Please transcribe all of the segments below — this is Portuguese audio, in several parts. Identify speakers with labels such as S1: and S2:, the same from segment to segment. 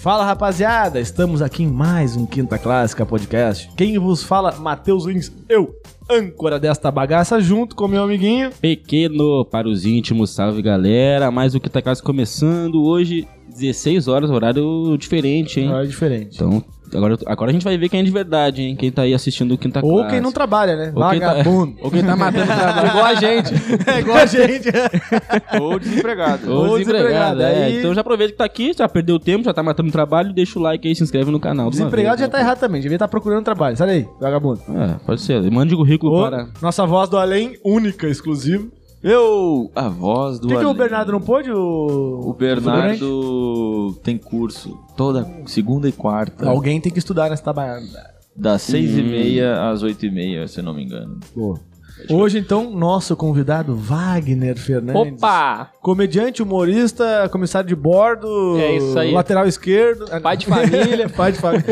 S1: Fala rapaziada, estamos aqui em mais um Quinta Clássica Podcast. Quem vos fala, Matheus Lins, eu, âncora desta bagaça, junto com meu amiguinho.
S2: Pequeno para os íntimos, salve galera. Mais o que tá quase começando hoje, 16 horas, horário diferente, hein?
S1: É diferente.
S2: Então, agora, agora a gente vai ver quem é de verdade, hein? Quem tá aí assistindo o Quinta
S1: Ou
S2: Classe.
S1: quem não trabalha, né?
S2: Ou quem tá-
S1: Vagabundo.
S2: Ou quem tá matando o trabalho. Igual a gente.
S1: É igual a gente.
S3: Ou desempregado.
S1: Ou
S2: Ou desempregado.
S1: desempregado,
S2: é.
S1: aí-
S2: Então já aproveita que tá aqui, já perdeu tempo, já tá matando o trabalho, deixa o like aí, se inscreve no canal.
S1: O
S2: de uma
S1: desempregado já
S2: vez,
S1: tá errado também, devia estar procurando trabalho. Sai daí, vagabundo.
S2: né? É, pode ser. Mande o currículo
S1: Ô,
S2: para...
S1: nossa voz do além, única, exclusiva.
S3: Eu, a voz do.
S1: Por que, que o
S3: além.
S1: Bernardo não pôde? O,
S3: O Bernardo tem curso toda segunda e quarta,
S1: Alguém tem que estudar nessa baiana.
S3: das seis
S2: Hum.
S3: e meia às oito e meia, se eu não me engano.
S1: Boa. Hoje, então, nosso convidado, Wagner Fernandes.
S4: Opa!
S1: Comediante, humorista, comissário de bordo.
S4: É isso aí.
S1: Lateral esquerdo.
S4: Pai de família.
S1: Pai de família.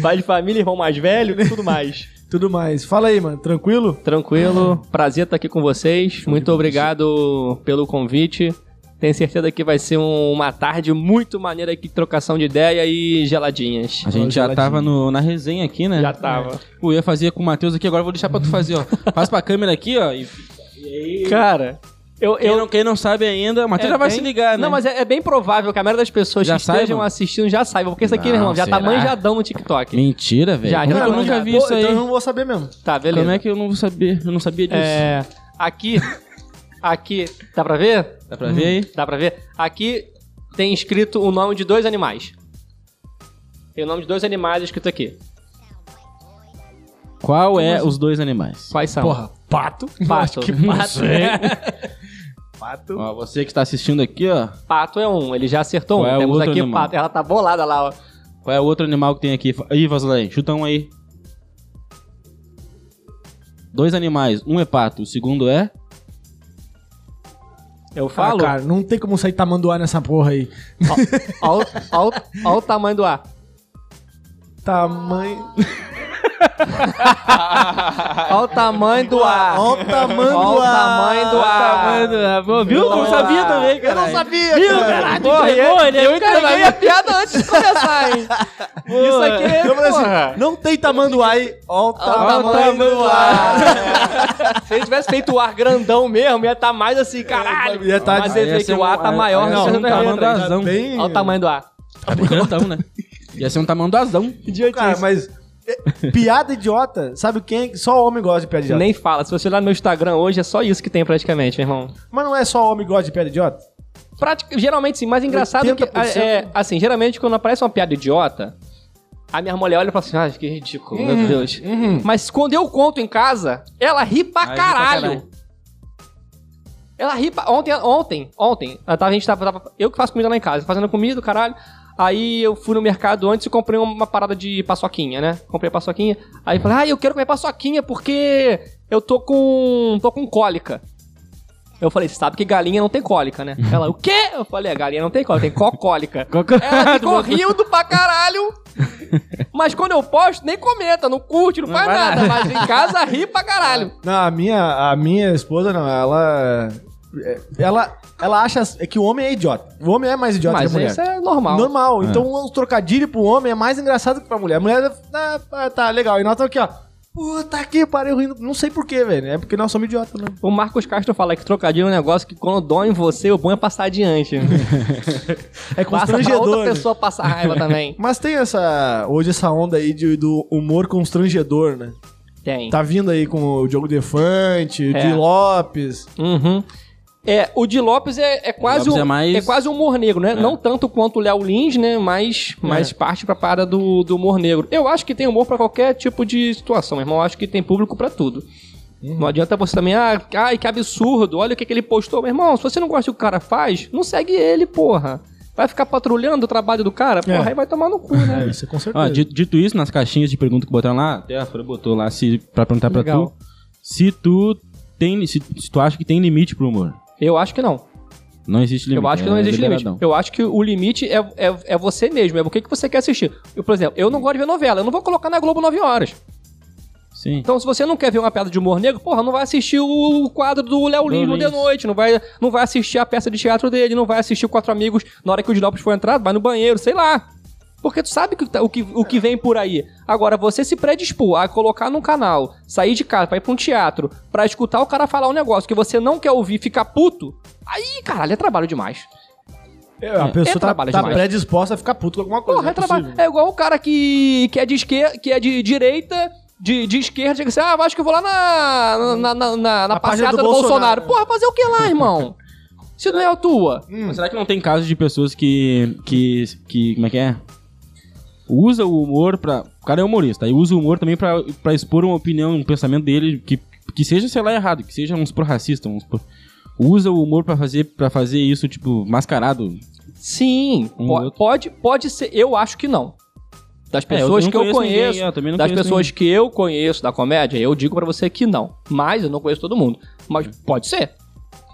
S4: Pai de família, irmão mais velho, tudo mais.
S1: Tudo mais. Fala aí, mano. Tranquilo?
S4: Tranquilo, prazer estar aqui com vocês. Muito obrigado pelo convite. Tenho certeza que vai ser um- uma tarde muito maneira aqui, trocação de ideia e geladinhas.
S2: A gente já tava no- na resenha aqui, né?
S4: Já tava.
S2: Pô, eu ia fazer com o Matheus aqui, agora eu vou deixar pra tu fazer, ó. Passa pra câmera aqui, ó. E
S4: É. Cara, eu.
S2: quem,
S4: eu
S2: não, quem não sabe ainda, o Matheus
S4: é
S2: já vai
S4: bem-
S2: se ligar, né?
S4: Não, mas é, é bem provável que a maioria das pessoas
S2: Já
S4: que estejam
S2: saibam?
S4: assistindo já saiba, porque isso aqui,
S2: Não,
S4: meu irmão, já tá
S2: será?
S4: manjadão no TikTok.
S2: Mentira, velho.
S4: Já,
S2: Como
S4: já
S2: é que eu
S4: não,
S2: nunca
S4: já.
S2: vi
S1: Pô,
S2: isso aí?
S1: Então eu não vou saber mesmo.
S4: Tá, beleza.
S2: Como é que eu não vou saber? Eu não sabia disso.
S4: É, Aqui. Aqui. Dá pra ver?
S2: Dá pra ver aí?
S4: Dá pra ver? Aqui tem escrito o nome de dois animais. Tem o nome de dois animais escrito aqui.
S2: Qual é
S4: assim?
S2: os dois animais?
S4: Quais são?
S1: Porra, pato?
S4: Pato. Pato.
S1: Pato.
S2: Ó, você que tá assistindo aqui, ó.
S4: Pato é um, ele já acertou um.
S2: Qual é o
S4: Temos
S2: outro
S4: aqui
S2: animal?
S4: pato. Ela tá bolada lá, ó.
S2: Qual é o outro animal que tem aqui? Fa- Ih, Vasilém, chuta um aí. Dois animais. Um é pato, o segundo é...
S4: Eu
S1: Fala,
S4: falo.
S1: cara. Não tem como sair tamanduá nessa porra aí.
S4: Olha o tamanho do ar.
S1: Tamanho.
S4: Olha o tamanho do ar.
S1: Olha o tamanho
S4: Ó
S1: do
S4: o
S1: ar.
S4: tamanho do ar.
S2: Viu?
S4: Não sabia também,
S2: cara.
S1: Eu não sabia, cara.
S4: Porra, eu,
S2: ele é
S4: eu
S2: muito
S4: entreguei
S2: maluco.
S4: a piada antes de começar, hein? Isso aqui é.
S1: Eu falei
S4: porra.
S1: assim, não tem tamanduá aí. Olha o
S4: Olha o
S1: tamanho do ar.
S4: Se ele tivesse feito o ar grandão mesmo, ia estar mais assim, caralho.
S1: Ia tá-
S4: Mas ele
S2: Aí ia
S4: fez que
S2: ser
S4: o ar
S2: um-
S4: tá
S2: aí-
S1: é,
S4: maior
S2: aí ia
S4: que
S2: ser
S4: o
S2: um tamanduazão.
S4: Olha
S2: Razão.
S1: Bem...
S4: o tamanho do ar.
S2: Tá grandão, né? Ia ser um tamanho
S1: Cara, mas é, piada idiota, sabe quem? Só homem gosta de piada idiota.
S4: Nem fala. Se você olhar no meu Instagram hoje, é só isso que tem praticamente, meu irmão.
S1: Mas não é só homem gosta de piada idiota?
S4: Prática, geralmente sim, mas engraçado é que.
S1: 80%.
S4: É, assim, geralmente quando aparece uma piada idiota, a minha mulher olha e fala assim, ah, que ridículo, meu Deus. Mas quando eu conto em casa, ela
S2: Aí ri
S4: ri pra
S2: pra
S4: Ah, caralho.
S2: caralho.
S4: Ela ri pra... Ontem, ontem, ontem, eu tava- a gente tava, tava- Eu que faço comida lá em casa, fazendo comida, do caralho. Aí eu fui no mercado antes e comprei uma parada de paçoquinha, né? Comprei paçoquinha. Aí eu falei, ah, eu quero comer paçoquinha porque eu tô com. tô com cólica. Eu falei, você sabe que galinha não tem cólica, né? Ela, o quê? Eu falei, a galinha não tem cólica, tem cocólica.
S2: é?
S4: Ela ficou rindo pra caralho. Mas quando eu posto, nem comenta, não curte, não, faz
S2: vai
S4: nada. Mas em casa ri pra caralho.
S1: Não, a minha, a minha esposa não, ela. é, Ela, ela acha as- é que o homem é idiota. O homem é mais idiota
S4: Mas
S1: que a mulher.
S4: isso é normal.
S1: Normal. Então, um trocadilho pro homem é mais engraçado que pra mulher. A mulher, ah, ah, tá legal. E nós estamos aqui, ó. Puta que pariu rindo. Não sei porquê, velho. É porque nós somos idiotas mesmo.
S4: O Marcos Castro fala que trocadilho é um negócio que quando dói em você, o bom é passar adiante.
S1: É
S4: Passa pra
S1: constrangedor.
S4: outra
S1: né?
S4: pessoa passar raiva também.
S1: Mas tem essa. Hoje essa onda aí de, do humor constrangedor, né?
S4: Tem.
S1: Tá vindo aí com o Diogo Defante, o
S4: É.
S1: Di Lopes.
S4: Uhum. É, o Di Lopes é, é quase
S2: Lopes
S4: um,
S2: é mais-
S4: quase um humor negro, né? Não tanto quanto o Léo Lins, né? Mas, mas parte pra parada do, do humor negro. Eu acho que tem humor pra qualquer tipo de situação, meu irmão. Eu acho que tem público pra tudo. Não adianta você também, ah, ai, que absurdo, olha o que, que ele postou. Meu irmão, se você não gosta do que o cara faz, não segue ele, porra. Vai ficar patrulhando o trabalho do cara? Porra,
S1: É.
S4: aí vai tomar no cu, né?
S1: É, isso é com certeza.
S2: Ó, di- dito, isso, nas caixinhas de pergunta que botaram lá, até a Fran botou lá se, pra perguntar pra
S4: Legal.
S2: tu. Se tu tem. Se, se tu acha que tem limite pro humor.
S4: Eu acho que não.
S2: Não existe limite.
S4: eu acho que não
S2: é
S4: existe
S2: liberadão.
S4: limite. Eu acho que o limite é, é, é você mesmo, é o que, que você quer assistir. Eu, por exemplo, eu não gosto de ver novela, eu não vou colocar na Globo 9 horas.
S2: Sim.
S4: Então, se você não quer ver uma piada de humor negro, porra, não vai assistir o quadro do Léo Lima de
S2: Lins.
S4: noite, não vai, não vai assistir a peça de teatro dele, não vai assistir o Quatro Amigos na hora que o Dinópolis for entrar, vai no banheiro, sei lá. Porque tu sabe que tá- o, que, o que vem por aí. Agora, você se predispor a colocar num canal, sair de casa pra ir pra um teatro, pra escutar o cara falar um negócio que você não quer ouvir, ficar puto, aí, caralho, é trabalho demais.
S1: a pessoa tá,
S4: trabalho
S1: tá
S4: demais.
S1: predisposta a ficar puto com alguma coisa.
S4: Porra, é,
S1: não
S4: trabalho.
S1: possível.
S4: É igual o cara que, que é de esquerda, que é de direita, de, de esquerda, chega assim, ah, acho que eu vou lá na, na, na, na, na
S1: Na página
S4: passeata
S1: do
S4: do Bolsonaro.
S1: Bolsonaro.
S4: Porra, fazer o que lá, irmão? Se não é a tua.
S1: Hum.
S2: Mas será que não tem casos de pessoas que, que. que. como é que é? Usa o humor pra. O cara é humorista, aí usa o humor também pra, pra expor uma opinião, um pensamento dele que, que seja, sei lá, errado, que seja, vamos supor, racista, vamos supor. Usa o humor pra fazer, pra fazer isso, tipo, mascarado.
S4: Sim,
S2: Um
S4: po-
S2: outro.
S4: pode, pode ser. Eu acho que não. Das pessoas que É, eu
S2: ninguém,
S4: conheço,
S2: é, também não
S4: das
S2: conheço
S4: pessoas que eu conheço da comédia, eu digo pra você que não. Mas eu não conheço todo mundo. Mas
S2: Hum.
S4: pode ser.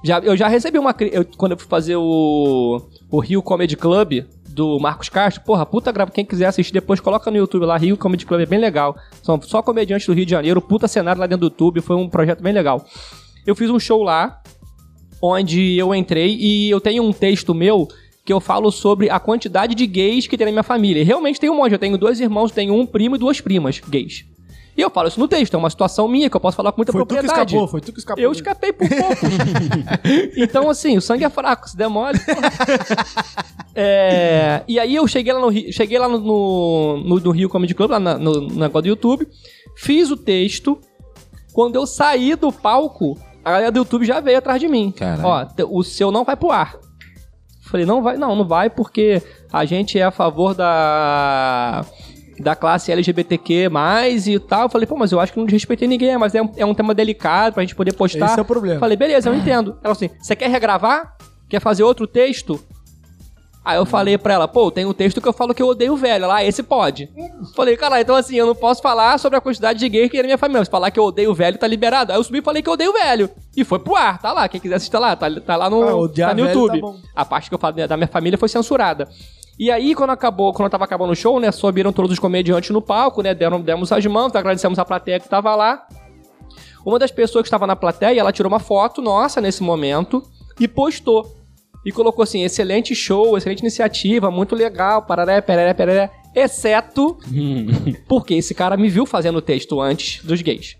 S4: Já, eu já recebi uma crítica. Quando eu fui fazer o, o Rio Comedy Club do Marcos Castro, porra, puta grava. Quem quiser assistir depois, coloca no YouTube lá. Rio Comedy Club é bem legal. São só comediantes do Rio de Janeiro, puta cenário lá dentro do YouTube. Foi um projeto bem legal. Eu fiz um show lá, onde eu entrei e eu tenho um texto meu que eu falo sobre a quantidade de gays que tem na minha família. E realmente tem um monte. Eu tenho dois irmãos, tenho um primo e duas primas gays. E eu falo isso no texto, é uma situação minha que eu posso falar com muita
S1: Foi tu que
S4: propriedade.
S1: escapou, foi tu que escapou.
S4: Eu escapei por pouco. então, assim, o sangue é fraco, se der mole. É, e aí eu cheguei lá no, Ri- cheguei lá no, no, no- no Rio Comedy Club, lá na- no, no negócio do YouTube, fiz o texto. Quando eu saí do palco, a galera do YouTube já veio atrás de mim.
S2: Caralho.
S4: Ó, te- o seu não vai pro ar. Falei, não vai, não, não vai, porque a gente é a favor da. Da classe LGBTQ e tal. Falei, pô, mas eu acho que não desrespeitei ninguém, mas é um, é um tema delicado pra gente poder postar.
S1: Esse é o problema.
S4: tá. Falei, beleza, eu entendo. Ela assim, você quer regravar? Quer fazer outro texto? Aí eu falei pra ela, pô, tem um texto que eu falo que eu odeio velho. Ela, ah, esse pode. Falei, cara, então assim, eu não posso falar sobre a quantidade de gays que tem na minha família. Mas falar que eu odeio velho tá liberado. Aí eu subi e falei que eu odeio velho. E foi pro ar, tá lá. Quem quiser assistir tá lá, tá, tá lá no,
S1: Ah, odiar
S4: tá no
S1: velho tá
S4: YouTube.
S1: bom.
S4: a parte que eu falei da minha família foi censurada. E aí, quando acabou, quando tava acabando o show, né, subiram todos os comediantes no palco, né, deram, demos as mãos, agradecemos a plateia que tava lá. Uma das pessoas que estava na plateia, ela tirou uma foto nossa nesse momento e postou. E colocou assim, excelente show, excelente iniciativa, muito legal, pararé, pereré, pereré. Exceto
S2: ninguém.
S4: porque esse cara me viu fazendo o texto antes dos gays.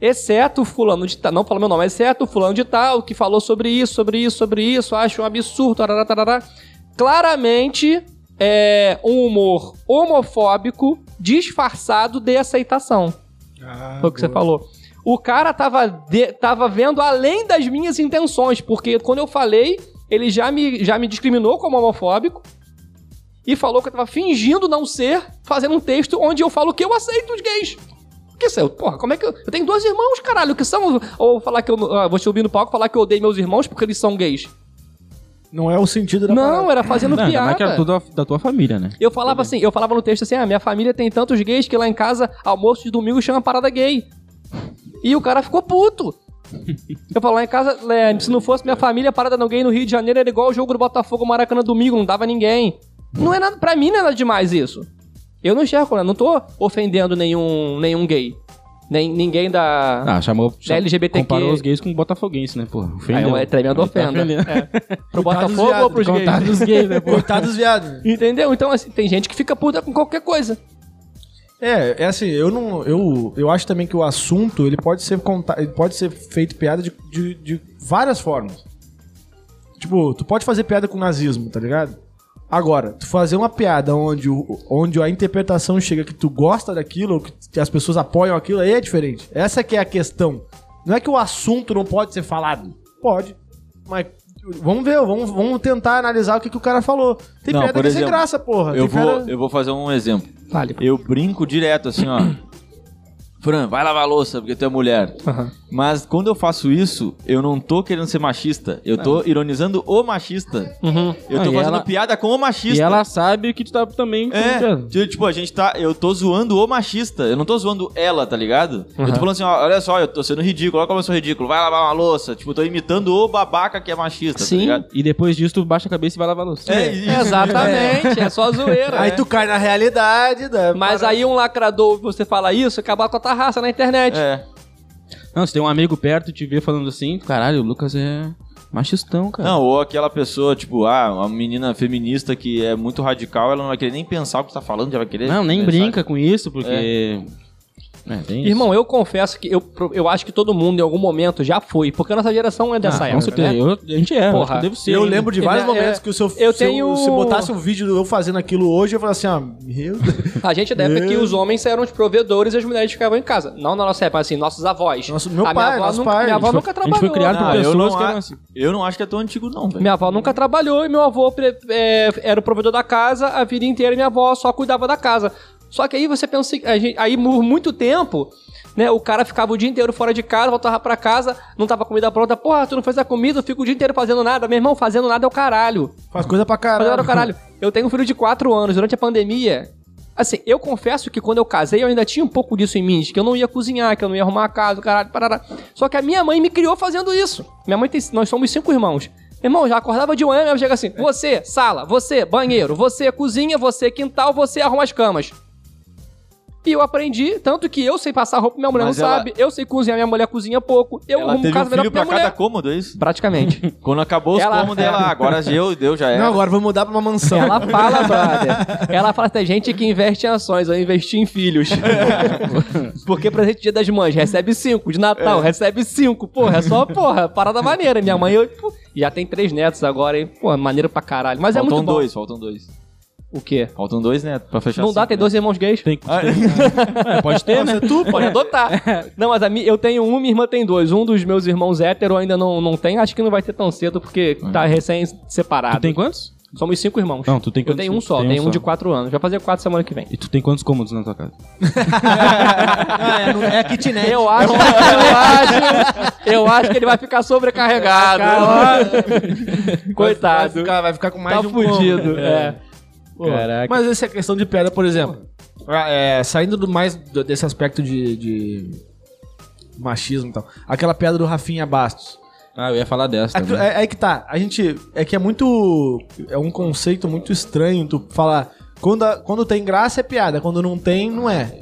S4: Exceto fulano de tal, não fala meu nome, exceto fulano de tal, que falou sobre isso, sobre isso, sobre isso, acho um absurdo, tarará, tarará. Claramente é um humor homofóbico disfarçado de aceitação.
S1: Ah,
S4: Foi o que você
S1: boa.
S4: falou. O cara tava, de- tava vendo além das minhas intenções, porque quando eu falei, ele já me, já me discriminou como homofóbico e falou que eu tava fingindo não ser, fazendo um texto onde eu falo que eu aceito os gays. Que isso é? Porra, como é que eu. Eu tenho dois irmãos, caralho, que são. Ou falar que eu. ah, vou subir no palco e falar que eu odeio meus irmãos porque eles são gays.
S1: Não é o sentido da
S4: Não,
S1: parada.
S4: era fazendo
S2: Não, ainda
S4: piada.
S2: mais que é era tudo da- da tua família, né?
S4: Eu falava assim, eu falava no texto assim, ah, minha família tem tantos gays que lá em casa, almoço de domingo chama parada gay. E o cara ficou puto. Eu falo, lá em casa, é, se não fosse minha família, parada não gay no Rio de Janeiro era igual o jogo do Botafogo Maracanã domingo, não dava ninguém. Não é nada, pra mim não é nada demais isso. Eu não enxergo, né? não tô ofendendo nenhum, nenhum gay. Nem, ninguém da...
S2: Ah, chamou. chamou-
S4: LGBTQ.
S2: Comparou os gays com botafoguense, né, porra?
S4: Aí é uma- é tremenda
S2: Aí tá
S4: ofenda.
S2: ofendendo.
S4: É. Pro
S1: Coitado dos
S4: Botafogo ou
S1: viados,
S4: pros gays?
S2: Coitado dos gays, né, porra?
S1: Coitado dos viados.
S4: Entendeu? Então, assim, tem gente que fica puta com qualquer coisa.
S1: É, é assim, eu não. Eu, eu acho também que o assunto ele pode ser conta, ele pode ser feito piada de, de, de várias formas. Tipo, tu pode fazer piada com nazismo, tá ligado? Agora, tu fazer uma piada onde, o- onde a interpretação chega que tu gosta daquilo, ou que as pessoas apoiam aquilo, aí é diferente. Essa que é a questão. Não é que o assunto não pode ser falado. Pode. Mas vamos ver, vamos, vamos tentar analisar o que, que o cara falou. Tem
S3: Não,
S1: piada
S3: por
S1: que é sem
S3: exemplo,
S1: graça, porra.
S3: Eu
S1: Tem
S3: vou,
S1: piada-
S3: eu vou fazer um exemplo.
S4: Vale.
S3: Eu brinco direto assim, ó. Fran, vai lavar a louça porque tu é mulher.
S4: Aham.
S3: Mas quando eu faço isso, eu não tô querendo ser machista. Eu tô ironizando o machista.
S4: Uhum.
S3: Eu
S2: Ah,
S3: tô
S2: e
S3: fazendo
S2: ela-
S3: piada com o machista.
S2: E ela sabe que tu tá também.
S3: É, ti- tipo, a gente tá. Eu tô zoando o machista. Eu não tô zoando ela, tá ligado? Eu tô falando assim, ó, olha só, eu tô sendo ridículo, olha como eu sou ridículo, vai lavar uma louça. Tipo, eu tô imitando o babaca que é machista,
S4: Sim.
S3: tá ligado?
S2: E depois disso, tu baixa a cabeça e vai lavar a louça.
S3: É, isso.
S4: Exatamente, é só zoeira.
S1: Aí
S4: né?
S1: tu cai na realidade, né?
S4: Mas
S1: Para-
S4: aí um lacrador, você fala isso, acabar com a tua raça na internet.
S3: É.
S2: Não, se tem um amigo perto e te vê falando assim, caralho, o Lucas é machistão,
S4: Tá.
S2: cara.
S3: Não, ou aquela pessoa, tipo, ah, uma menina feminista que é muito radical, ela não vai querer nem pensar o que você tá falando, já vai querer.
S2: Não, nem
S3: sabe?
S2: brinca com isso, porque. É, tem isso.
S4: Irmão, eu confesso que eu, eu acho que todo mundo em algum momento já foi, porque a nossa geração é
S2: Ah,
S4: dessa época.
S2: com certeza.
S4: né?
S2: Eu- a gente é,
S4: Porra.
S2: acho que eu devo ser.
S1: eu
S2: hein?
S1: lembro de vários
S4: Ele é-
S1: momentos que o seu.
S4: eu
S1: se eu-
S4: tenho-
S1: Se botasse um vídeo eu fazendo aquilo hoje, eu ia falar assim, ah, meu Deus.
S4: A gente é da época que os homens eram os provedores e as mulheres ficavam em casa. Não na nossa época, assim, nossos avós.
S1: Nosso- meu
S4: a
S1: pai,
S4: minha avó,
S1: nosso
S4: nunca,
S1: pai.
S4: Minha
S1: A
S4: avó
S1: gente
S4: nunca
S2: A gente foi
S4: trabalhou.
S2: criado por
S3: Ah, eu
S2: pessoas
S3: não
S2: que eram
S3: a-
S2: assim.
S3: Eu não acho que é tão antigo, não, velho.
S4: Minha avó nunca trabalhou e meu avô pre- é, era o provedor da casa a vida inteira e minha avó só cuidava da casa. Só que aí você pensa, o seguinte, a gente- aí por muito tempo, né, o cara ficava o dia inteiro fora de casa, voltava pra casa, não tava comida pronta, porra, tu não fez a comida, eu fico o dia inteiro fazendo nada, meu irmão, fazendo nada é o caralho.
S1: Faz coisa pra
S4: Mas
S1: caralho.
S4: era o caralho. Eu tenho um filho de 4 anos, durante a pandemia. Assim, eu confesso que quando eu casei, eu ainda tinha um pouco disso em mim, de que eu não ia cozinhar, que eu não ia arrumar a casa, caralho, parará. Só que a minha mãe me criou fazendo isso. Minha mãe tem. Nós somos cinco irmãos. Meu Irmão, eu já acordava de manhã, ela chega assim: você, sala, você, banheiro, você, cozinha, você, quintal, você arruma as camas. E eu aprendi, tanto que eu sei passar roupa, minha mulher
S3: Mas
S4: não
S3: ela-
S4: sabe, eu sei cozinhar, minha mulher cozinha pouco, eu
S3: ela
S4: arrumo
S3: teve
S4: casa
S3: um
S4: melhor
S3: filho
S4: pra
S3: pra
S4: minha mulher.
S3: cada cômodo, é isso?
S4: Praticamente.
S3: Quando acabou os
S4: Ela-
S3: cômodos, ela, ah, agora eu, deu, já era.
S1: Não, agora vamos mudar pra uma mansão.
S4: Ela fala, brother. Ela fala, assim, tem gente que investe em ações, eu investi em filhos. Porque presente dia das mães, recebe cinco. De Natal, recebe cinco. Porra, é só, porra, parada maneira. Minha mãe, eu, pô, já tem três netos agora, hein? Porra, maneiro pra caralho. Mas é
S3: faltam
S4: muito bom.
S3: dois, faltam dois.
S4: O quê?
S3: Faltam dois, né? Pra fechar
S4: Não dá,
S3: cinco,
S2: é.
S4: tem
S3: né?
S4: dois irmãos gays?
S2: Tem que.
S3: Ah,
S2: É, pode ter, né?
S4: Tu pode adotar. tá. Não, mas a mi- eu tenho um, minha irmã tem dois. Um dos meus irmãos hétero ainda não, não tem. Acho que não vai ter tão cedo, porque tá recém-separado.
S2: Tu tem quantos?
S4: Somos cinco irmãos.
S2: Não, tu tem
S4: Eu
S2: quantos?
S4: tenho um só,
S2: Tem um
S4: tenho um,
S2: só.
S4: de quatro anos. Vai fazer quatro semana que vem.
S2: E tu tem quantos cômodos na tua casa?
S1: é, não- é kitnet.
S4: Eu acho, eu acho, eu acho que ele vai ficar sobrecarregado.
S1: Ah, Vai
S4: Coitado.
S1: ficar, vai ficar com mais
S4: Tá
S1: de um
S4: fudido.
S1: cômodo.
S4: É.
S1: Pô,
S4: Caraca.
S1: Mas essa é questão de piada, por exemplo, ah, é, saindo do mais do- desse aspecto de, de machismo e tal, aquela piada do Rafinha Bastos.
S2: Ah, eu ia falar dessa.
S1: Aquilo-
S2: também.
S1: É, é que tá, a gente. É que é muito. É um conceito muito estranho tu falar. Quando, a- quando tem graça é piada, quando não tem, não é.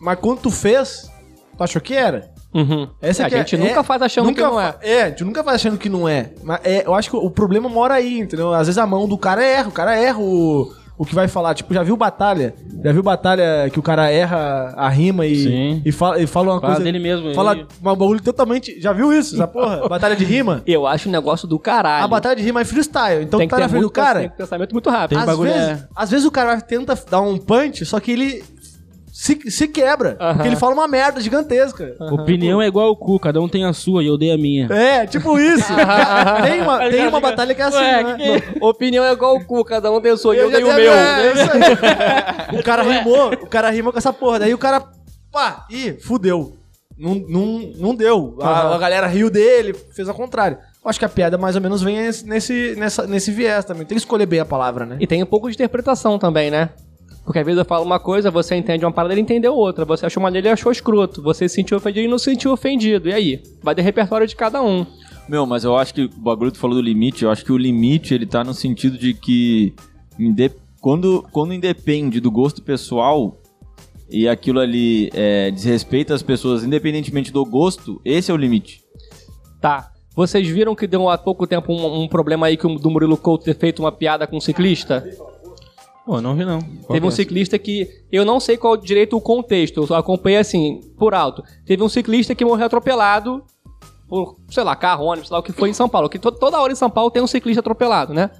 S1: Mas quando tu fez, tu achou que era?
S4: Uhum.
S1: Essa
S4: a
S1: que é-
S4: gente
S1: é-
S4: nunca faz achando
S1: nunca
S4: que não é.
S1: fa- É, tu nunca vai achando que não é. Mas é, eu acho que o problema mora aí, entendeu? Às vezes a mão do cara erra, o cara erra o, o que vai falar. Tipo, já viu batalha? Já viu batalha que o cara erra a rima e,
S2: Sim.
S1: e, fala, e fala uma
S2: Fala
S1: coisa.
S2: dele mesmo.
S1: Fala
S2: ele-
S1: um bagulho totalmente. Já viu isso? Essa porra? batalha de rima?
S4: Eu acho um negócio do caralho.
S1: A batalha de rima é freestyle. Então
S4: tem
S1: tu
S4: que
S1: tá na
S4: ter
S1: frente do
S4: muito assim.
S1: cara.
S4: tem que ter pensamento muito rápido.
S2: Tem
S1: às,
S2: bagulho,
S1: vezes,
S2: é.
S1: às vezes o cara tenta dar um punch, só que ele se, se quebra.
S4: Aham.
S1: Porque ele fala uma merda gigantesca.
S2: Opinião é igual ao cu, cada um tem a sua e eu dei a minha.
S1: É, tipo isso. tem
S4: Tá
S1: uma, tem uma batalha que é assim,
S4: Ué,
S1: né?
S4: que que- Opinião é igual o cu, cada um tem o seu e eu,
S1: já
S4: tenho o
S1: dei-
S4: meu.
S1: é, isso aí. o cara rimou, o cara rimou com essa porra. Daí o cara, pá, ih, fudeu. Não, não, não deu. A,
S4: Aham.
S1: a galera riu dele, fez ao contrário. Eu acho que a piada mais ou menos vem esse- nesse, nessa, nesse viés também. Tem que escolher bem a palavra, né?
S4: E tem um pouco de interpretação também, né? Porque às vezes eu falo uma coisa, você entende uma parada, ele entendeu outra. Você achou maneiro, ele achou escroto. Você se sentiu ofendido, ele não se sentiu ofendido. E aí? Vai de repertório de cada um.
S3: Meu, mas eu acho que o bagulho que tu falou do limite, eu acho que o limite ele tá no sentido de que inde- quando, quando independe do gosto pessoal e aquilo ali é, desrespeita as pessoas independentemente do gosto, esse é o limite.
S4: Tá. Vocês viram que deu há pouco tempo um, um problema aí que o do Murilo Couto ter feito uma piada com um ciclista?
S2: Pô, não vi não.
S4: Teve um ciclista que. Eu não sei qual direito o contexto, eu só acompanhei assim, por alto. Teve um ciclista que morreu atropelado por, sei lá, carro, ônibus, sei lá o que foi em São Paulo. Que to- toda hora em São Paulo tem um ciclista atropelado, né?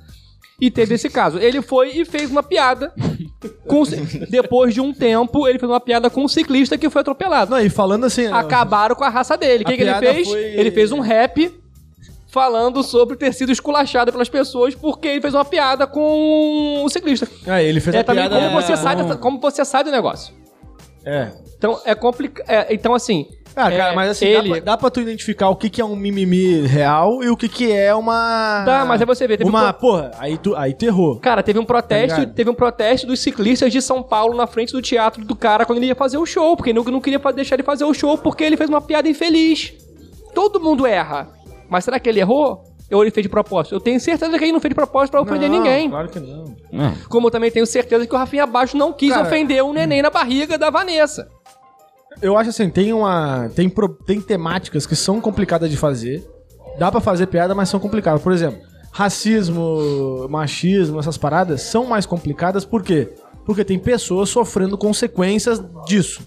S4: E teve esse caso. Ele foi e fez uma piada. com o ci- depois de um tempo, ele fez uma piada com um ciclista que foi atropelado.
S1: Não, e falando assim...
S4: acabaram com a raça dele. O
S1: A
S4: que, que ele
S1: piada
S4: fez?
S1: foi-
S4: Ele fez um rap falando sobre ter sido esculachado pelas pessoas porque ele fez uma piada com um ciclista.
S1: Ah, ele fez
S4: É
S1: a
S4: também
S1: piada...
S4: como você, sai
S1: com-
S4: dessa- como você sai do negócio.
S1: É.
S4: Então é complicado. então, assim.
S1: Ah, cara,
S4: é,
S1: mas assim,
S4: ele.
S1: dá, pra, dá pra tu identificar o que, que é um mimimi real e o que, que é uma...
S4: Tá, mas aí você vê, teve
S1: Uma,
S4: um-
S1: porra, aí tu, aí tu errou.
S4: Cara, teve um
S1: Tá
S4: protesto,
S1: ligado?
S4: teve um protesto dos ciclistas de São Paulo na frente do teatro do cara quando ele ia fazer o show, porque não, não queria fa- deixar ele fazer o show porque ele fez uma piada infeliz. Todo mundo erra. Mas será que ele errou? Ou ele fez de propósito? Eu tenho certeza que ele não fez de propósito pra ofender
S1: Não,
S4: ninguém.
S1: Claro que não.
S4: Como eu também tenho certeza que o Rafinha Baixo não quis
S1: Cara,
S4: ofender o neném na barriga da Vanessa.
S1: Eu acho assim, tem uma. Tem, pro- tem temáticas que são complicadas de fazer. Dá pra fazer piada, mas são complicadas. Por exemplo, racismo, machismo, essas paradas são mais complicadas por quê? Porque tem pessoas sofrendo consequências disso.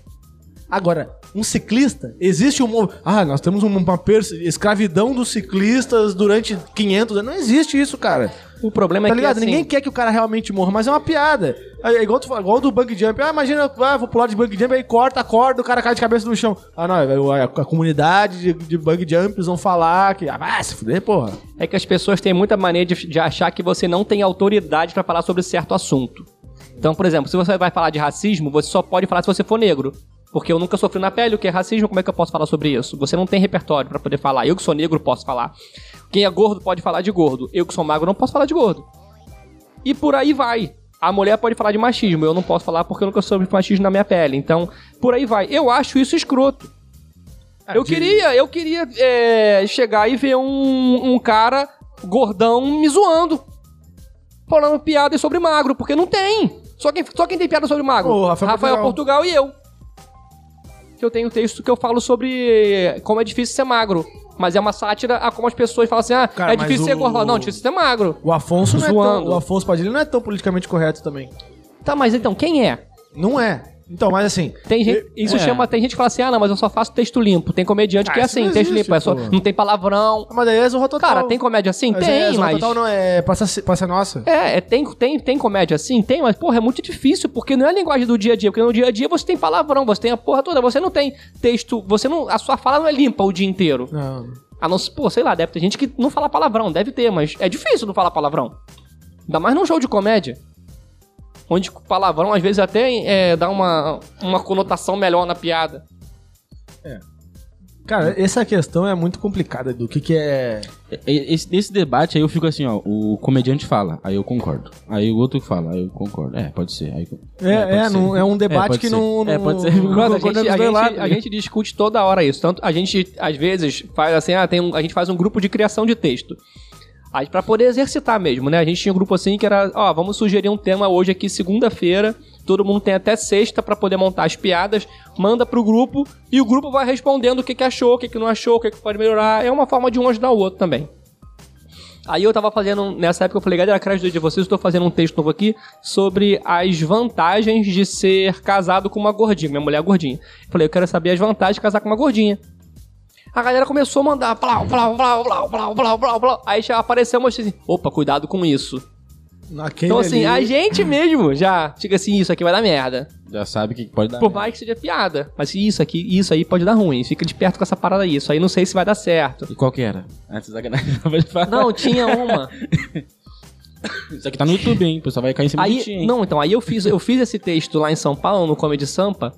S1: Agora, um ciclista, existe um. mo- Ah, nós temos uma, uma pers- escravidão dos ciclistas durante 500 anos. Não existe isso, cara.
S4: O problema
S1: Tá
S4: é que
S1: ligado?
S4: assim,
S1: Ninguém quer que o cara realmente morra, mas é uma piada. É é igual, tu fala- igual o do bug jump. Ah, imagina, ah, vou pular de bug jump, aí corta, corda, o cara cai de cabeça no chão. Ah, não, a, a- a comunidade de, de bug jumps vão falar que. Ah, vai se fuder, porra.
S4: é que as pessoas têm muita mania de, de achar que você não tem autoridade pra falar sobre certo assunto. Então, por exemplo, se você vai falar de racismo, você só pode falar se você for negro. Porque eu nunca sofri na pele, o que é racismo, como é que eu posso falar sobre isso? Você não tem repertório pra poder falar. Eu que sou negro posso falar. Quem é gordo pode falar de gordo. Eu que sou magro não posso falar de gordo. E por aí vai. A mulher pode falar de machismo, eu não posso falar porque eu nunca soube de machismo na minha pele. Então, por aí vai. Eu acho isso escroto. Eu queria, eu queria é, chegar e ver um, um cara gordão me zoando. Falando piada sobre magro, porque não tem. Só quem, só quem tem piada sobre magro.
S1: Ô, Rafael
S4: Portugal. e eu. Que eu tenho texto que eu falo sobre como é difícil ser magro. Mas é uma sátira a como as pessoas falam assim: ah,
S1: Cara,
S4: é
S1: mas
S4: difícil ser
S1: o-
S4: gordão. Não, difícil ser magro.
S1: O Afonso, não é tão,
S4: Zoando.
S1: o Afonso Padilha não é tão politicamente correto também.
S4: Tá, mas então, quem é?
S1: Não é. Então, mas assim.
S4: Tem gente, isso
S2: é.
S4: chama, tem gente que fala assim: ah, não, mas eu só faço texto limpo. Tem comediante
S1: Ah,
S4: que é
S1: isso
S4: assim,
S1: não
S4: texto
S1: existe,
S4: limpo, é só,
S1: pô.
S4: não tem palavrão.
S1: Mas daí é Zorra Total.
S4: Cara, tem comédia assim?
S1: Mas
S4: tem,
S1: é, Zorra
S4: mas.
S1: Total não é. Passa, passa nossa.
S4: É, é, tem, tem, tem comédia assim? Tem, mas, porra, é muito difícil, porque não é a linguagem do dia a dia. Porque no dia a dia você tem palavrão, você tem a porra toda, você não tem texto, você não. A sua fala não é limpa o dia inteiro.
S1: Não.
S4: A não ser, pô, sei lá, deve ter gente que não fala palavrão, deve ter, mas é difícil não falar palavrão. Ainda mais num show de comédia. Onde o palavrão, às vezes, até é, dá uma, uma conotação melhor na piada.
S1: Cara, essa questão é muito complicada do que, que é.
S2: E- Esse, nesse debate aí eu fico assim, ó, o comediante fala, aí eu concordo. Aí o outro fala, aí eu concordo. É, pode ser. Aí,
S1: É,
S2: pode
S1: é,
S2: ser.
S1: não- é um debate
S2: pode
S1: que
S2: ser.
S1: não-
S2: É,
S1: não-
S2: pode ser.
S1: não-
S4: Mas a
S2: Concordando
S4: gente, a,
S2: dos dois
S4: gente,
S2: lados,
S4: a
S2: né?
S4: gente discute toda hora isso. Tanto a gente, às vezes, faz assim, ah, tem um- a gente faz um grupo de criação de texto. Aí, pra poder exercitar mesmo, né? A gente tinha um grupo assim que era, ó, vamos sugerir um tema hoje aqui, segunda-feira. Todo mundo tem até sexta pra poder montar as piadas, manda pro grupo e o grupo vai respondendo o que, que achou, o que, que não achou, o que, que pode melhorar. É uma forma de um ajudar o outro também. Aí eu tava fazendo, nessa época eu falei, galera, quero ajudar de vocês, eu tô fazendo um texto novo aqui sobre as vantagens de ser casado com uma gordinha, minha mulher é gordinha. Eu falei, eu quero saber as vantagens de casar com uma gordinha. A galera começou a mandar, plau, plau, plau, plau, plau, plau, plau, plau. Aí já apareceu uma assim, opa, cuidado com isso.
S1: Naquele
S4: Então assim,
S1: ali-
S4: a gente mesmo já fica assim, isso aqui vai dar merda.
S2: Já sabe que pode dar. né?
S4: Por
S2: merda.
S4: mais que seja piada, mas isso aqui, isso aí pode dar ruim, fica esperto com essa parada aí, isso aí não sei se vai dar certo.
S2: E qual que era? Antes da vai falar.
S4: Não, tinha uma...
S2: Isso aqui tá no YouTube, hein? O pessoal vai cair em cima de ti,
S4: Aí,
S2: hein?
S4: não, então, aí eu fiz, eu fiz esse texto lá em São Paulo, no Comedy Sampa,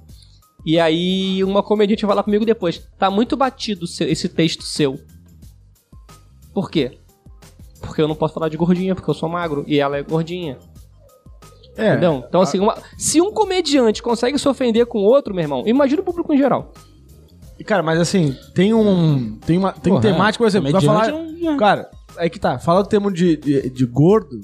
S4: e aí uma comediante vai lá comigo depois. Tá muito batido o seu- esse texto seu. Por quê? Porque eu não posso falar de gordinha, porque eu sou magro e ela é gordinha.
S1: É.
S4: Entendeu? Então, assim, uma- se um comediante consegue se ofender com outro, meu irmão, imagina o público em geral.
S1: E, Cara, mas assim, tem um. Tem uma. Tem
S2: Porra,
S1: temática, por exemplo, vai falar.
S2: comediante é um-
S1: Cara, aí que tá. Fala do termo de, de, de gordo.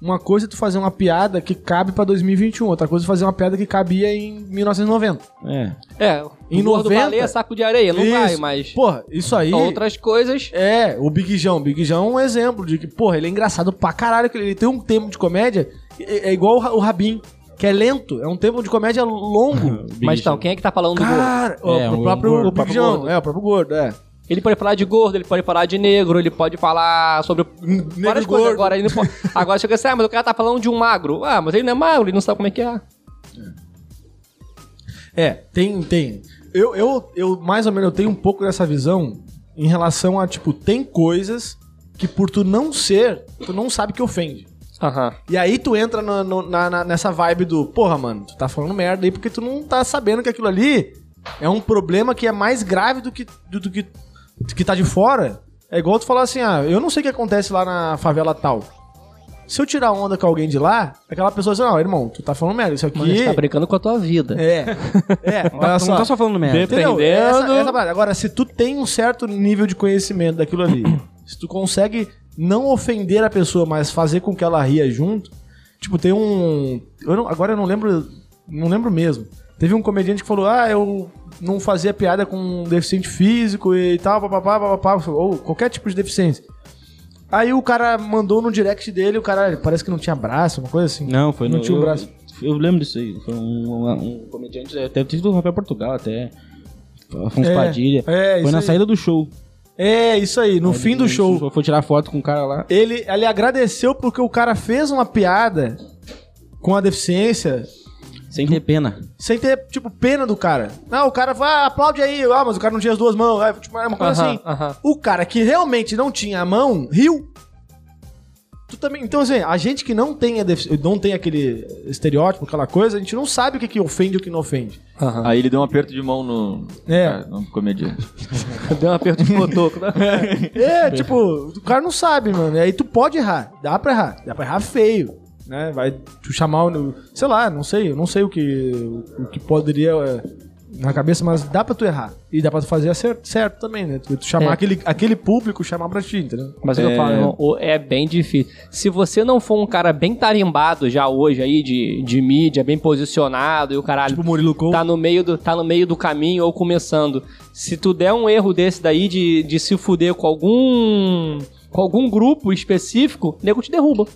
S1: Uma coisa é tu fazer uma piada que cabe pra 2021, outra coisa é fazer uma piada que cabia em 1990.
S2: É.
S4: É,
S1: Em
S4: o gordo
S1: 90?
S4: baleia, saco de areia, não vai, mas
S1: Porra, isso aí.
S4: outras coisas...
S1: É, o Big Jão. O Big Jão é um exemplo de que, porra, ele é engraçado pra caralho. que Ele tem um tempo de comédia. É é igual o Ra- o Rabin, que é lento. É um tempo de comédia
S2: um
S1: longo.
S4: Mas então, quem é que tá falando do gordo?
S1: Cara, ó,
S2: Uhum. É,
S1: o,
S2: um
S1: próprio,
S2: gordo,
S1: o Big Jão. É, o próprio gordo, é.
S4: Ele pode falar de gordo, ele pode falar de negro, ele pode falar sobre várias coisas
S1: gordo.
S4: agora. Ele não pode... Agora chega assim, ah, mas o cara tá falando de um magro. Ah, mas ele não é magro, ele não sabe como é que é.
S1: É, tem, tem. Eu, eu, eu mais ou menos eu tenho um pouco dessa visão em relação a, tipo, tem coisas que por tu não ser, tu não sabe que ofende.
S4: Aham.
S1: E aí tu entra no- no- na, na- nessa vibe do, porra, mano, tu tá falando merda aí porque tu não tá sabendo que aquilo ali é um problema que é mais grave do que, do, do que, do que tá de fora. É igual tu falar assim, ah, eu não sei o que acontece lá na favela tal. Se eu tirar onda com alguém de lá, aquela pessoa diz, não, irmão, tu tá falando merda, isso aqui...
S4: Mas você tá brincando com a tua vida.
S1: É, é,
S2: Não tá-
S1: olha
S2: não
S1: só.
S2: tá só falando merda.
S1: Entendeu? É
S4: Dependendo-
S1: Essa- essa parada. Agora, se tu tem um certo nível de conhecimento daquilo ali, se tu consegue não ofender a pessoa, mas fazer com que ela ria junto, tipo, tem um. eu não- agora eu não lembro. Não lembro mesmo. Teve um comediante que falou: Ah, eu não fazia piada com um deficiente físico e tal, papapá, papapá, ou qualquer tipo de deficiência. Aí o cara mandou no direct dele, o cara parece que não tinha braço, uma coisa assim.
S2: Não, foi
S1: Não
S2: no-
S1: tinha um
S2: eu-
S1: braço.
S2: Eu, lembro disso aí. Foi um, um- um comediante, até tive do Rafael Portugal, até. Afonso
S1: É,
S2: Padilha.
S1: é,
S2: foi
S1: isso
S2: na
S1: aí.
S2: saída do show.
S1: É, isso aí, no fim do
S2: Ele
S1: show.
S2: Foi tirar foto com o cara lá.
S1: ele, ele agradeceu porque o cara fez uma piada com a deficiência
S2: Sem ter pena.
S1: sem ter, tipo, pena do cara. Não, o cara vai, ah, aplaude aí, ah, mas o cara não tinha as duas mãos, ah, tipo, é uma coisa
S4: Aham,
S1: assim.
S4: aham.
S1: O cara que realmente não tinha a mão, riu. Tu também, então, assim, a gente que não tem, a defici- não tem aquele estereótipo, aquela coisa, a gente não sabe o que, que ofende e o que não ofende.
S4: aham.
S3: Aí ele deu um aperto de mão no,
S1: É.
S3: no comediante.
S4: Deu um aperto de cotoco. né?
S1: É, tipo, o cara não sabe, mano. E aí tu pode errar. Dá pra errar. Dá pra errar feio. Né? Vai tu chamar o. Sei lá, não sei. Eu não sei o que, o que poderia é, na cabeça, mas dá pra tu errar. E dá pra tu fazer certo, certo também, né? Tu, tu chamar
S4: É.
S1: aquele, aquele público, chamar pra ti, entendeu?
S4: Mas é... eu
S3: É.
S4: falo, irmão, o- é bem difícil. Se você não for um cara bem tarimbado já hoje aí, de, de mídia, bem posicionado e o caralho.
S1: Tipo o Murilo Couto.
S4: Tá no, meio do, tá no meio do caminho ou começando. Se tu der um erro desse daí de, de se fuder com algum. com algum grupo específico, o nego te derruba.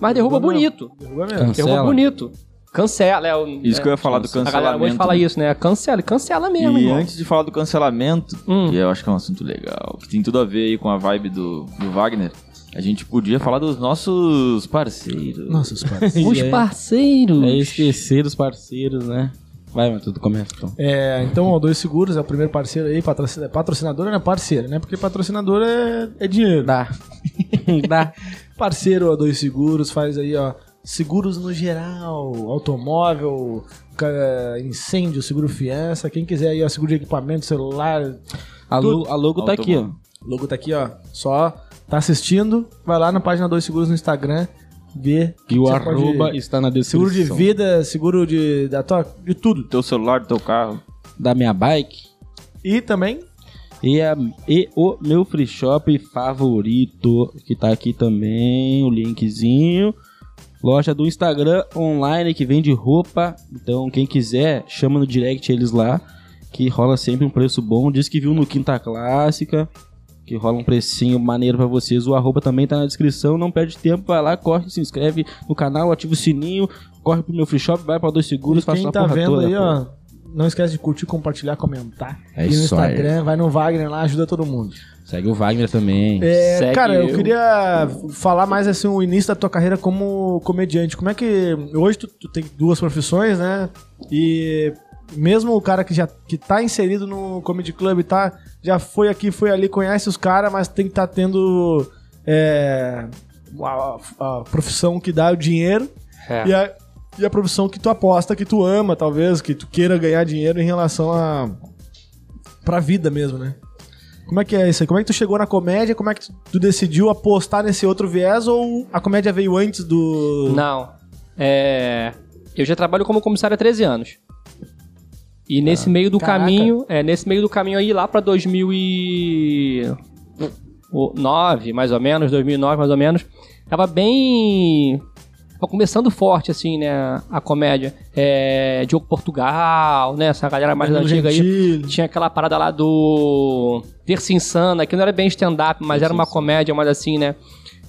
S4: Mas derruba
S1: Derruba mesmo.
S4: bonito.
S1: Derruba mesmo.
S2: Cancela.
S4: Derruba bonito. Cancela, é. o-
S3: Isso
S4: é,
S3: que eu ia falar do
S4: A
S3: cancelamento.
S4: galera hoje fala isso, né? Cancela, e cancela mesmo,
S3: E
S4: irmão.
S3: antes de falar do cancelamento,
S4: Hum.
S3: que eu acho que é um assunto legal, que tem tudo a ver aí com a vibe do, do Wagner, a gente podia falar dos nossos parceiros.
S1: Nossa, os caras.
S4: Os
S2: é,
S4: parceiros.
S2: é esquecer os parceiros, né? Vai, mas tudo começa então.
S1: É, então, ó, dois seguros é o primeiro parceiro aí, patrocina- patrocinador não é parceiro, né? Porque patrocinador é, é dinheiro.
S2: Dá. Dá.
S1: parceiro a dois seguros, faz aí, ó. Seguros no geral, automóvel, ca- incêndio, seguro fiança, quem quiser aí, ó, seguro de equipamento, celular,
S2: A, lo- a logo tá
S3: Automóvel.
S2: aqui, ó.
S1: o logo tá aqui, ó. Só tá assistindo, vai lá na página 2 Seguros no Instagram, vê.
S2: E o
S1: Você
S2: arroba
S1: pode-
S2: está na descrição.
S1: Seguro de vida, seguro de, da tua, de tudo.
S3: Teu celular, do teu carro.
S2: Da minha bike.
S1: E também,
S2: E, a- e o meu free shop favorito, que tá aqui também, o linkzinho. Loja do Instagram online que vende roupa. Então, quem quiser, chama no direct eles lá, que rola sempre um preço bom. Diz que viu no Quinta Clássica, que rola um precinho maneiro pra vocês. O arroba também tá na descrição, não perde tempo, vai lá, corre, se inscreve no canal, ativa o sininho, corre pro meu free shop, vai pra dois seguros,
S1: e
S2: faça
S1: quem
S2: a
S1: tá
S2: porra
S1: vendo
S2: toda,
S1: aí,
S2: pô.
S1: ó, não esquece de curtir, compartilhar, comentar.
S2: É
S1: e no
S2: isso aí.
S1: Instagram, vai no Wagner lá, ajuda todo mundo.
S2: Segue o Wagner também.
S1: É,
S4: Segue
S1: cara, eu,
S4: eu.
S1: queria falar mais assim o início da tua carreira como comediante. Como é que hoje tu, tu tem duas profissões, né? E mesmo o cara que já que tá inserido no comedy club, tá, já foi aqui, foi ali, conhece os caras, mas tem que estar tendo é, a, a profissão que dá o dinheiro
S4: É.
S1: e, a, e a profissão que tu aposta, que tu ama, talvez, que tu queira ganhar dinheiro em relação a. pra vida mesmo, né? Como é que é isso aí? Como é que tu chegou na comédia? Como é que tu- tu decidiu apostar nesse outro viés ou a comédia veio antes do.
S4: Não. É, eu já trabalho como comissário há 13 anos. E nesse meio do
S1: Caraca.
S4: caminho, é, nesse meio do caminho aí lá pra 2009, mais ou menos, 2009 mais ou menos, tava bem tava começando forte assim, né, a comédia. É, Diogo Portugal, né, essa galera mais
S1: Danilo
S4: antiga aí.
S1: Gentili.
S4: Tinha aquela parada lá do Terça Insana, que não era bem stand-up, mas era uma comédia, mas assim, né?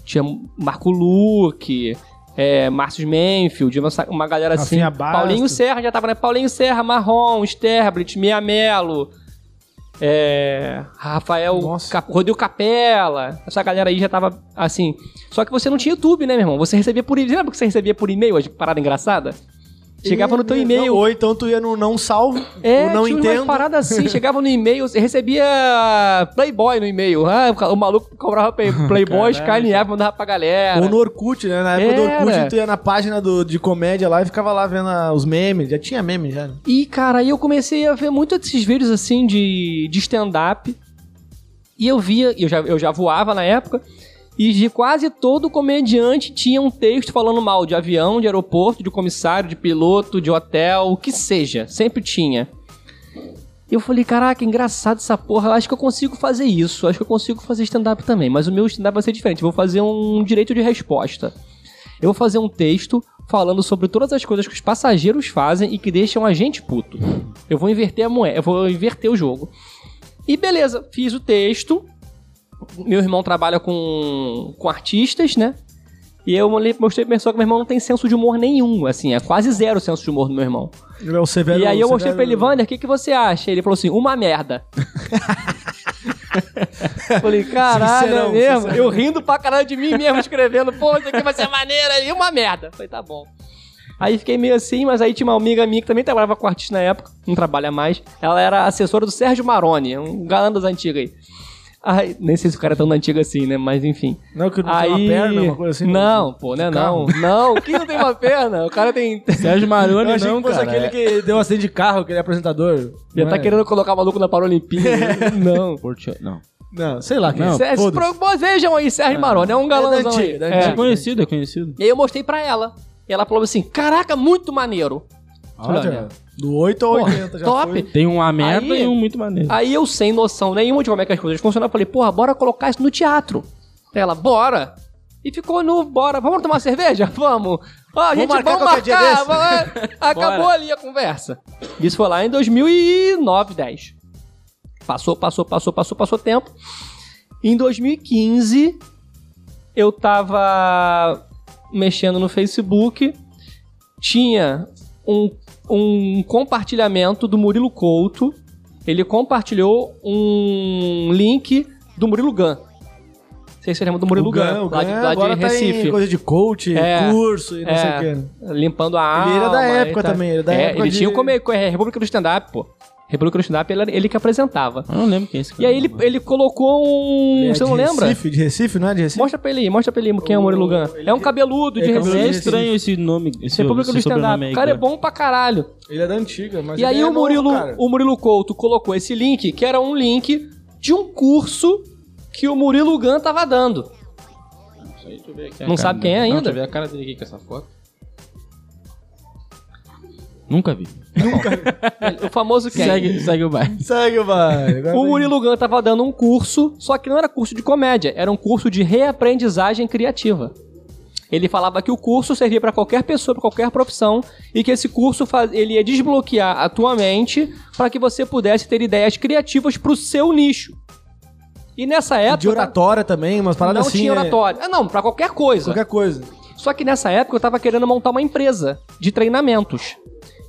S4: Tinha Marco Luque, é, Márcio Menfield, uma, sa- uma galera assim.
S1: Rafinha Bastos.
S4: Paulinho Serra já tava, né? Paulinho Serra, Marrom, Sterblit, Mia Mello, é, Rafael
S1: Nossa.
S4: Cap- Rodrigo Capella. Essa galera aí já tava assim. Só que você não tinha YouTube, né, meu irmão? Você recebia por e-mail. Lembra que você recebia por e-mail? hoje? que Parada engraçada? Chegava no teu e-mail.
S1: Ou então tu ia no não salvo,
S4: É,
S1: ou não
S4: tinha
S1: entendo.
S4: umas paradas assim, chegava no e-mail, você recebia Playboy no e-mail. Ah, o ca- o maluco cobrava play- Playboy, escaneava, mandava pra galera.
S1: Ou no Orkut, né? Na época do
S4: Era.
S1: Orkut, tu ia na página do- de comédia lá e ficava lá vendo ah, os memes. Já tinha meme, já. né?
S4: E, cara, aí eu comecei a ver muito desses vídeos assim de, de stand-up. E eu via, eu já, eu já voava na época, e de quase todo comediante tinha um texto falando mal de avião, de aeroporto, de comissário, de piloto, de hotel, o que seja. Sempre tinha. E eu falei, caraca, engraçado essa porra. Eu acho que eu consigo fazer isso. Eu acho que eu consigo fazer stand-up também. Mas o meu stand-up vai ser diferente. Eu vou fazer um direito de resposta. Eu vou fazer um texto falando sobre todas as coisas que os passageiros fazem e que deixam a gente puto. Eu vou inverter a moeda, eu vou inverter o jogo. E beleza, fiz o texto. Meu irmão trabalha com, com artistas, né? E eu olhei- mostrei pra pessoa que meu irmão não tem senso de humor nenhum, assim, é quase zero senso de humor do meu irmão.
S1: Ele é o Severo.
S4: e aí eu mostrei
S1: Severo-
S4: pra ele, Wander, o que, que você acha? Ele falou assim, uma merda. Falei, caralho,
S1: Sincerão,
S4: é mesmo?
S1: sincerão.
S4: Eu rindo pra caralho de mim mesmo, escrevendo, pô, isso aqui vai ser maneiro, e uma merda. Falei, tá bom. Aí fiquei meio assim, mas aí tinha uma amiga minha que também trabalhava com artista na época, não trabalha mais. Ela era assessora do Sérgio Maroni, um galã das antigas aí. Ai, nem sei se o cara é tão antigo assim, né? Mas enfim.
S1: Não, que não
S4: Aí...
S1: tem uma perna, uma coisa assim.
S4: Não, pô, né? Não, não. Quem não tem uma perna? O cara tem.
S2: Sérgio
S1: Eu
S2: Maroni
S1: achei
S2: não,
S1: que fosse
S2: cara. é.
S1: aquele que deu um acidente de carro, aquele apresentador.
S4: Já
S1: Não
S4: tá
S1: é?
S4: querendo colocar maluco na Paralimpíada. né? não.
S2: Portio- Não.
S1: Não, sei lá.
S2: Não,
S1: quem é.
S4: Sérgio,
S1: Foda-se.
S4: pro- mas vejam aí, Sérgio Maroni, é um galãozão
S1: antiga,
S4: aí.
S1: da
S4: É.
S2: É conhecido, é conhecido.
S4: E aí eu mostrei pra ela. E ela falou assim, caraca, muito maneiro.
S1: Olha, do 8 ao 80 Então já
S4: top.
S1: foi.
S2: né? Tem um A merda
S4: Aí-
S2: e um muito maneiro.
S4: Aí eu, sem noção nenhuma de como é que as coisas funcionam, eu falei, porra, bora colocar isso no teatro. Ela, bora. E ficou no, bora, vamos tomar uma cerveja? Vamos. Ah, gente,
S1: marcar
S4: vamos
S1: qualquer dia
S4: marcar.
S1: desse.
S4: vamos- é, Acabou ali a conversa. Isso foi lá em 2009, 10. Passou, passou, passou, passou, passou tempo. Em 2015, eu tava mexendo no Facebook, tinha um, um compartilhamento do Murilo Couto. Ele compartilhou um link do Murilo Gun. Vocês se lembram do Murilo
S1: O Gan,
S4: Gun,
S1: o
S4: lá de,
S1: Gan
S4: lá de
S1: agora tá em
S4: Recife.
S1: coisa de coach,
S4: É,
S1: curso e não
S4: é.
S1: sei o que.
S4: Limpando a alma.
S1: Ele era da
S4: e
S1: época
S4: tal.
S1: também, ele era da
S4: É,
S1: época
S4: Ele
S1: de-
S4: tinha o come- é, República do Stand-Up, pô. República do Stand-Up, ele, era- ele que apresentava.
S2: Eu não lembro quem é esse cara.
S4: E aí ele,
S2: mano.
S4: ele colocou um...
S1: É
S4: você não
S1: de
S4: lembra?
S1: Recife, de Recife, não é de Recife?
S4: Mostra pra ele aí, mostra pra ele quem é o Murilo Gun.
S1: ele-
S4: É um cabeludo de
S1: é
S2: Mas
S1: cabeludo
S2: é
S1: de
S4: Recife.
S2: estranho esse nome, esse,
S4: República do
S2: esse sobrenome
S4: Stand-up.
S2: aí.
S4: O cara é bom pra caralho.
S1: Ele é da antiga, mas
S4: e
S1: ele
S4: aí
S1: é
S4: o
S1: novo,
S4: Murilo,
S1: cara.
S4: o Murilo Couto colocou esse link, que era um link de um curso que o Murilo Gun tava dando. Não sabe quem é ainda?
S2: Não, deixa eu ver a cara dele aqui com essa foto. Nunca vi.
S4: O famoso quem?
S2: Segue, segue o bairro.
S1: Segue, vai. Agora
S4: O
S1: vem.
S4: Murilo Gun tava dando um curso, só que não era curso de comédia, era um curso de reaprendizagem criativa. Ele falava que o curso servia para qualquer pessoa, pra qualquer profissão, e que esse curso faz- ele ia desbloquear a tua mente para que você pudesse ter ideias criativas pro seu nicho. E nessa época
S1: De oratória também, umas
S4: não
S1: paradas assim. é,
S4: tinha oratório. Ah, não, pra qualquer coisa.
S1: Qualquer coisa.
S4: Só que nessa época eu tava querendo montar uma empresa de treinamentos.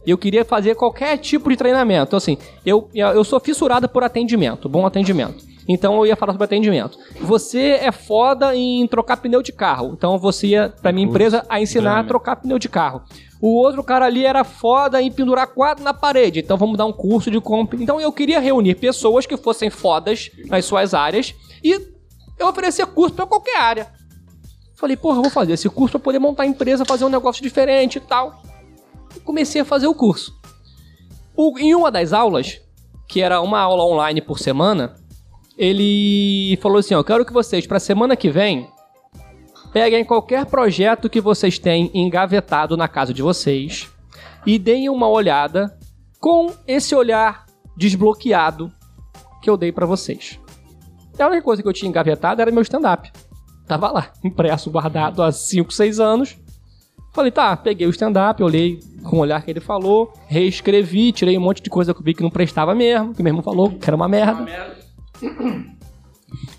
S4: Eu queria fazer qualquer tipo de treinamento. Então, assim, eu, eu sou fissurada por atendimento, bom atendimento. Então eu ia falar sobre atendimento. Você é foda em trocar pneu de carro. Então você ia pra minha empresa a ensinar a
S2: treinamento.
S4: trocar pneu de carro. O outro cara ali era foda em pendurar quadro na parede. Então vamos dar um curso de compra. Então eu queria reunir pessoas que fossem fodas nas suas áreas e eu oferecer curso pra qualquer área. Falei, porra, eu vou fazer esse curso pra poder montar a empresa, fazer um negócio diferente e tal. E comecei a fazer o curso. O- em uma das aulas, que era uma aula online por semana, ele falou assim: ó, eu quero que vocês, pra semana que vem, peguem qualquer projeto que vocês têm engavetado na casa de vocês e deem uma olhada com esse olhar desbloqueado que eu dei pra vocês. A única coisa que eu tinha engavetado era meu stand-up. Tava lá, impresso, guardado há 5, 6 anos. Falei, tá, peguei o stand-up, olhei com o olhar que ele falou, reescrevi, tirei um monte de coisa que eu vi que não prestava mesmo, que meu irmão falou que era uma merda.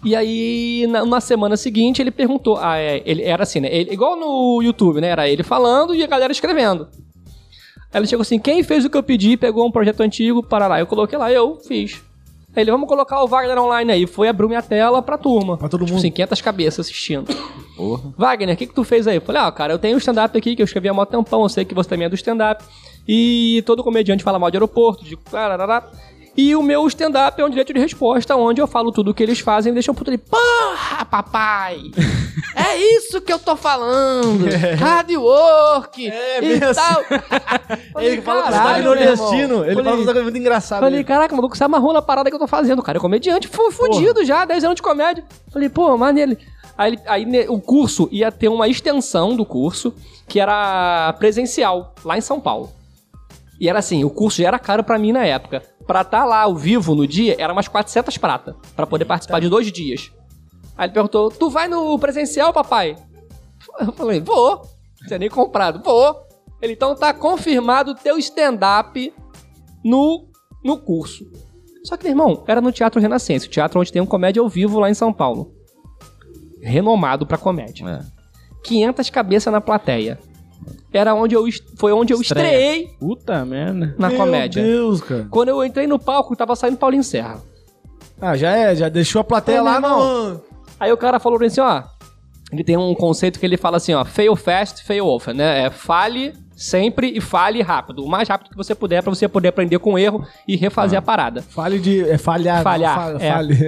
S4: E aí, na, na semana seguinte, ele perguntou. Ah, é, ele era assim, né? Ele- igual no YouTube, né? Era ele falando e a galera escrevendo. Aí ele chegou assim: quem fez o que eu pedi, pegou um projeto antigo, para lá. Eu coloquei lá, eu fiz. Aí ele, vamos colocar o Wagner online aí. Foi abriu minha tela pra turma.
S1: Pra todo
S4: tipo
S1: mundo.
S4: assim, 500 cabeças assistindo. Wagner, o que, que tu fez aí? Eu falei, ó, cara, eu tenho um stand-up aqui que eu escrevi há mó tempão, eu sei que você também é do stand-up. E todo comediante fala mal de aeroporto, de. tararará. E o meu stand-up é um direito de resposta, onde eu falo tudo o que eles fazem e deixam puto ali. Porra, papai! É isso que eu tô falando! Hard work!
S1: É,
S4: e
S1: mesmo.
S4: tal!
S1: Ele fala com
S4: "Caralho,
S1: sotaque
S4: meu irmão."
S1: tá nordestino. Ele fala com sotaque muito engraçado. né?
S4: Falei,
S1: ele.
S4: caraca, maluco, você amarrou na parada que eu tô fazendo, cara. É comediante, fu- fudido já, 10 anos de comédia. Falei, pô, maneiro. Aí, ele- aí ne- o curso ia ter uma extensão do curso que era presencial, lá em São Paulo. E era assim, o curso já era caro pra mim na época. Pra estar lá ao vivo no dia, era umas 400 prata, pra poder participar de dois dias. Aí ele perguntou, tu vai no presencial, papai? Eu falei, vou. tinha nem comprado. Pô, ele então tá confirmado o teu stand-up no, no curso. Só que, meu irmão, era no Teatro Renascença, o teatro onde tem um comédia ao vivo lá em São Paulo. Renomado pra comédia.
S3: É.
S4: 500 cabeças na plateia. Era onde eu, est- foi onde eu
S2: Estreia.
S4: estreiei
S2: Puta merda.
S4: na
S1: Meu
S4: comédia.
S1: Deus, cara.
S4: Quando eu entrei no palco, tava saindo Paulinho Serra.
S1: Ah, já é, já deixou a plateia
S4: Ô,
S1: lá
S4: meu
S1: no.
S4: Aí o cara falou pra mim assim, ó. Ele tem um conceito que ele fala assim, ó, fail fast, fail often, né? É fale sempre e fale rápido. O mais rápido que você puder pra você poder aprender com o erro e refazer a parada.
S1: Fale de. É falhar. não,
S4: Falhar,
S1: Fala,
S4: é.
S1: fale.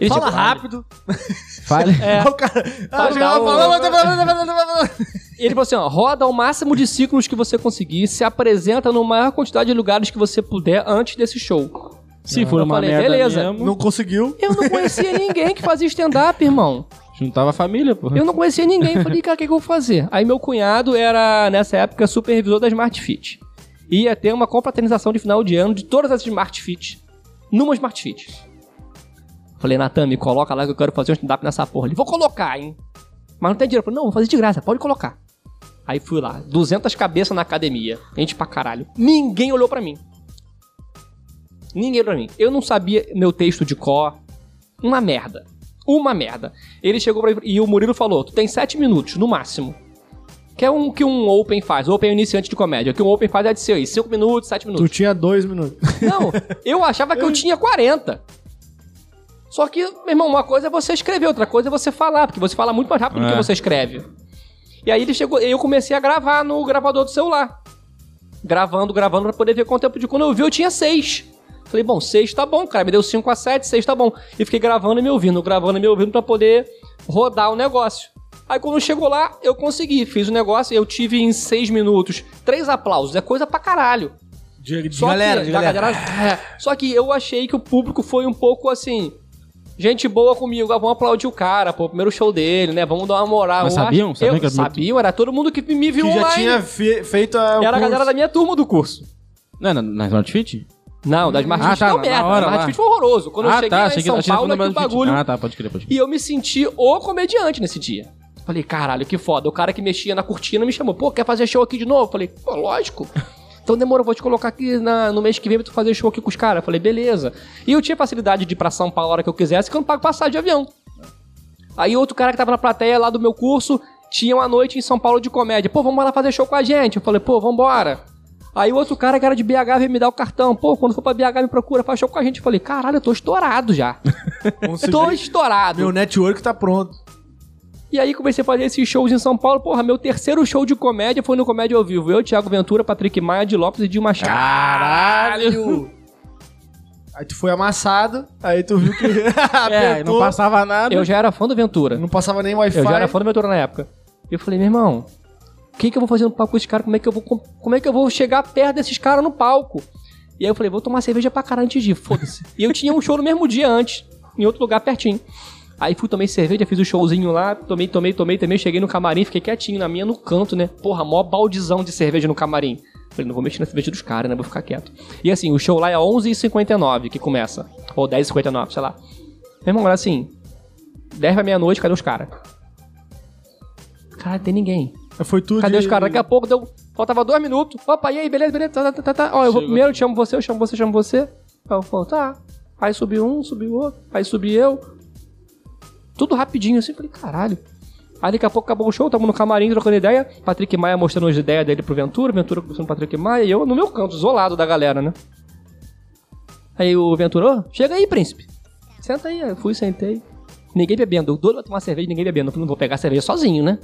S4: Ele,
S1: Fala
S4: tipo,
S1: rápido.
S2: Fale.
S4: É.
S1: O cara. Ah,
S4: Fala,
S1: chegava
S4: dá um-
S1: falando, tá falando, tá falando, tá falando.
S4: E ele falou assim, ó, roda o máximo de ciclos que você conseguir, se apresenta no maior quantidade de lugares que você puder antes desse show.
S2: Se for
S4: Ah, Eu
S2: uma
S4: falei,
S2: merda
S4: beleza.
S2: mesmo,
S1: Não conseguiu.
S4: Eu não conhecia ninguém que fazia stand-up, irmão.
S2: juntava a família, pô.
S4: Eu não conhecia ninguém. Eu Falei, cara, o que, que eu vou fazer? Aí meu cunhado era, nessa época, supervisor da Smart Fit. Ia ter uma confraternização de final de ano de todas as Smart Fit. Numa Smart Fit. Falei, Natan, me coloca lá que eu quero fazer um stand-up nessa porra. Ele, vou colocar, hein? Mas não tem dinheiro. Eu Falei, não, vou fazer de graça, pode colocar. Aí fui lá, 200 cabeças na academia. Gente pra caralho. Ninguém olhou pra mim. Ninguém olhou pra mim. Eu não sabia meu texto de cor. Uma merda. Uma merda. Ele chegou pra mim e o Murilo falou: Tu tem sete minutos, no máximo. Que é um que um Open faz. O Open é iniciante de comédia. O que um Open faz é de ser aí, cinco minutos, sete minutos.
S1: Tu tinha dois minutos.
S4: Não, eu achava que eu tinha 40. Só que, meu irmão, uma coisa é você escrever, outra coisa é você falar, porque você fala muito mais rápido do
S2: É.
S4: que você escreve. E aí ele chegou, eu comecei a gravar no gravador do celular. Gravando, gravando pra poder ver quanto tempo de quando eu vi, eu tinha seis. Falei, bom, seis tá bom, cara. Me deu 5 a 7, seis tá bom. E fiquei gravando e me ouvindo, gravando e me ouvindo pra poder rodar o negócio. Aí quando chegou lá, eu consegui, fiz o negócio, eu tive em seis minutos três aplausos. É coisa pra caralho.
S1: De, de
S4: Só
S1: galera,
S4: que,
S1: de
S4: da
S1: galera.
S4: galera- é. Só que eu achei que o público foi um pouco assim. Gente boa comigo, ah, vamos aplaudir o cara, pô, primeiro show dele, né? Vamos dar uma moral.
S2: Mas
S4: Eu
S2: sabiam?
S4: acho-
S2: Sabiam
S4: eu,
S2: que era-
S4: sabiam, era todo mundo que me viu
S1: Que já
S4: online.
S1: tinha um fe- feito a.
S4: Era a galera da minha turma do curso.
S2: Não, é na, na Smart Fit?
S4: Não, da Smart
S2: Ah,
S4: Fit
S2: tá,
S4: deu
S2: na hora
S4: merda. a Smart
S2: lá. Ah, tá,
S4: Fit foi horroroso. Quando eu cheguei lá em
S2: achei que-
S4: São
S2: achei que
S4: Paulo, é
S2: era
S4: que o
S2: Smart Fit.
S4: bagulho
S2: Ah, tá, pode crer, pode crer.
S4: e eu me senti o comediante nesse dia. Falei, caralho, que foda. O cara que mexia na cortina me chamou. Pô, quer fazer show aqui de novo? Falei, pô, lógico. Então demora, eu vou te colocar aqui na- no mês que vem pra tu fazer show aqui com os caras. Falei, beleza. E eu tinha facilidade de ir pra São Paulo a hora que eu quisesse, que eu não pago passagem de avião. Aí outro cara que tava na plateia lá do meu curso tinha uma noite em São Paulo de comédia. Pô, vamos lá fazer show com a gente. Eu falei, pô, vambora. Aí outro cara que era de BH veio me dar o cartão. Pô, quando for pra BH me procura, faz show com a gente. Eu falei, caralho, eu tô estourado já.
S1: Consegui.
S4: tô estourado.
S1: Meu network tá pronto.
S4: E aí comecei a fazer esses shows em São Paulo. Porra, meu terceiro show de comédia foi no Comédia ao Vivo. Eu, Thiago Ventura, Patrick Maia, de Lopes e Dilma Machado.
S1: Caralho! Aí tu foi amassado, aí tu viu que.
S2: É, não
S1: apertou,
S2: passava nada.
S4: Eu já era fã do Ventura.
S1: não passava nem Wi-Fi.
S4: Eu já era fã do Ventura na época. E eu falei, meu irmão, o que, que eu vou fazer no palco com esses caras? Como é que eu vou, com- como é que eu vou chegar perto desses caras no palco? E aí eu falei, vou tomar cerveja pra caralho antes de ir, foda-se. e eu tinha um show no mesmo dia antes, em outro lugar pertinho. Aí fui, tomei cerveja, fiz o showzinho lá, tomei, tomei, tomei, também cheguei no camarim, fiquei quietinho na minha, no canto, né? Porra, mó baldizão de cerveja no camarim. Falei, não vou mexer na cerveja dos caras, né? Vou ficar quieto. E assim, o show lá é 11h59 que começa. Ou 10h59, sei lá. Meu irmão, era assim, 10 pra meia-noite, cadê os caras? Caralho, tem ninguém.
S1: Foi tudo. de-
S4: Cadê os caras? é Daqui a pouco deu. Faltava dois minutos. Opa, e aí, beleza, beleza. Tá, tá, tá, tá. Ó, eu vou
S2: Chegou.
S4: primeiro, eu chamo você, eu chamo você, eu chamo você. Aí eu falo, tá. Aí subiu um, subiu outro, aí subi eu. Tudo rapidinho assim, falei, caralho. Aí daqui a pouco acabou o show, tamo no camarim trocando ideia. Patrick Maia mostrando as ideias dele pro Ventura, Ventura conversando com o Patrick Maia e eu no meu canto, isolado da galera, né? Aí o Ventura, ô, chega aí, príncipe. Senta aí, eu fui, sentei. Ninguém bebendo. Eu doido pra tomar cerveja, ninguém bebendo. Eu falei, não vou pegar cerveja sozinho, né?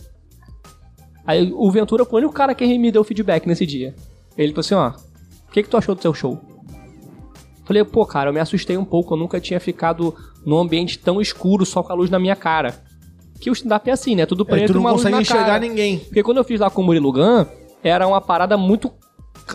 S4: Aí o Ventura foi o único cara que me deu feedback nesse dia. Ele falou assim, ó, o que, que tu achou do seu show? Falei, pô, cara, eu me assustei um pouco, eu nunca tinha ficado num ambiente tão escuro, só com a luz na minha cara. Que o stand-up é assim, né? Tudo
S1: É,
S4: preto
S1: tu
S4: e uma
S1: não
S4: luz na
S1: consegue
S4: cara.
S1: enxergar ninguém.
S4: Porque quando eu fiz lá com o Murilo Gun, era uma parada muito.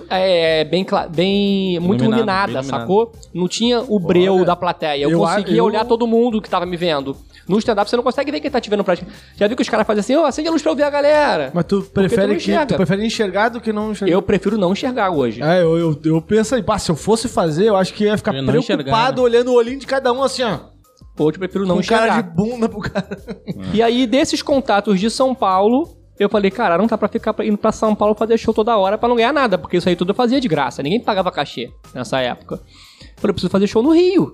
S4: É, bem, cla- bem muito
S2: Iluminado,
S4: iluminada,
S2: bem iluminado.
S4: sacou? Não tinha o breu da plateia. Eu,
S1: eu a-
S4: conseguia
S1: eu-
S4: olhar todo mundo que tava me vendo. No stand-up você não consegue ver quem tá te vendo praticamente. Já viu que os caras fazem assim, ó, acende a luz pra eu ver a galera.
S1: Mas tu
S4: não
S1: prefere, que,
S4: enxerga.
S1: tu prefere enxergar do que não enxergar.
S4: Eu prefiro não enxergar hoje.
S1: É, eu, eu, eu penso aí, pá, se eu fosse fazer, eu acho que ia ficar
S2: Eu ia não
S1: preocupado
S2: enxergar, né?
S1: olhando o olhinho de cada um assim, ó.
S4: Hoje eu prefiro não
S1: com
S4: enxergar.
S1: cara de bunda pro cara.
S4: E aí, desses contatos de São Paulo, Eu falei, cara, não tá pra ficar pra- indo pra São Paulo fazer show toda hora pra não ganhar nada, porque isso aí tudo eu fazia de graça. Ninguém pagava cachê nessa época. Eu falei, eu preciso fazer show no Rio.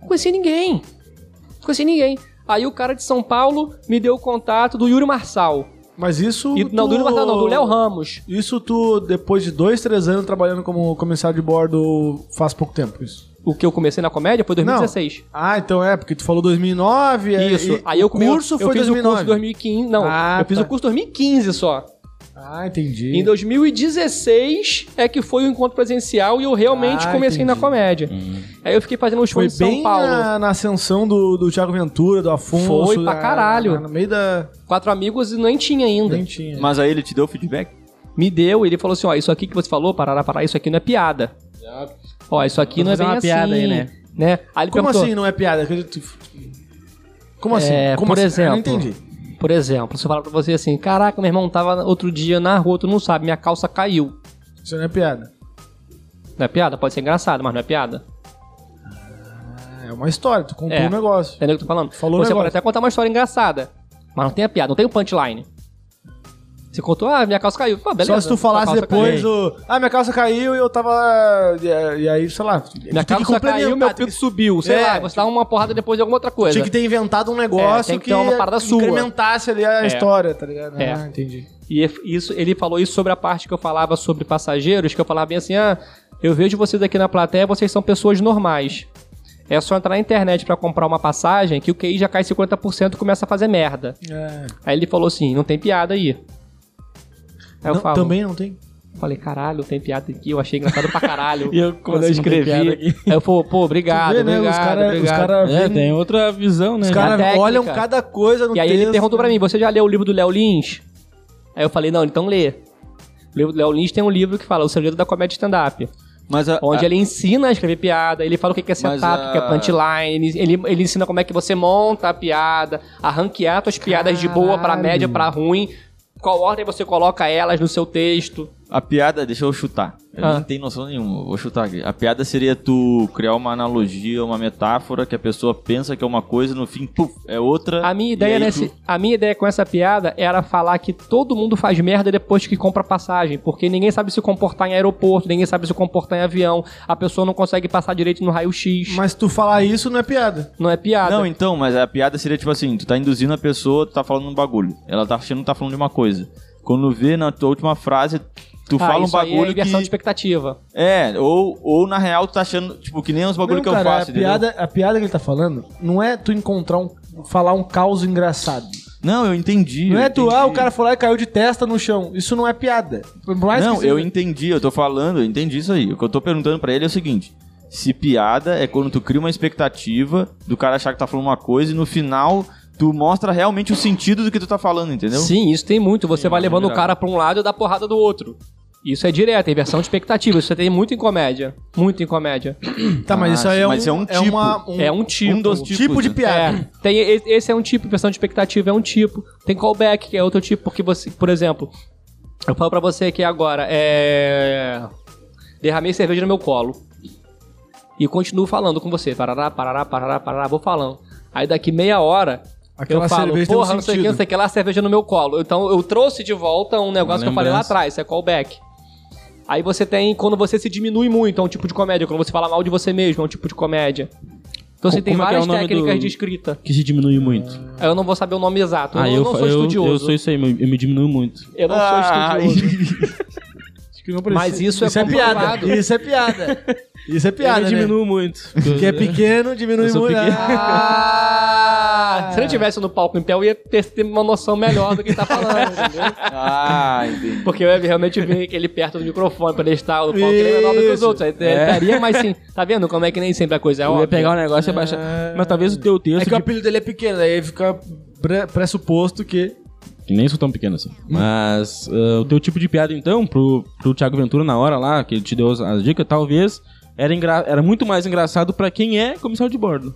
S4: Não conhecia ninguém. Não conhecia ninguém. Aí o cara de São Paulo me deu o contato do Yuri Marçal.
S1: Mas isso.
S4: E, não, do Yuri Marçal não, do Léo Ramos.
S1: Isso tu, depois de dois, três anos trabalhando como comissário de bordo, faz pouco tempo isso.
S4: O que eu comecei na comédia foi em 2016.
S1: Ah, então é, porque tu falou 2009. é,
S4: Isso.
S1: e
S4: aí eu
S1: o curso
S4: eu,
S1: foi
S4: fiz
S1: 2009.
S4: o curso em 2015. Não,
S1: Ah,
S4: eu fiz
S1: tá.
S4: o curso em 2015 só.
S1: Ah, entendi.
S4: Em 2016 é que foi o encontro presencial e eu realmente
S1: Ah,
S4: comecei
S1: entendi. Uhum.
S4: na comédia. Aí eu fiquei fazendo um show
S1: Foi
S4: em São
S1: bem
S4: Paulo.
S1: na, na ascensão do, do Thiago Ventura, do Afonso.
S4: Foi pra
S1: da-
S4: caralho.
S1: na- No meio da.
S4: Quatro amigos e nem tinha ainda.
S1: Nem tinha.
S3: Mas aí ele te deu feedback?
S4: Me deu, ele falou assim: ó, isso aqui que você falou, parará, parará, isso aqui não é piada. Ó, isso aqui
S2: Vou
S4: não é
S2: fazer
S4: bem
S2: uma
S4: assim.
S2: piada aí, né?
S4: né? Aí ele
S1: Como
S4: perguntou,
S1: assim não é piada? Que tu- Como assim?
S4: É,
S1: Como
S4: por
S1: assim?
S4: exemplo.
S1: Eu não entendi.
S4: Por exemplo, se eu falar pra você assim: caraca, meu irmão tava outro dia na rua, tu não sabe, minha calça caiu.
S1: Isso não é piada.
S4: Não é piada? Pode ser engraçado, mas não é piada.
S1: É uma história, tu contou
S4: É.
S1: um negócio.
S4: Entendeu o que eu tô falando?
S1: Falou
S4: Você
S1: o negócio.
S4: pode até contar uma história engraçada, mas não tem a piada, não tem o punchline. Você contou, ah, minha calça caiu. Pô, beleza.
S1: Só se tu
S4: Sua
S1: falasse
S4: calça
S1: depois
S4: caiu.
S1: o. Ah, minha calça caiu e eu tava. E, e aí, sei lá.
S4: Minha calça caiu, meu pico subiu, sei
S1: É.
S4: lá. Você dá uma porrada depois de alguma outra coisa.
S1: Tinha que ter inventado um negócio
S4: É, tem
S1: que,
S4: que ter uma parada sua.
S1: incrementasse ali a
S4: É.
S1: história, tá ligado?
S4: É.
S1: Ah, entendi.
S4: E ef- isso, ele falou isso sobre a parte que eu falava sobre passageiros, que eu falava bem assim, ah, eu vejo vocês aqui na plateia, vocês são pessoas normais. É só entrar na internet pra comprar uma passagem que o QI já cai 50% e começa a fazer merda.
S1: É.
S4: Aí ele falou assim, não tem piada aí. Aí eu
S1: Não,
S4: falo,
S1: também não tem?
S4: falei, caralho, tem piada aqui, eu achei engraçado pra caralho.
S2: E eu, quando eu escrevi.
S4: Aí eu falei, pô, obrigado,
S1: Tu vê,
S4: obrigado,
S1: né? Os caras
S4: obrigado.
S2: É, tem outra visão, né?
S1: Os
S4: cara-
S1: caras
S4: técnica.
S1: olham cada coisa no
S4: E aí
S1: texto.
S4: ele perguntou pra mim, você já leu o livro do Léo Lins? Aí eu falei, não, então lê. O livro do Léo Lins tem um livro que fala O Segredo da Comédia Stand-Up,
S3: Mas a,
S4: onde
S3: a-
S4: ele ensina a escrever piada, ele fala o que que é setup, o que é
S3: a-
S4: punchline, ele, ele ensina como é que você monta a piada, a ranquear suas piadas de boa pra
S1: Caralho.
S4: média pra ruim, qual ordem você coloca elas no seu texto.
S3: a piada, deixa eu chutar. Eu
S4: Ah.
S3: não tenho noção nenhuma, eu vou chutar aqui. A piada seria tu criar uma analogia, uma metáfora que a pessoa pensa que é uma coisa, no fim, puf, é outra.
S4: A minha
S3: e
S4: ideia
S3: aí
S4: nesse,
S3: tu-
S4: a minha ideia com essa piada era falar que todo mundo faz merda depois que compra passagem, porque ninguém sabe se comportar em aeroporto, ninguém sabe se comportar em avião, a pessoa não consegue passar direito no raio-x.
S1: Mas tu falar isso não é piada.
S4: Não é piada.
S3: Não, então, mas a piada seria tipo assim: tu tá induzindo a pessoa, tu tá falando um bagulho. Ela tá achando que tá falando de uma coisa. Quando vê na tua última frase, tu
S4: Ah,
S3: fala um
S4: isso aí
S3: bagulho
S4: é
S3: que.
S4: inversão de expectativa.
S3: É, ou, ou na real tu tá achando, tipo, que nem os bagulho
S1: Não,
S3: que
S1: cara,
S3: eu faço,
S1: a
S3: entendeu?
S1: piada, a piada que ele tá falando não é tu encontrar um. falar um caos engraçado.
S3: Não, eu entendi.
S1: Não
S3: eu
S1: é tu,
S3: entendi.
S1: ah, o cara foi lá e caiu de testa no chão. Isso não é piada. Por mais
S3: não,
S1: que né? seja-
S3: eu entendi, eu tô falando, eu entendi isso aí. O que eu tô perguntando pra ele é o seguinte: se piada é quando tu cria uma expectativa do cara achar que tá falando uma coisa e no final tu mostra realmente o sentido do que tu tá falando, entendeu?
S4: Sim, isso tem muito. Você
S3: Sim,
S4: vai
S3: é
S4: levando o
S3: verdade.
S4: cara pra um lado e dá porrada do outro. Isso é direto, é inversão de expectativa. Isso você tem muito em comédia. Muito em comédia.
S1: Tá, mas
S3: Ah,
S1: isso aí
S3: sim,
S1: é um.
S3: mas é um tipo.
S1: uma-
S4: é um tipo.
S3: um dos
S1: um tipo de
S3: né?
S1: piada.
S4: É, tem, e- esse é um tipo, inversão de expectativa é um tipo. Tem callback, que é outro tipo, porque você, por exemplo, eu falo pra você aqui agora, é. Derramei cerveja no meu colo. E continuo falando com você. Parará, parará, parará, parará, vou falando. Aí daqui meia hora.
S1: Aquela
S4: eu falo,
S1: cerveja tem um
S4: porra, não sei o que,
S1: sentido."
S4: não sei o que lá, cerveja no meu colo. Então eu trouxe de volta um negócio que eu falei lá
S2: lembrança.
S4: atrás, isso é callback. Aí você tem quando você se diminui muito, é um tipo de comédia. Quando você fala mal de você mesmo, é um tipo de comédia. Então você
S2: Co-
S4: tem
S2: como é que é
S4: várias
S2: o nome
S4: técnicas
S2: do-
S4: de escrita.
S2: Que se diminui muito.
S4: Eu não vou saber o nome exato.
S2: Ah,
S4: eu,
S2: eu,
S4: não
S2: fa-
S4: sou
S2: eu,
S4: estudioso.
S2: eu sou isso aí, eu, eu me diminuo muito.
S4: Eu não
S3: Ah,
S4: sou estudioso.
S1: Acho que não
S4: Mas isso é
S1: isso é piada.
S4: comprovado.
S1: Isso é piada. Isso é piada.
S2: eu me
S1: né?
S2: diminuo muito.
S1: Que é pequeno, diminui
S2: Eu sou
S1: muito. é
S2: pequeno.
S4: Ah, se eu tivesse no palco em pé, eu ia ter, ter uma noção melhor do que tá falando, entendeu?
S3: Ah, entendi.
S4: Porque eu ia realmente ver ele perto do microfone pra ele estar no palco, ele é menor do que os
S1: Isso.
S4: outros. Aí ele
S2: É.
S4: estaria mais sim. Tá vendo como é que nem sempre a coisa é
S2: Eu ia
S4: óbvia?
S2: pegar um o negócio e baixar. Mas talvez o teu texto.
S1: É que o
S2: de-
S1: apelido dele é pequeno, aí fica pre- pressuposto que.
S2: Que nem sou tão pequeno assim. Mas ah, o teu tipo de piada, então, pro, pro Thiago Ventura na hora lá, que ele te deu as, as dicas, talvez era, engra- era muito mais engraçado pra quem é comissário de bordo.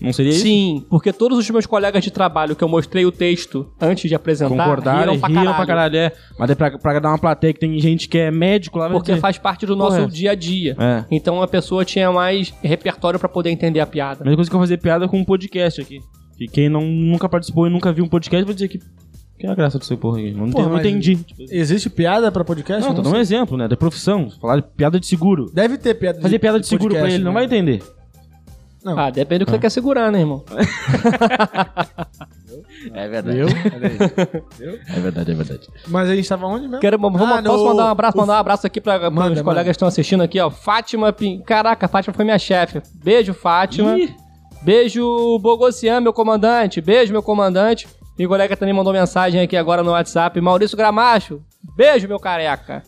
S2: Não seria isso?
S4: Sim, porque todos os meus colegas de trabalho que eu mostrei o texto antes de apresentar
S2: Concordaram, riram pra caralho. é. Mas é pra, pra dar uma plateia que tem gente que é médico lá, vai
S4: Porque
S2: dizer-
S4: faz parte do nosso
S2: Correto.
S4: dia a dia.
S2: É.
S4: Então a pessoa tinha mais repertório pra poder entender a piada.
S2: Mesma coisa que eu fazer piada com um podcast aqui. Que quem não, nunca participou e nunca viu um podcast vai dizer que Que é a graça dessa porra aqui? Não,
S1: Pô,
S2: entendi, não
S1: mas-
S4: é
S2: entendi. Tipo,
S1: Existe piada pra podcast?
S2: Não, tô dando um exemplo, né? Da profissão. Falar de piada de seguro.
S1: Deve ter piada
S2: Fazer piada de seguro pra
S1: podcast,
S2: ele, não
S1: né?
S2: vai entender.
S1: Não.
S4: Ah, depende do que você quer segurar, né, irmão?
S3: É verdade.
S1: Eu?
S3: É verdade, é verdade.
S1: Mas a gente tava onde mesmo?
S4: Quero, vamos,
S1: Ah,
S4: posso
S1: no-
S4: mandar um abraço? Mandar um abraço aqui para
S1: Manda,
S4: os
S1: manda.
S4: colegas que estão assistindo aqui, ó. Fátima Pin... Caraca, a Fátima foi minha chefe. Beijo, Fátima.
S2: Ih.
S4: Beijo, Bogossian, meu comandante. Beijo, meu comandante. E o colega também mandou mensagem aqui agora no WhatsApp. Maurício Gramacho. Beijo, meu careca.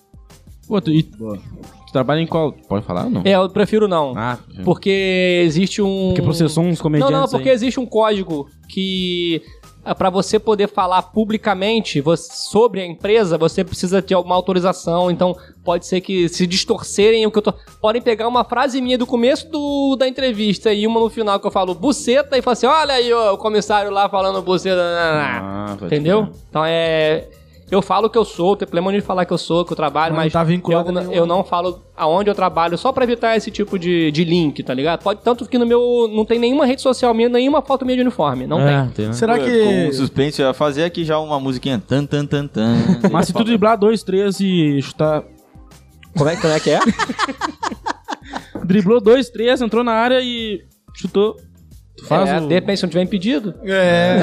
S2: Pô, tu, e, tu trabalha em qual? Pode falar ou não?
S4: É, eu prefiro não.
S2: Ah,
S4: Porque existe um.
S2: porque processou uns
S4: Não,
S2: comediantes
S4: não, porque
S2: aí.
S4: existe um código que ah, pra você poder falar publicamente vo- sobre a empresa, você precisa ter alguma autorização, então pode ser que se distorcerem o que eu tô... Podem pegar uma frase minha do começo do, da entrevista e uma no final que eu falo buceta e falar assim, olha aí ó, o comissário lá falando buceta, né, né, né."
S2: Ah, pode
S4: entendeu?
S2: crer.
S4: Então é... Eu falo o que eu sou, tem problema de falar que eu sou, que eu trabalho,
S1: Mas não
S4: mas,
S1: tá vinculado
S4: eu,
S1: a nenhum-
S4: eu não falo aonde eu trabalho, só pra evitar esse tipo de, de link, tá ligado? Pode, tanto que no meu não tem nenhuma rede social minha, nenhuma foto minha de uniforme, não tem.
S2: é, né?
S1: Será
S3: Com
S1: que.
S3: o suspense, eu ia fazer aqui já uma musiquinha. Tan, tan, tan, tan.
S2: Mas se tu driblar dois, três e chutar.
S4: Como é, como é que é?
S2: Driblou dois, três, entrou na área e chutou. Tu faz
S4: é
S2: o.
S4: De repente, se não tiver impedido.
S1: É.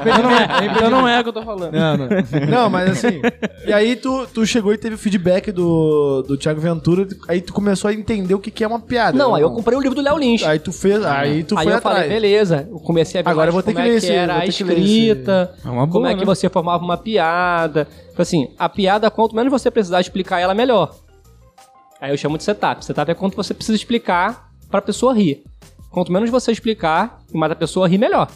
S2: Então não é, então não é o que eu tô falando.
S1: Não, não. Não, mas assim. E aí tu, tu chegou e teve o feedback do, do Thiago Ventura, aí tu começou a entender o que, que é uma piada.
S4: Não, aí eu
S1: comprei.
S4: comprei o livro do Léo Lynch. Aí,
S1: Aí tu fez. Aí tu foi
S4: eu
S1: atrás.
S4: falei, beleza. Eu comecei a ver
S1: Agora eu
S4: mais
S1: vou ter
S4: como
S1: que
S4: é
S1: ler
S4: que
S1: esse-
S4: era
S1: vou
S4: a
S1: ter que ler esse-
S4: escrita,
S2: É uma boa,
S4: como é que
S2: né?
S4: você formava uma piada. Tipo assim, a piada, quanto menos você precisar explicar ela, melhor. Aí eu chamo de setup. Setup é quanto você precisa explicar pra pessoa rir. Quanto menos você explicar, mais a pessoa ri melhor.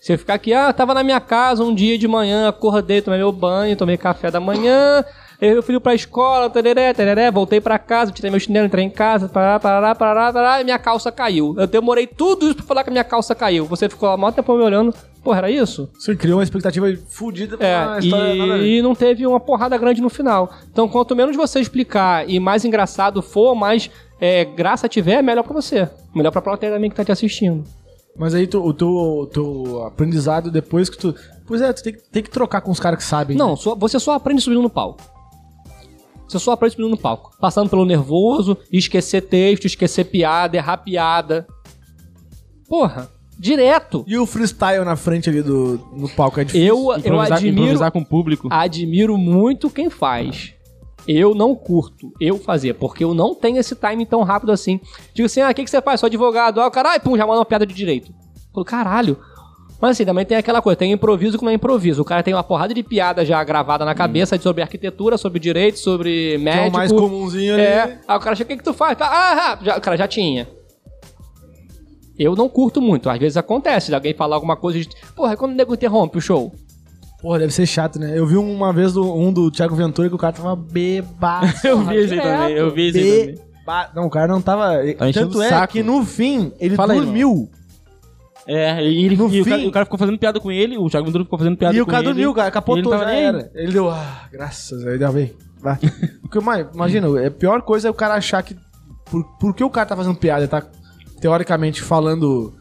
S4: Se eu ficar aqui, ah, tava na minha casa um dia de manhã, acordei, tomei meu banho, tomei café da manhã, eu meu filho pra escola, tereré, tereré, voltei pra casa, tirei meu chinelo, entrei em casa, parará, parará, parará, parará, e minha calça caiu. Eu demorei tudo isso pra falar que a minha calça caiu. Você ficou lá mó tempo me olhando, porra, era isso?
S1: Você criou uma expectativa fodida pra uma
S4: É,
S1: história. nada Ah, a ver.
S4: e, e não teve uma porrada grande no final. Então, quanto menos você explicar e mais engraçado for, mais é, graça tiver, melhor pra você. Melhor pra plateia também que tá te assistindo.
S1: Mas aí tu, o teu, o teu aprendizado depois que tu. Pois é, tu tem, que- tem que trocar com os caras que sabem.
S4: Não, só- você só aprende subindo no palco. Você só aprende subindo no palco. Passando pelo nervoso, esquecer texto, esquecer piada, errar piada. Porra, direto.
S1: E o freestyle na frente ali do, no palco é difícil.
S4: Eu, eu
S2: Improvisar,
S4: admiro,
S2: improvisar com o público.
S4: admiro muito quem faz. Eu não curto eu fazer, porque eu não tenho esse time tão rápido assim. Digo assim, ah, o que, que você faz? Sou advogado. Ah, o caralho, pum, já manda uma piada de direito. Eu Falo, caralho. Mas assim, também tem aquela coisa, tem improviso que não é improviso. O cara tem uma porrada de piada já gravada na cabeça sobre arquitetura, sobre direito, sobre
S1: que é o
S4: médico.
S1: mais comumzinho ali.
S4: É. Aí o cara chega, o que, que tu faz? Tá, ah, ah, já, o cara já tinha. Eu não curto muito. Às vezes acontece de alguém falar alguma coisa. De, Porra, e quando o nego interrompe o show?
S1: Porra, deve ser chato, né? Eu vi uma vez do- um do Thiago Ventura que o cara tava bebado.
S2: Eu vi esse aí
S4: direto.
S2: também, eu vi esse aí também.
S1: Beba- Não, o cara não tava.
S2: Tá enchendo
S1: Tanto
S2: o
S1: é
S2: saco.
S1: que no fim ele
S2: Fala aí,
S1: dormiu.
S2: É, e, ele,
S1: No
S2: e o, cara,
S1: fim-
S2: o cara ficou fazendo piada com ele, o Thiago Ventura ficou fazendo piada
S1: e o
S2: com
S1: cara
S2: ele.
S1: dormiu, cara.
S2: ele
S1: Capotou,
S2: tava
S1: já
S2: nem aí.
S1: era. Ele deu, ah, graças, aí deu bem. Vai. Porque, mas, imagina, a pior coisa é o cara achar que. Por, por que o cara tá fazendo piada? Ele Tá teoricamente falando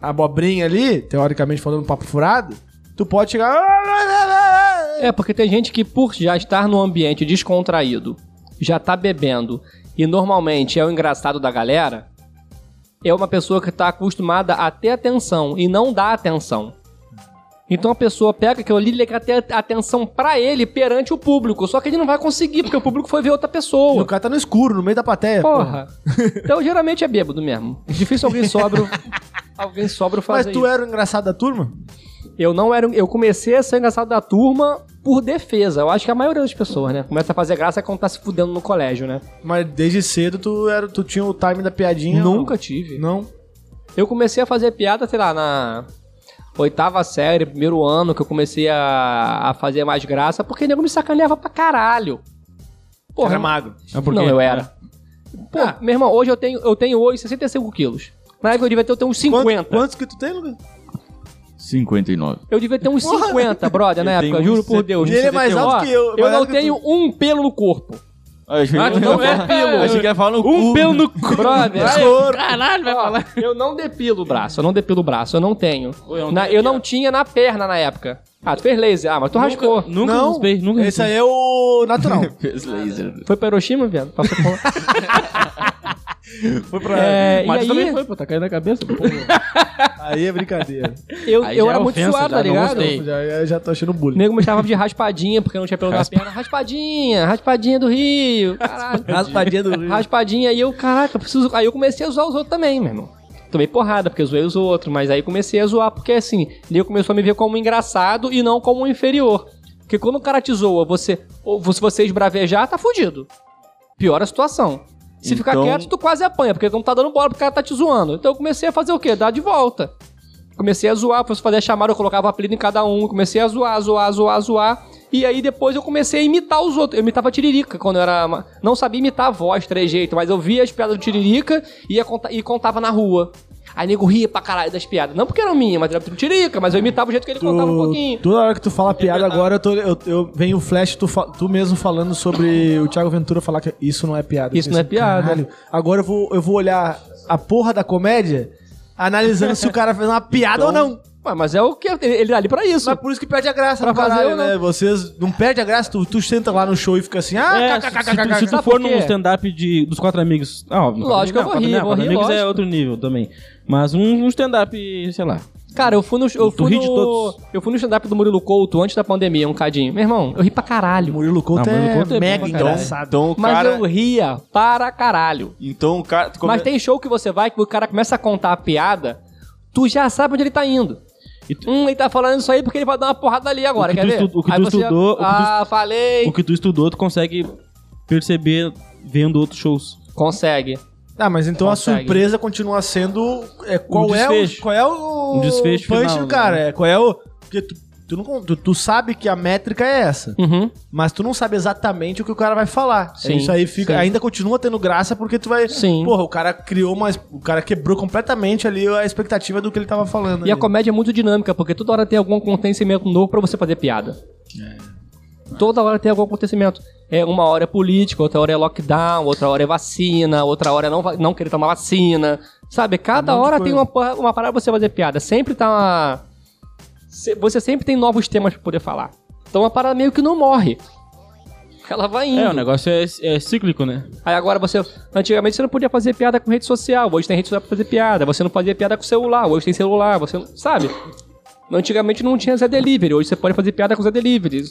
S1: abobrinha ali, teoricamente falando papo furado. Tu pode chegar. "Ah,
S4: É, porque tem gente que, por já estar num ambiente descontraído, já tá bebendo, e normalmente é o engraçado da galera, é uma pessoa que tá acostumada a ter atenção e não dá atenção. Então a pessoa pega que eu li quer ter atenção pra ele perante o público, só que ele não vai conseguir, porque o público foi ver outra
S1: E
S4: pessoa.
S1: o cara tá no escuro, no meio da plateia.
S4: Porra. Então geralmente é bêbado mesmo. Difícil alguém sóbrio. alguém sóbrio
S1: Mas
S4: fazer
S1: tu é-
S4: isso.
S1: era o engraçado da turma?
S4: Eu não era. um- Eu comecei a ser engraçado da turma por defesa. Eu acho que a maioria das pessoas, né? Começa a fazer graça quando tá se fudendo no colégio, né?
S1: Mas desde cedo tu, era, tu tinha o time da piadinha?
S4: Nunca tive.
S1: Não.
S4: Eu comecei a fazer piada, sei lá, na oitava série, primeiro ano, que eu comecei a, a fazer mais graça, porque nego me sacaneava pra caralho.
S1: Era
S4: Porra,
S1: magro.
S2: É porque-
S4: não, eu era.
S1: Ah.
S4: Pô, meu irmão, hoje eu tenho, eu tenho hoje 65 quilos. Na época eu devia ter, eu tenho uns 50.
S1: Quanto- quantos que tu tem, Lucas?
S3: 59.
S4: Eu devia ter uns 50, brother, na
S3: Eu
S4: época,
S3: tenho
S4: juro
S3: uns
S4: por Deus.
S1: Ele é mais alto
S4: Ó,
S1: que eu, mais
S4: Eu não
S1: alto que
S4: tenho um pelo no corpo.
S3: Ah, achei
S2: Ah,
S3: que-
S2: não é pelo.
S3: Achei que ia falar no
S2: Um
S3: cu.
S2: pelo no cu.
S4: Brother.
S2: Ai,
S4: Cor.
S2: Caralho, vai
S4: Ó,
S2: falar.
S4: Eu não depilo o braço, eu não depilo o braço, eu não tenho.
S2: Oi, eu não
S4: Na-
S2: tenho
S4: eu não tinha na perna na época. Ah, tu fez laser. Ah, mas tu raspou.
S2: Nunca raspei, nunca
S1: Esse
S2: raspei.
S1: aí é o natural.
S3: Fez laser.
S4: Foi pra Hiroshima, viado? Passou por...
S1: foi pra.
S4: é, e
S2: Mas também
S4: aí,
S2: foi, pô, tá caindo na cabeça. pô.
S1: Aí é brincadeira.
S4: eu,
S2: Aí
S4: eu
S2: já
S4: era
S2: é
S4: muito
S2: ofensa,
S4: suado,
S2: já
S4: tá
S2: não
S4: ligado?
S2: gostei.
S1: Já, eu já tô achando
S4: O
S1: bullying.
S4: nego me chamava de raspadinha, porque eu não tinha pelo na perna. Raspadinha, raspadinha do Rio. Caralho.
S1: Raspadinha do Rio.
S4: Raspadinha. E eu, caraca, eu preciso. Aí eu comecei a zoar os outros também, meu irmão. Tomei porrada, porque eu zoei os outros, mas aí comecei a zoar, porque assim, nego começou a me ver como engraçado e não como um inferior. Porque quando o cara te zoa, você, ou se você esbravejar, tá fudido. Pior a situação. Se ficar
S3: Então-
S4: quieto, tu quase apanha, porque não tá dando bola, porque o cara tá te zoando. Então eu comecei a fazer o quê? Dar de volta. Comecei a zoar, fosse fazer a chamada, eu colocava apelido em cada um, comecei a zoar, zoar, zoar, zoar. E aí depois eu comecei a imitar os outros. Eu imitava Tiririca quando eu era. ma- Não sabia imitar a voz, trejeito, mas eu via as piadas do Tiririca e, ia conta- e contava na rua. Aí nego ria pra caralho das piadas. Não porque eram minhas, mas era do Tiririca, mas eu imitava o jeito que ele contava um pouquinho. tá-
S1: toda hora que tu fala piada agora, eu, tô, eu, eu venho o flash, tu, fa- tu mesmo falando sobre o Thiago Ventura falar que isso não é piada. Eu
S4: Isso não é
S1: pensei,
S4: piada.
S1: "Caralho, Agora eu vou, eu vou olhar a porra da comédia, analisando se o cara fez uma piada
S2: então-
S1: ou não.
S4: Ué, mas é o que? Ele, ele tá ali pra isso.
S1: Mas por isso que perde a graça
S4: Pra
S1: do
S4: fazer
S1: caralho,
S4: ou não?
S1: né? Vocês não perde a graça, tu, tu senta lá no show e fica assim, ah,
S2: É, se,
S1: kkk.
S2: se tu, se tu
S4: Sabe por
S2: for
S4: quê?
S2: num stand-up de- dos quatro amigos. Ah, óbvio,
S4: Lógico, eu vou rir, vou
S2: Quatro
S4: rir,
S2: amigos é
S4: lógico.
S2: outro nível também. Mas um, um stand-up, sei lá.
S4: Cara, eu fui no. Eu
S2: Tu
S4: fui
S2: ri de
S4: no,
S2: todos.
S4: Eu fui no stand-up do Murilo Couto antes da pandemia, um cadinho. Meu irmão, eu ri pra caralho.
S1: Murilo Couto
S2: Não, Murilo
S1: é
S2: Couto é
S1: mega
S2: bom pra
S3: Então,
S1: engraçado.
S3: então o
S4: Mas
S3: cara.
S4: eu ria para caralho.
S3: Então o cara. tu come-
S4: Mas tem show que você vai que o cara começa a contar a piada, tu já sabe onde ele tá indo.
S2: E tu-
S4: Hum, ele tá falando isso aí porque ele vai dar uma porrada ali agora,
S2: O que
S4: quer
S2: tu
S4: ver?
S2: estu- o que
S4: Aí
S2: tu
S4: você-
S2: estudou, o que tu
S4: Ah, falei.
S2: O que tu estudou, tu consegue perceber vendo outros shows.
S4: Consegue.
S1: Ah, mas então a
S4: Consegue.
S1: surpresa continua sendo é, qual, é o,
S2: Um desfecho.
S1: qual é o
S2: Um desfecho
S1: punch
S2: final,
S1: do
S2: né?
S1: cara. É, qual é o. Porque tu, tu, não, con- tu, tu sabe que a métrica é essa,
S4: Uhum.
S1: mas tu não sabe exatamente o que o cara vai falar. É
S4: Sim,
S1: Isso aí fica,
S4: sim.
S1: ainda continua tendo graça porque tu vai.
S4: Sim.
S1: Porra, o cara criou uma. O cara quebrou completamente ali a expectativa do que ele tava falando.
S4: E a
S1: ali.
S4: comédia é muito dinâmica, porque toda hora tem algum acontecimento novo pra você fazer piada.
S1: É.
S4: Toda hora tem algum acontecimento. É, uma hora é política, outra hora é lockdown, outra hora é vacina, outra hora é não, va- não querer tomar vacina. Sabe, cada
S1: Um monte de
S4: hora
S1: coisa.
S4: tem uma, porra- uma parada pra você fazer piada. Sempre tá uma... Se- Você sempre tem novos temas pra poder falar. Então a parada meio que não morre. Ela vai indo.
S2: É, o negócio é, é cíclico, né?
S4: Aí agora você. Antigamente você não podia fazer piada com rede social, hoje tem rede social pra fazer piada. Você não fazia piada com celular, hoje tem celular, você não. Sabe? Antigamente não tinha Zé Delivery, hoje você pode fazer piada com Zé Delivery.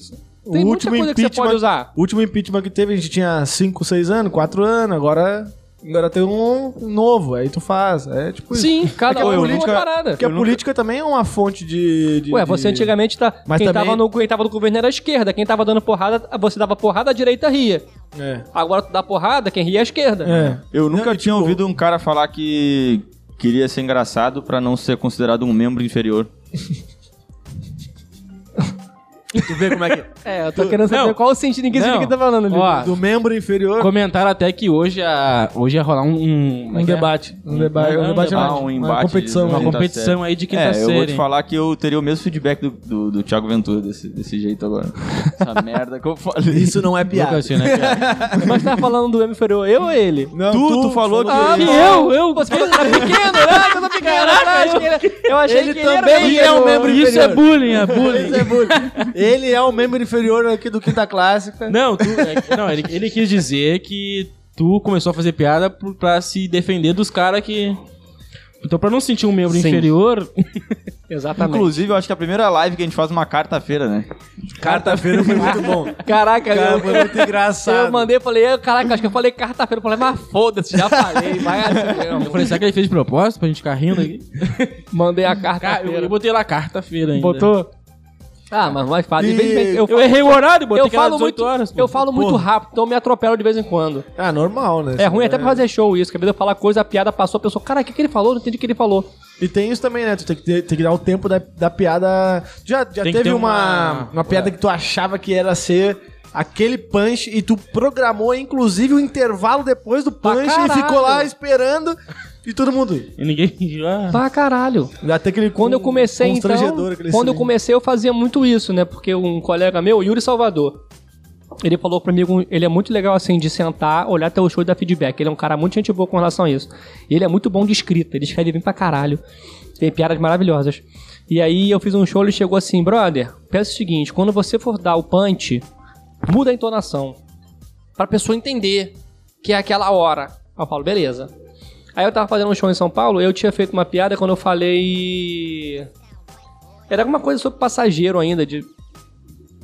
S1: O
S4: Tem muita
S1: último
S4: coisa que você
S1: impeachment-
S4: pode usar.
S1: O último impeachment que teve, a gente tinha 5, 6 anos, 4 anos, agora. Agora tem um novo, aí tu faz. É tipo isso.
S4: Sim, cada
S1: Porque
S4: um
S1: a
S4: tem uma
S1: política-
S4: parada.
S1: Porque a política também é uma fonte de. de-
S4: Ué, você
S1: de-
S4: antigamente tá.
S1: Mas
S4: quem,
S1: também-
S4: tava no, quem tava no governo era a esquerda, quem tava dando porrada, você dava porrada, a direita ria.
S1: É.
S4: Agora tu dá porrada, quem ria é a esquerda.
S1: É.
S3: Eu nunca
S1: Não, e,
S3: tinha
S1: tipo,
S3: ouvido um cara falar que queria ser engraçado pra não ser considerado um membro inferior.
S1: Tu vê como é que.
S4: É, eu tô querendo saber
S2: Não.
S4: qual o sentido em que
S2: Não.
S4: você tá falando, ali.
S2: Ó,
S1: Do membro inferior.
S2: Comentaram até que hoje, a, hoje ia rolar um, um, como é
S1: Um
S2: que é?
S1: debate. Um debate.
S2: não,
S1: Um debate,
S2: um
S1: não,
S3: debate, um
S1: Uma
S3: embate
S1: competição.
S3: de-
S2: Uma
S1: né?
S3: Quinta
S2: competição
S3: série.
S2: aí de quinta
S3: É,
S2: série.
S3: eu vou te falar que eu teria o mesmo feedback do, do, do Thiago Ventura desse, desse jeito agora. Essa merda que eu falei.
S1: Isso não é piada.
S2: Nunca assim, né, cara?
S4: Mas tá falando do M inferior, eu ou ele?
S1: Não,
S3: Tu- tu falou que-
S4: Ah,
S2: Que
S1: é
S4: bom.
S2: eu, eu.
S4: Você tá pequeno, né? Você tá pequeno. tá? Eu achei que ele- eu achei
S1: Ele
S4: que
S1: também
S4: ele
S1: é
S4: era
S1: um
S4: pequeno.
S1: membro
S2: Isso
S1: inferior.
S2: é bullying,
S4: Ah,
S2: é bullying.
S1: Esse é bullying. Ele é o membro inferior aqui do Quinta Clássica.
S2: Não, tu- é- não ele, ele quis dizer que tu começou a fazer piada por- pra se defender dos caras que. Então, pra não se sentir um membro
S4: Sim.
S2: inferior.
S4: Exatamente.
S3: Inclusive, eu acho que é a primeira live que a gente faz uma quarta-feira, né?
S1: Quarta-feira foi muito bom.
S4: Caraca,
S1: Cara,
S4: eu,
S1: foi muito engraçado.
S4: eu mandei, falei, eu, caraca, acho que eu falei carta-feira. Eu falei, mas foda-se, já falei, vai assim
S2: Eu
S4: mesmo.
S2: falei, será que ele fez de propósito pra gente ficar rindo aqui?
S4: Mandei a
S2: Cara, eu, eu
S4: carta-feira.
S2: botei lá carta-feira ainda.
S4: Botou? Ah, mas mais fácil. De
S1: E-
S4: vez em quando, eu,
S2: Eu
S4: falo-
S2: errei o horário, botei
S4: eu
S2: que era
S4: falo
S2: 18
S4: muito,
S2: horas.
S4: eu falo muito rápido, então me atropelo de vez em quando.
S1: Ah, normal, né?
S4: É ruim até pra fazer show isso, que às vezes eu falo a coisa, a piada passou, a pessoa, cara, o que, que ele falou? Não entendi o que ele falou.
S1: E tem isso também, né? Tu tem que, ter- tem que dar o tempo da, da piada. Já, já
S2: Tem que
S1: teve
S2: ter
S1: uma,
S2: uma-
S1: uma piada que tu achava que era ser aquele punch e tu programou, inclusive, o intervalo depois do
S4: Pra
S1: punch e
S4: caralho.
S1: ficou lá esperando e todo mundo.
S2: E ninguém. Ah,
S4: Pra Tá, caralho.
S1: Dá até aquele
S4: Quando eu comecei, então,
S1: constrangedor, aquele
S4: quando eu
S1: silêncio.
S4: comecei eu fazia muito isso, né? Porque um colega meu, Yuri Salvador, Ele falou comigo, ele é muito legal assim de sentar, olhar teu show e dar feedback. Ele é um cara muito gente boa com relação a isso. E ele é muito bom de escrita, ele escreve bem pra caralho. Tem piadas maravilhosas. E aí eu fiz um show, ele chegou assim, brother, peço o seguinte, quando você for dar o punch, muda a entonação. Pra pessoa entender que é aquela hora. Aí eu falo, beleza. Aí eu tava fazendo um show em São Paulo, eu tinha feito uma piada quando eu falei. Era alguma coisa sobre passageiro ainda, de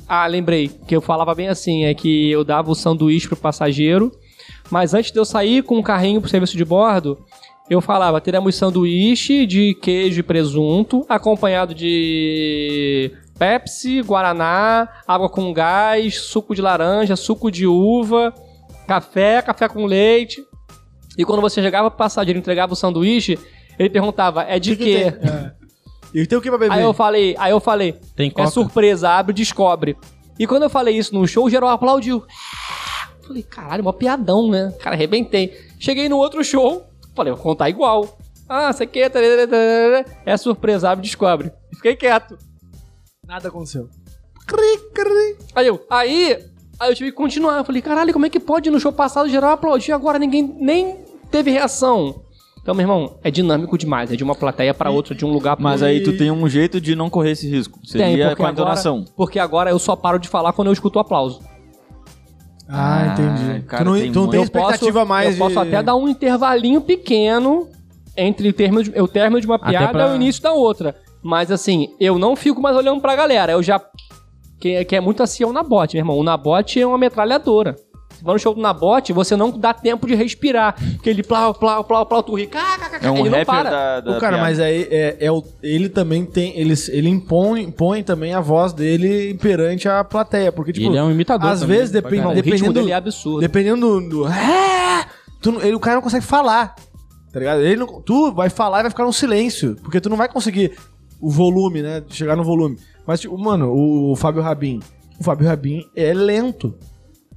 S4: ah, lembrei. Que eu falava bem assim, é que eu dava o sanduíche pro passageiro, mas antes de eu sair com o carrinho pro serviço de bordo, eu falava, teremos sanduíche de queijo e presunto, acompanhado de Pepsi, Guaraná, água com gás, suco de laranja, suco de uva, café, café com leite. E quando você chegava pro passageiro e entregava o sanduíche, ele perguntava, é de
S1: Que
S4: quê?
S1: que tem? É. E tem o que pra beber?
S4: Aí eu falei, aí eu falei,
S2: Tem
S4: é
S2: coca?
S4: surpresa, abre e descobre. E quando eu falei isso no show, o geral aplaudiu. Falei, caralho, mó piadão, né? Cara, arrebentei. Cheguei no outro show, falei, vou contar igual. Ah, sei que tarará, tarará, é surpresa, abre e descobre. Fiquei quieto.
S1: Nada aconteceu. Cri, cri.
S4: Aí eu, aí, aí eu tive que continuar. Eu falei, caralho, como é que pode? No show passado, geral aplaudiu, agora ninguém nem teve reação. Então, meu irmão, é dinâmico demais. É de uma plateia pra outra, de um lugar pra
S3: Mas
S4: outro.
S3: aí tu tem um jeito de não correr esse risco.
S4: Tem,
S3: Seria
S4: porque
S3: com a
S4: agora-
S3: entonação.
S4: Porque agora eu só paro de falar quando eu escuto o aplauso.
S1: Ah, entendi.
S3: cara,
S1: tu não
S3: tem
S1: tu não tem,
S3: muito.
S4: Eu Então, posso-
S1: expectativa mais
S4: Eu posso
S1: de-
S4: até dar um intervalinho pequeno entre o término de, o término de uma
S2: Até
S4: piada
S2: pra-
S4: e o início da outra. Mas assim, eu não fico mais olhando pra galera. Eu já. Que, que é muito assim, é o Nabote, meu irmão. O Nabote é uma metralhadora. Você vai no show do Nabote, você não dá tempo de respirar. Porque ele plau, plau, plau, plau, tu ri. cá, cá, cá, cá,
S3: É um
S4: ele não
S3: rapper
S4: para.
S3: da, da
S2: Ah,
S1: Ô, cara,
S3: piada.
S1: mas aí é, é o- ele também tem. Ele, ele impõe, impõe também a voz dele perante a plateia. Porque, tipo,
S2: ele é um imitador.
S1: às
S2: também,
S1: vezes
S2: pra
S1: depende-
S4: Não,
S2: caralho.
S4: o
S1: dependendo-
S4: ritmo dele é absurdo.
S1: dependendo do. do- Ah! tu não- ele- o cara não consegue falar. Tá ligado? Ele não- tu vai falar e vai ficar no silêncio. Porque tu não vai conseguir o volume, né? Chegar no volume. Mas, tipo, mano, o, Fábio Rabin. O Fábio Rabin é lento.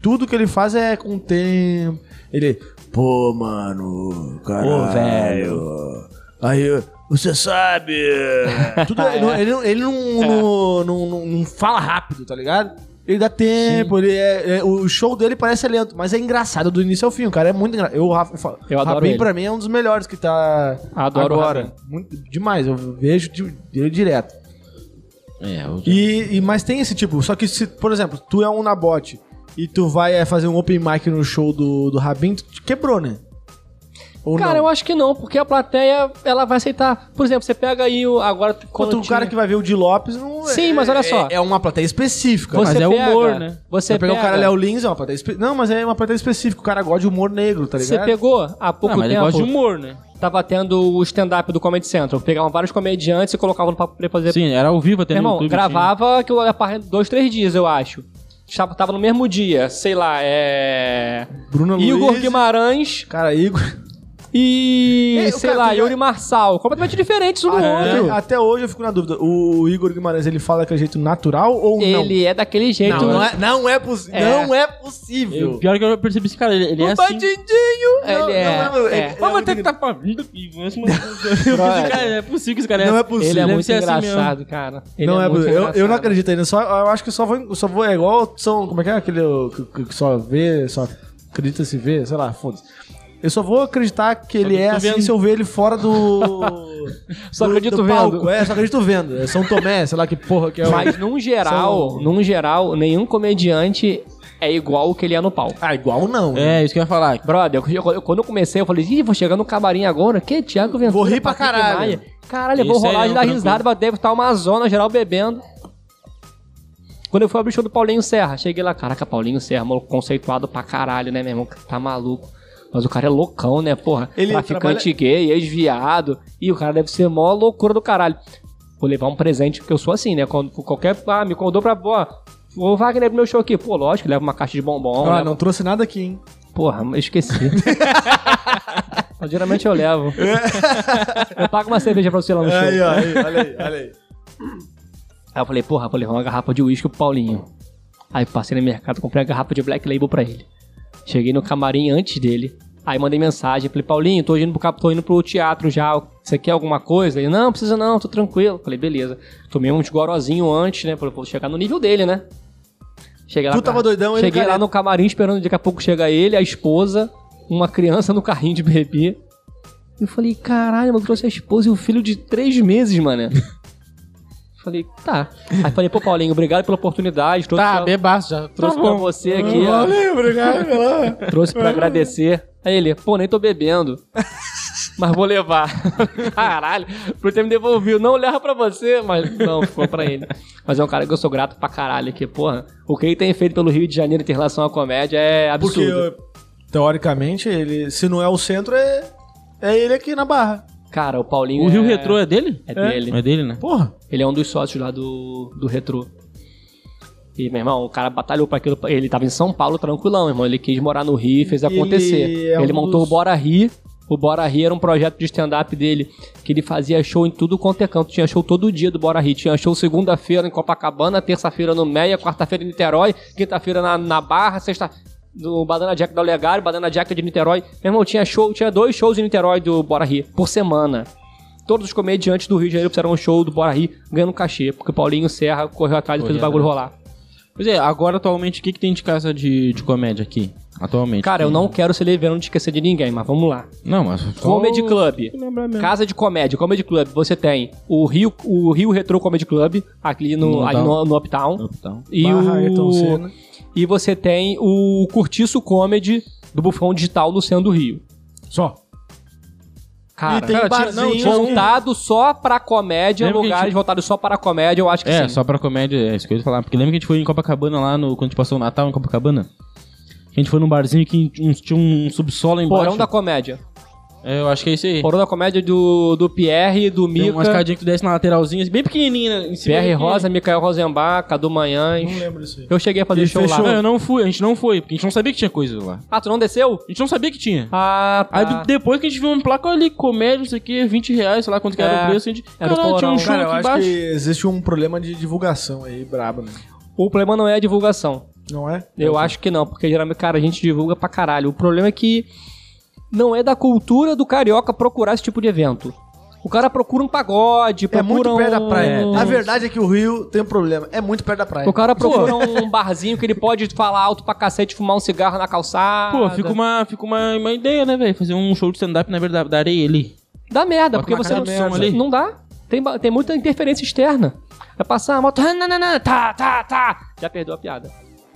S1: Tudo que ele faz é com tempo. Ele. Pô, mano. Caralho.
S2: Ô, velho.
S1: Aí. Você sabe. Tudo- ele
S4: É.
S1: não- ele não, ele não- não- não- não- não fala rápido, tá ligado? Ele dá tempo, ele é, é- o show dele parece lento, mas é engraçado do início ao fim. O cara é muito engraçado. Eu, o Rafa, eu falo,
S4: Eu adoro
S1: Rabin,
S4: ele.
S1: pra mim, é um dos melhores que tá
S4: Adoro o
S1: agora.
S4: Rabin.
S1: Muito, demais, eu vejo de- ele direto.
S2: É, eu-
S1: E, e- mas tem esse tipo, só que se, por exemplo, tu é um nabote e tu vai é, fazer um open mic no show do, do Rabin, tu te quebrou, né? Ou
S4: Cara,
S1: não?
S4: eu acho que não, porque a plateia ela vai aceitar. Por exemplo, você pega aí o, agora.
S1: Enquanto o
S4: tinha-
S1: um cara que vai ver o Di Lopes não é-
S4: Sim, mas olha
S1: é-
S4: só.
S1: É, uma plateia específica.
S4: Você
S2: Mas é
S4: pega,
S2: humor, né?
S4: Você
S1: Você pegar
S4: pega,
S1: o cara Léo Lins, é uma plateia específica. Não, mas é uma plateia específica. O cara gosta de humor negro, tá
S4: Você
S1: ligado?
S4: pegou há pouco
S2: Ah, mas ele
S4: tempo.
S2: gosta de humor, né?
S4: Tava tendo o stand-up do Comedy Central. Pegavam vários comediantes e colocavam no papo pra fazer.
S2: Sim, era ao vivo até
S4: Meu
S2: no
S4: irmão,
S2: YouTube.
S4: gravava que eu ia par- dois, três dias, eu acho. Estava, tava no mesmo dia, sei lá, é.
S1: Bruno
S4: Igor
S1: Luiz.
S4: Guimarães
S1: Cara, Igor.
S4: e.
S1: É, o
S4: sei
S1: cara,
S4: lá,
S1: tu já-
S4: Yuri Marçal. Completamente diferentes um do
S1: Até-
S4: outro.
S1: Até hoje eu fico na dúvida. O Igor Guimarães, ele fala daquele jeito natural ou não?
S4: Ele é daquele jeito.
S1: Não, não é, não é, possi-
S4: É.
S1: Não é
S2: tinha.
S1: possível.
S2: Eu- pior que eu percebi esse cara, ele, ele
S4: Um
S2: é assim.
S1: bandidinho!
S4: Ele é- é.
S2: Mas vou ter que tapar a vida, pô. Mas, mano, eu pensei, cara, é possível que esse cara
S1: Não é
S4: Ele
S1: possível.
S4: é
S2: Deve
S4: muito
S2: ser assim
S4: engraçado, cara. Ele
S1: não é,
S4: muito
S1: possível. eu, eu não
S4: engraçado.
S1: acredito ainda. Só, eu acho que eu só vou, eu só vou. É igual. São, como é que é aquele que, que- que só vê, só acredita se vê, sei lá, foda-se. Eu só vou acreditar que ele é
S2: tô
S1: assim
S2: vendo.
S1: se eu ver ele fora do.
S4: Só
S1: do-
S4: acredito
S1: do
S4: vendo.
S1: palco. É, só acredito vendo. É São Tomé, sei lá que porra que é o.
S4: Mas num geral,
S1: São-
S4: num geral, nenhum comediante é igual o que ele é no palco.
S1: Ah, igual não. né?
S2: É, isso que eu ia falar.
S4: Brother, eu- eu- quando eu comecei, eu falei, ih, vou chegar no camarim agora, que Thiago Ventura.
S1: Vou rir pra
S4: Patrick
S1: caralho.
S4: Maia. Caralho, eu vou
S2: Isso aí
S4: rolar
S2: é
S4: de
S2: um
S4: dar
S2: tranquilo.
S4: risada, mas deve estar uma zona geral bebendo. Quando eu fui abrir o show do Paulinho Serra, cheguei lá, caraca, Paulinho Serra, maluco conceituado pra caralho, né, meu irmão? Tá maluco. Mas o cara é loucão, né, porra?
S1: Ele
S4: Traficante gay, ex-viado. E o cara deve ser mó loucura do caralho. Vou levar um presente, porque eu sou assim, né? Quando qualquer. Ah, me convidou pra. Ó, o Wagner pro meu show aqui. Pô, lógico, leva uma caixa de bombom. né,
S1: Ah,
S4: leva-
S1: não trouxe nada aqui, hein?
S4: Porra, eu esqueci. Mas Geralmente eu levo. eu pago uma cerveja pra você lá no show.
S1: aí,
S4: Aí,
S1: olha aí, olha aí.
S4: eu falei, porra, vou levar uma garrafa de uísque pro Paulinho. Aí passei no mercado, comprei uma garrafa de Black Label pra ele. Cheguei no camarim antes dele. Aí mandei mensagem, falei, Paulinho, tô indo pro, cap- tô indo pro teatro já, você quer alguma coisa? Ele, não, precisa não, tô tranquilo. Falei, beleza. Tomei uns gorozinho antes, né? Falei, vou chegar no nível dele, né? Cheguei lá
S1: Tu
S4: no
S1: tava
S4: car-
S1: doidão, Então ele
S4: Cheguei lá
S1: careta.
S4: no camarim esperando, daqui a pouco chega ele, a esposa, uma criança no carrinho de bebê. Eu falei, caralho, mano, trouxe a esposa e o filho de três meses, mano. falei, tá. Aí falei, pô, Paulinho, obrigado pela oportunidade. Trouxe
S5: Tá,
S4: pra,
S5: bebaço já.
S4: trouxe pra você aqui, ó.
S1: Uhum. Valeu, obrigado. pela-
S4: Trouxe pra agradecer. Aí ele, pô, nem tô bebendo. Mas vou levar. Caralho, por ter me devolvido. Não leva pra você, mas não, ficou pra ele. Mas é um cara que eu sou grato pra caralho, que, porra, o que ele tem feito pelo Rio de Janeiro em relação à comédia é
S1: Porque,
S4: absurdo.
S1: teoricamente, ele, se não é o centro, é, é ele aqui na barra.
S4: Cara, o Paulinho.
S2: O Rio
S4: é-
S2: Retrô é dele?
S4: É dele.
S2: É dele, né?
S1: Porra.
S4: Ele é um dos sócios lá do, do Retrô. E, meu irmão, o cara batalhou pra aquilo. Ele tava em São Paulo tranquilão, irmão. Ele quis morar no Rio e fez
S1: Ele
S4: acontecer.
S1: é um
S4: ele montou
S1: dos-
S4: o Bora Rir. O Bora Rir era um projeto de stand-up dele que ele fazia show em tudo quanto é canto. Tinha show todo dia do Bora Rir. Tinha show segunda-feira em Copacabana, terça-feira no Meia, quarta-feira em Niterói, quinta-feira na, na Barra, sexta no Banana Jack da Olegário, Banana Jack de Niterói. Meu irmão, tinha show, tinha dois shows em Niterói do Bora Rir por semana. Todos os comediantes do Rio de Janeiro fizeram um show do Bora Rir ganhando cachê, porque o Paulinho Serra correu atrás e fez o bagulho rolar.
S2: Pois é, agora atualmente o que, que tem de casa de, de comédia aqui? Atualmente.
S4: Cara, eu não quero ser leviano de esquecer de ninguém, mas vamos lá.
S2: Não, mas.
S4: Comedy Club.
S2: Lembrar mesmo.
S4: Casa de Comédia, Comedy Club, você tem o Rio, o Rio Retro Comedy Club, ali no,
S2: No
S4: ali no, no Uptown.
S2: Então,
S4: E,
S1: Barra, Ayrton
S4: o,
S1: Senna.
S4: e você tem o Curtiço Comedy do Bufão Digital Luciano do Rio.
S1: Só.
S4: Cara,
S1: e tem
S5: cara, tinha- não,
S1: barzinho.
S5: tinha
S4: voltado só pra comédia,
S2: Lembra que a
S4: lugares
S2: gente-
S4: voltados só para a comédia, eu acho que
S2: é,
S4: sim.
S2: só pra comédia, é isso que eu ia falar. Porque lembra que a gente foi em Copacabana lá, no, quando a gente passou o Natal em Copacabana? A gente foi num barzinho que um- tinha um subsolo embaixo.
S4: Porão da comédia.
S2: É, eu acho que é isso aí.
S4: Porão da comédia do, do Pierre, do
S2: Tem uma
S4: Mica,
S2: escadinha que tu desce na lateralzinha, bem pequenininha. né, Em cima
S4: Pierre
S2: aqui.
S4: Rosa, Micael Rosenbach, Cadu
S1: Não
S4: Manhães.
S1: lembro disso aí.
S4: Eu cheguei a fazer
S1: E
S4: show
S1: fechou.
S2: Ah, Não,
S4: lá.
S2: eu não fui, a gente não foi, porque a gente não sabia que tinha coisa lá.
S4: Ah, tu não desceu?
S2: A gente não sabia que tinha.
S4: Ah, tá.
S2: Aí do- depois que a gente viu um placa ali, comédia, não sei o que, 20 reais, sei lá quanto que era
S4: É,
S2: o preço, a gente.
S4: era o
S2: Caralho, tinha
S4: porão.
S2: um show
S1: Cara, eu
S2: aqui
S1: acho
S2: embaixo.
S1: que existe um problema de divulgação aí, brabo, né?
S4: O problema não é a divulgação.
S1: Não é?
S4: Eu acho que não, porque geralmente, cara, a gente divulga pra caralho. O problema é que não é da cultura do carioca procurar esse tipo de evento. O cara procura um pagode,
S1: É
S4: procura
S1: muito
S4: um...
S1: perto da praia.
S4: um-
S1: A verdade é que o Rio tem um problema. É muito perto da praia.
S4: O cara procura um barzinho que ele pode falar alto pra cacete, fumar um cigarro na calçada.
S2: Pô, fica uma, fica uma, uma ideia, né, velho? Fazer um show de stand-up na verdade da areia ali.
S4: Dá merda,
S2: Bota
S4: porque
S2: uma
S4: você não,
S2: cara de som ali.
S4: não dá. Tem, ba- tem muita interferência externa. Vai passar a moto. "Rananana", Tá, tá, tá. Já perdeu a piada.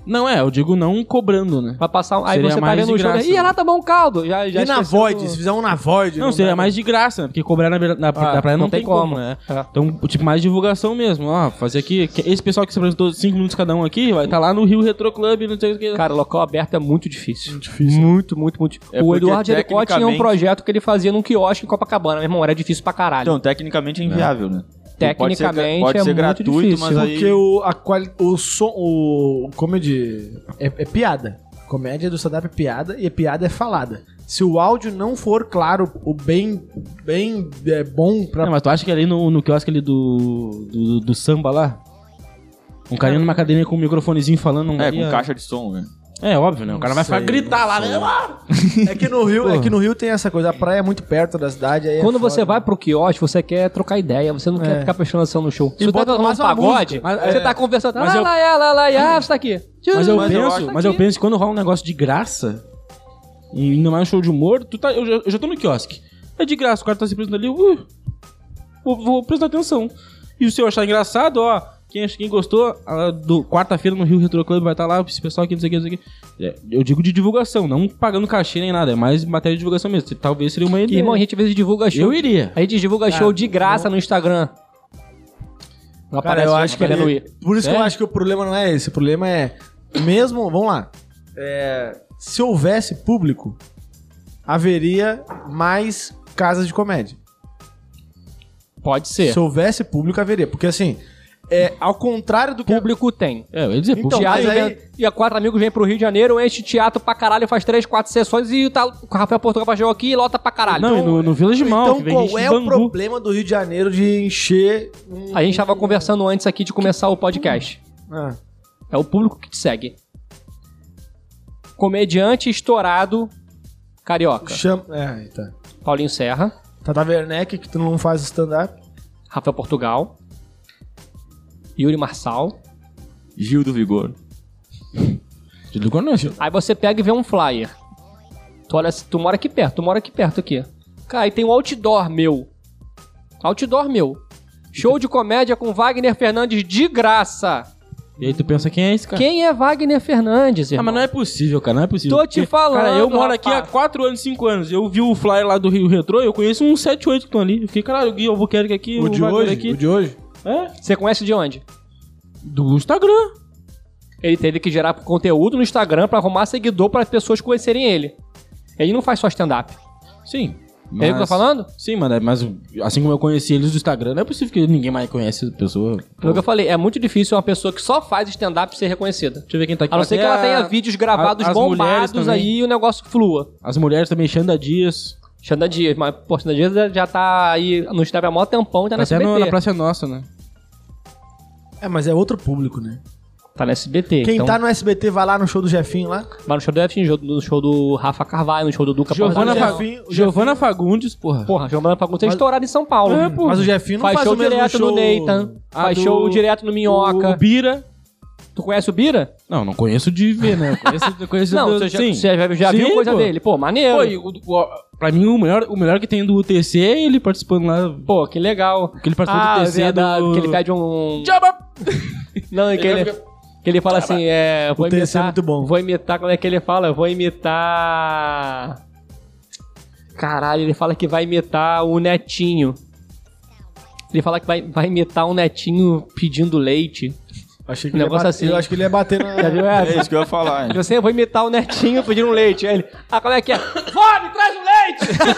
S2: Não é, eu digo não cobrando, né?
S4: Vai passar. um- Aí
S2: Seria
S4: você tá
S2: mais
S4: vendo
S2: de
S4: o show.
S2: graça,
S4: Ih,
S2: né?
S4: lá tá bom caldo. Já, já
S1: e na
S4: esqueceu
S1: Void,
S4: do-
S1: se fizer um na Void.
S2: Não, seria mais de graça, né? Porque cobrar na, beira- na, da praia não, tem, como, né?
S4: É.
S2: Então, tipo, mais divulgação mesmo. Ó, fazer aqui. que- Esse pessoal que se apresentou 5 minutos cada um aqui, vai estar lá no Rio Retro Club, não sei o que.
S4: Cara, local aberto é muito difícil.
S1: difícil.
S4: Muito, muito, muito.
S3: É
S4: o
S3: porque
S4: Eduardo Jericó tinha um
S3: tecnicamente-
S4: projeto que ele fazia num quiosque em Copacabana. Meu irmão, era difícil pra caralho.
S3: Então, tecnicamente é inviável, né? Pode ser-
S4: Tecnicamente
S3: pode
S4: é
S3: ser
S4: muito
S3: gratuito,
S4: difícil.
S3: mas aí.
S1: Porque o, a quali- o som. O, como eu digo, é, é piada. Comédia do stand-up é piada e a piada é falada. Se o áudio não for claro, o bem, bem é, bom pra.
S2: Não, mas tu acha que ali no, no quiosque ali do, do, do samba lá? Um carinha numa cadeirinha com um microfonezinho falando. não
S3: É,
S2: ia-
S3: com caixa de som, né?
S2: É, óbvio, né? O cara vai ficar
S1: sei,
S2: gritar lá, né?
S1: É que no Rio, é que no Rio tem essa coisa. A praia é muito perto da cidade. Aí é
S4: Quando
S1: foda.
S4: você vai pro quiosque, você quer trocar ideia, você não quer
S1: É.
S4: ficar prestando atenção no show. Se você tá
S1: bota
S4: tomando
S1: mais
S4: um
S1: uma
S4: pagode,
S1: música. é.
S4: você tá conversando.
S2: mas
S4: lá,
S2: eu-
S4: lá, lá, lá, lá, lá, você tá aqui.
S2: Mas eu
S3: Mas eu
S2: penso,
S3: acho
S2: mas eu penso que quando rola um negócio de graça, e ainda mais um show de humor, tu tá, eu, já, eu já tô no quiosque. É de graça, o cara tá se apresentando ali, uh, vou, vou prestar atenção. E se eu achar engraçado, ó, quem, ach- quem gostou, ah, do quarta-feira no Rio Retro Club vai estar lá, esse pessoal aqui, não sei o que, não sei o que. É, eu digo de divulgação, não pagando cachê nem nada, é mais matéria de divulgação mesmo. Talvez seria uma
S4: E,
S2: ideia.
S4: irmão, a gente às vezes divulga show.
S2: eu iria.
S4: A gente divulga show de graça no Instagram. Não
S1: Cara,
S4: aparece
S1: eu
S4: gente
S1: acho que
S4: querendo
S1: ele-
S4: ir.
S1: Por isso que eu
S4: Sério?
S1: acho que o problema não é esse. O problema é. Mesmo. Vamos lá. É, se houvesse público, haveria mais casas de comédia.
S4: Pode ser.
S1: Se houvesse público, haveria. Porque assim. É, ao contrário do que.
S4: Público tem.
S2: É, eu ia dizer,
S1: Então,
S2: pô,
S4: teatro
S1: mas aí-
S4: vem- e a quatro amigos vem pro Rio de Janeiro, enche teatro pra caralho, faz três, quatro sessões e tá, o Rafael Portugal baixou aqui e lota pra caralho.
S2: não, e no, no Village Mall,
S1: Então,
S2: que vem gente
S1: qual
S2: de
S1: é o
S2: Bangu.
S1: problema do Rio de Janeiro de encher um.
S4: A gente tava conversando antes aqui de começar o podcast.
S1: Ah,
S4: É o público que te segue. Comediante estourado carioca.
S1: chama. É, aí tá.
S4: Paulinho Serra,
S1: Tata Werneck, que tu não faz stand-up.
S4: Rafael Portugal, Yuri Marçal,
S3: Gil do Vigor.
S2: Te ligou não, Gil?
S4: Aí você pega e vê um flyer. Tu, olha, tu mora aqui perto, tu mora aqui perto aqui. Cara, e tem um outdoor meu. Outdoor meu. Show de comédia com Wagner Fernandes de graça.
S2: E aí tu pensa, quem é esse cara?
S4: Quem é Wagner Fernandes,
S2: Ah,
S4: irmão?
S2: mas não é possível, cara, não é possível.
S4: Tô te falando,
S2: Cara, eu moro
S4: rapaz.
S2: aqui há 4 anos, 5 anos. Eu vi o flyer lá do Rio Retrô, eu conheço uns 7, 8 que estão ali. Eu fiquei, caralho, o Gui Albuquerque aqui,
S1: O de
S2: Wagner
S1: hoje?
S2: aqui.
S1: O de hoje?
S2: É,
S4: Você conhece de onde?
S2: do Instagram.
S4: Ele teve que gerar conteúdo no Instagram pra arrumar seguidor para as pessoas conhecerem ele. Ele não faz só stand-up.
S2: Sim.
S4: Entendeu o É que eu tô falando?
S2: Sim, mas, mas assim como eu conheci eles do Instagram, não é possível que ninguém mais conhece essa pessoa.
S4: Foi o que eu falei, é muito difícil uma pessoa que só faz stand-up ser reconhecida.
S2: Deixa eu ver quem tá aqui.
S4: A não ser que
S2: Até
S4: ela
S2: a-
S4: tenha vídeos gravados
S2: a- as mulheres
S4: bombados
S2: também.
S4: aí e o negócio flua.
S2: As mulheres também, Xanda Dias.
S4: Xanda Dias, mas pô, Xanda Dias já tá aí no stand-up há mó tempão, tá na
S2: até
S4: SBT.
S2: no- na Praça Nossa, né?
S1: É, mas é outro público, né?
S4: Tá na SBT.
S1: Quem
S4: então,
S1: tá no SBT vai lá no show do Jefinho lá.
S4: Vai no show do Jefinho, no show do Rafa Carvalho, no show do Duca
S2: Giovana,
S1: o
S4: Portela.
S2: Fa-
S1: Jefinho- o
S2: Giovana Fagundes, porra.
S4: Porra, Giovana Fagundes tem estourado em São Paulo.
S2: É, pô.
S1: Mas o Jefinho não
S4: faz,
S1: faz,
S4: show
S1: o mesmo
S4: direto
S1: show...
S4: no Nathan,
S2: Ah,
S4: faz
S2: do-
S4: show direto no Minhoca.
S2: O, o Bira.
S4: Tu conhece o Bira?
S2: Não, não conheço de ver, né? Eu Conheço, eu conheço
S4: Não,
S2: do-
S4: você já,
S2: sim.
S4: você já, já
S2: Sim,
S4: viu coisa
S2: pô.
S4: dele. Pô, maneiro.
S2: Pô, e o- o- pra mim, o melhor, o melhor que tem do UTC é ele participando lá.
S4: Pô, que legal.
S2: Que ele participou
S4: Ah,
S2: do TC
S4: verdade,
S2: do-
S4: que ele pede um...
S2: Jabba!
S4: Não, e que
S2: Ele
S4: ele, que ele fala assim, é... Vou
S1: TC é
S4: imitar,
S1: muito bom.
S4: Vou imitar, como é que ele fala? Vou imitar... Caralho, ele fala que vai imitar o netinho. Ele fala que vai, vai imitar um netinho pedindo leite.
S1: Achei que ele ia
S4: Negócio
S1: bater-
S4: assim.
S1: Eu acho que ele ia bater na...
S4: Já viu?
S3: É
S4: É,
S3: isso que eu ia falar. hein?
S4: Eu sei, eu vou imitar o netinho pedindo um leite. Aí ele, ah, como é que é? Vó, me traz um leite!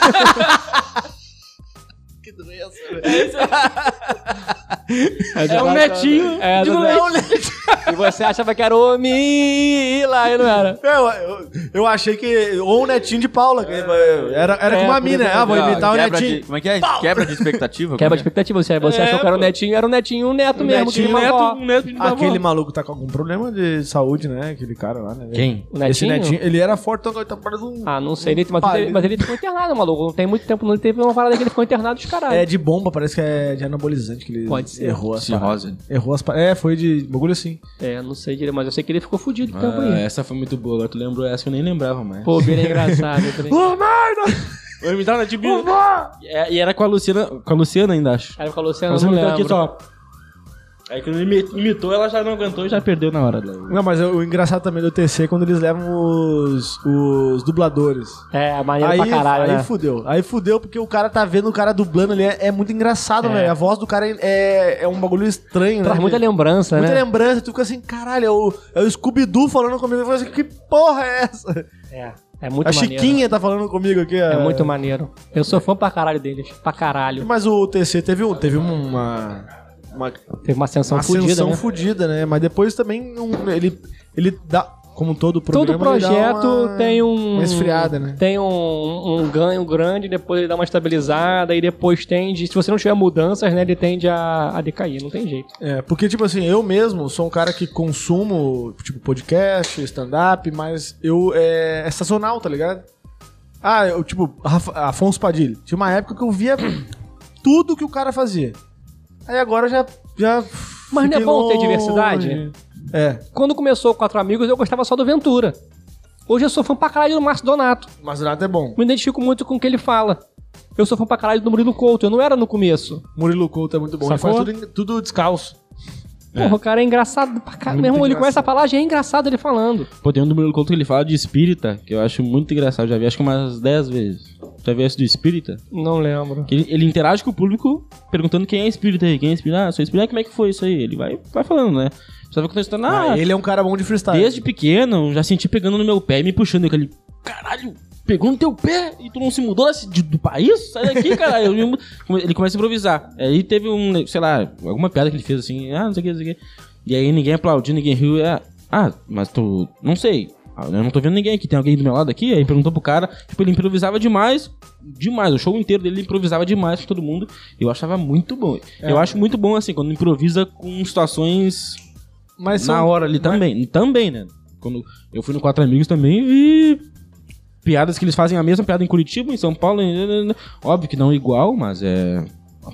S2: É um netinho.
S4: É,
S2: de
S4: do
S2: moleque.
S1: né?
S4: E você achava que era o Mila, e não era.
S1: Eu, eu, eu achei que... Ou o Netinho de Paula. que era era
S4: É,
S1: com uma
S4: podia
S1: mina.
S4: ser
S1: Ah, vou
S3: Ah,
S1: imitar o
S3: quebra
S1: Netinho.
S3: de- como é que é? Quebra de expectativa?
S4: Quebra
S3: Como
S4: de
S3: é?
S4: expectativa. Você, você
S2: É,
S4: achou que era o
S2: pô.
S4: netinho, era o netinho, um neto mesmo.
S1: netinho,
S4: tinha
S2: Um
S4: uma
S2: neto,
S4: avó.
S2: um neto de
S1: Aquele
S2: Aquele...
S1: maluco tá com algum problema de saúde, né? Aquele cara lá, né?
S2: Quem?
S4: O netinho?
S1: Esse netinho, ele era forte, então agora tá parecendo um...
S4: Ah, não sei, ele- mas, ele,
S1: Pálido.
S4: mas ele ficou internado, maluco. Não tem muito tempo, não teve uma parada que ele ficou internado de caralho.
S1: É de bomba, parece que é de anabolizante que ele
S4: Pode ser.
S1: errou as paradas.
S3: Cirrose.
S1: Errou as paradas. É, foi de bagulho assim.
S4: É, não sei direito, mas eu sei que ele ficou fudido de tempo
S2: Ah,
S4: aí.
S2: essa foi muito boa. Agora tu lembrou essa que eu nem lembrava mais.
S4: Pô, bem engraçado. é eu também.
S1: Ô, merda!
S2: Eu me dava de bicho. É, E era com a Luciana. Com a Luciana ainda, acho.
S4: Aí ele falou assim, eu
S2: Você
S4: não
S2: me deu aqui
S4: lembro.
S2: só. Aí É quando ele imi- imitou, ela já não aguentou e já perdeu na hora. dela.
S1: Não, mas é o engraçado também do TC é quando eles levam os, os dubladores.
S4: É, maneiro
S1: Aí,
S4: pra caralho,
S1: aí
S4: né?
S1: fudeu. Aí fudeu porque o cara tá vendo o cara dublando ali. É, é muito engraçado, velho. A voz do cara é, é um bagulho estranho,
S4: Traz
S1: né?
S4: muita
S1: velho?
S4: lembrança,
S1: Muita
S4: né?
S1: lembrança. Tu fica assim, caralho, é o, é o Scooby-Doo falando comigo. Eu falo assim, que porra é essa?
S4: É, é muito
S1: a
S4: maneiro.
S1: Chiquinha tá falando comigo aqui.
S4: É muito maneiro. Eu sou fã pra caralho deles. Pra caralho.
S1: Mas o TC teve, um, teve uma... Uma
S4: Teve uma ascensão
S1: uma
S4: fodida,
S1: ascensão
S4: né?
S1: fudida, né? Mas depois também um- ele, ele dá, como todo programa,
S4: Todo projeto
S1: ele dá uma-
S4: tem um...
S1: uma esfriada, né?
S4: Tem um, um ganho grande, depois ele dá uma estabilizada e depois tende... Se você não tiver mudanças, né? Ele tende a, a decair, não tem jeito.
S1: É, porque, tipo assim, eu mesmo sou um cara que consumo, tipo, podcast, stand-up, mas eu... É, é sazonal, tá ligado? Ah, eu, tipo, Rafa- Afonso Padilha. Tinha uma época que eu via tudo que o cara fazia. Aí agora já... já
S4: Mas não é
S1: fiquei
S4: bom ter
S1: longe.
S4: diversidade?
S1: É,
S4: Quando começou o Quatro Amigos, eu gostava só do Ventura. Hoje eu sou fã pra caralho do Márcio Donato.
S1: mas nada é bom.
S4: Me identifico muito com o que ele fala. Eu sou fã pra caralho do Murilo Couto. Eu não era no começo.
S1: Murilo Couto é muito bom.
S4: Sacou?
S1: Ele faz tudo, em- tudo descalço.
S4: Porra, o cara é engraçado pra caralho. Meu irmão, ele
S1: engraçado.
S4: começa a falar, já é engraçado ele falando.
S2: Pô, tem um do Murilo Couto que ele fala de espírita, que eu acho muito engraçado. Já vi acho que umas 10 vezes. Já vi esse do espírita?
S4: Não lembro.
S2: Que ele, ele interage com o público perguntando quem é espírita aí, quem é espírita. Ah, sou espírita, ah, como é que foi isso aí? Ele vai, vai falando, né? Só vai contestando, ah,
S1: Mas ele é um cara bom de freestyle.
S2: desde pequeno já senti pegando no meu pé e me puxando. Aquele, caralho, pegou no teu pé e tu não se mudou desse- de- do país? Sai daqui, caralho. Eu me mudo. Come- ele começa a improvisar. Aí teve um, sei lá, alguma piada que ele fez assim, ah, não sei o que, não sei o que. E aí ninguém aplaudiu, ninguém riu. é, ah, mas tu, não sei. Ah, Eu não tô vendo ninguém aqui, tem alguém do meu lado aqui? Aí perguntou pro cara, tipo, ele improvisava demais, demais, o show inteiro dele ele improvisava demais com todo mundo, eu achava muito bom. Eu acho muito bom, assim, quando improvisa com situações
S1: Mas
S2: na
S1: são-
S2: hora ali também. Também, né? Quando eu fui no Quatro Amigos também vi piadas que eles fazem a mesma piada em Curitiba, em São Paulo. em- Óbvio que não igual, mas é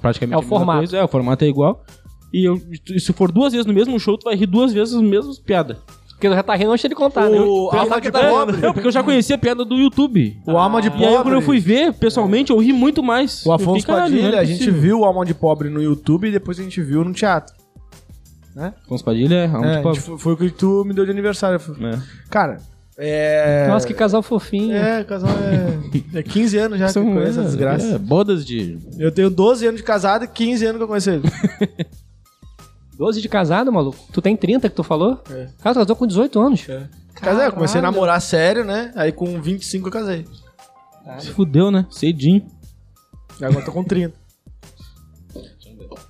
S2: praticamente
S4: É o
S2: a mesma
S4: formato.
S2: coisa. É, o formato é igual. E eu- se for duas vezes no mesmo show, tu vai rir duas vezes as mesmas piadas. É,
S4: Porque ele já tá rindo antes dele contar, né?
S1: O
S4: Ele
S1: Alma
S4: sabe
S1: de
S4: que tá rindo.
S1: Pobre.
S2: Não, porque eu já conhecia a piada do YouTube.
S1: O Alma de
S2: Ah, E aí, quando
S1: Pobre.
S2: eu fui ver, pessoalmente, eu ri muito mais.
S1: O
S2: Eu
S1: Afonso
S2: fiquei, caralho,
S1: Padilha,
S2: não é
S1: a gente
S2: possível.
S1: viu o Alma de Pobre no YouTube e depois a gente viu no teatro.
S2: Afonso Padilha é
S1: É,
S2: realmente
S1: a gente
S2: pobre.
S1: foi, foi o que tu me deu de aniversário.
S2: É.
S1: Cara, é.
S4: Nossa, que casal fofinho.
S1: É, o casal é. É 15 anos já que eu conheço essa desgraça.
S2: é, bodas de.
S1: Eu tenho 12 anos de casado e 15 anos que eu conheço ele.
S4: 12 de casado, maluco? Tu tem 30 que tu falou?
S1: É.
S4: Cara, tu casou com 18 anos.
S1: Casei, eu comecei a
S4: Caralho.
S1: namorar sério, né? Aí com 25 eu casei.
S2: Se fudeu, né? Cedinho.
S1: E agora tô com 30.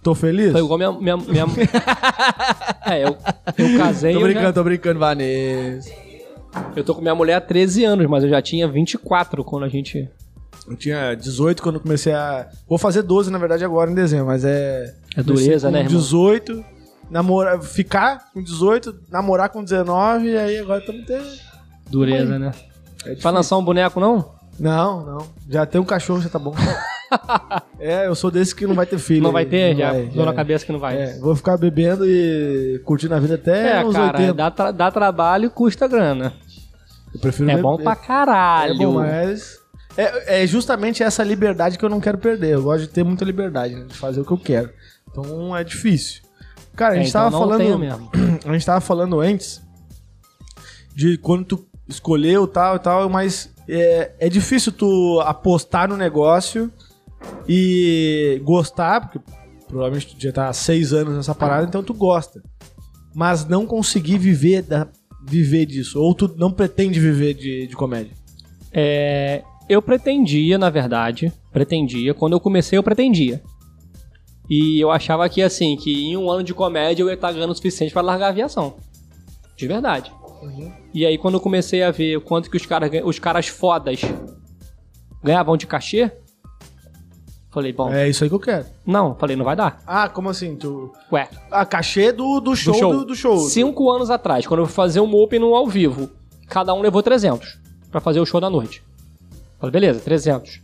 S1: Tô feliz?
S2: Tá,
S4: Foi igual minha... minha, minha... é, eu, eu casei...
S1: Tô
S4: eu já-
S1: brincando, tô brincando, Vanessa.
S4: Eu tô com minha mulher há 13 anos, mas eu já tinha 24 quando a gente.
S1: Eu tinha 18 quando eu comecei a. Vou fazer 12, na verdade, agora em dezembro, mas é.
S4: É dureza,
S1: comecei com
S4: né, irmão?
S1: 18, namora... ficar com 18, namorar com 19, e aí agora estamos tendo.
S4: Dureza, né?
S1: É
S4: Pra lançar um boneco, não?
S1: Não, não. Já tem um cachorro, já tá bom. é, eu sou desse que não vai ter filho.
S4: Não vai ter,
S1: Não
S4: já.
S1: vai,
S4: Dor na
S1: é.
S4: cabeça que não vai.
S1: É, vou ficar bebendo e curtindo a vida
S4: É,
S1: até uns
S4: cara,
S1: 80.
S4: dá, tra- dá trabalho e custa grana.
S1: Eu prefiro
S4: É
S1: beber.
S4: bom pra
S1: É bom,
S4: caralho.
S1: mas. É, é justamente essa liberdade que eu não quero perder. Eu gosto de ter muita liberdade, né, de fazer o que eu quero. Então é difícil. Cara, a gente
S4: então
S1: tava
S4: não tenho
S1: falando.
S4: mesmo.
S1: A gente tava falando antes de quando tu escolheu tal e tal, mas é, é difícil tu apostar no negócio e gostar, porque provavelmente tu já tá há seis anos nessa parada, então tu gosta. Mas não conseguir viver, da, viver disso. Ou tu não pretende viver de, de comédia.
S4: É, eu pretendia, na verdade, pretendia. Quando eu comecei, eu pretendia. E eu achava que, assim, que em um ano de comédia eu ia estar ganhando o suficiente pra largar a aviação. De verdade.
S1: Uhum.
S4: E aí, quando eu comecei a ver o quanto que os caras, ganha- os caras fodas ganhavam de cachê, falei, bom,
S1: É isso aí que eu quero.
S4: não, falei, não vai dar.
S1: Ah, como assim? Tu...
S4: Ué,
S1: Ah, cachê do, do show. Do
S4: show.
S1: show. Do, show.
S4: cinco anos atrás, quando eu fui fazer um open ao vivo, cada um levou 300 pra fazer o show da noite. Falei, beleza, 300.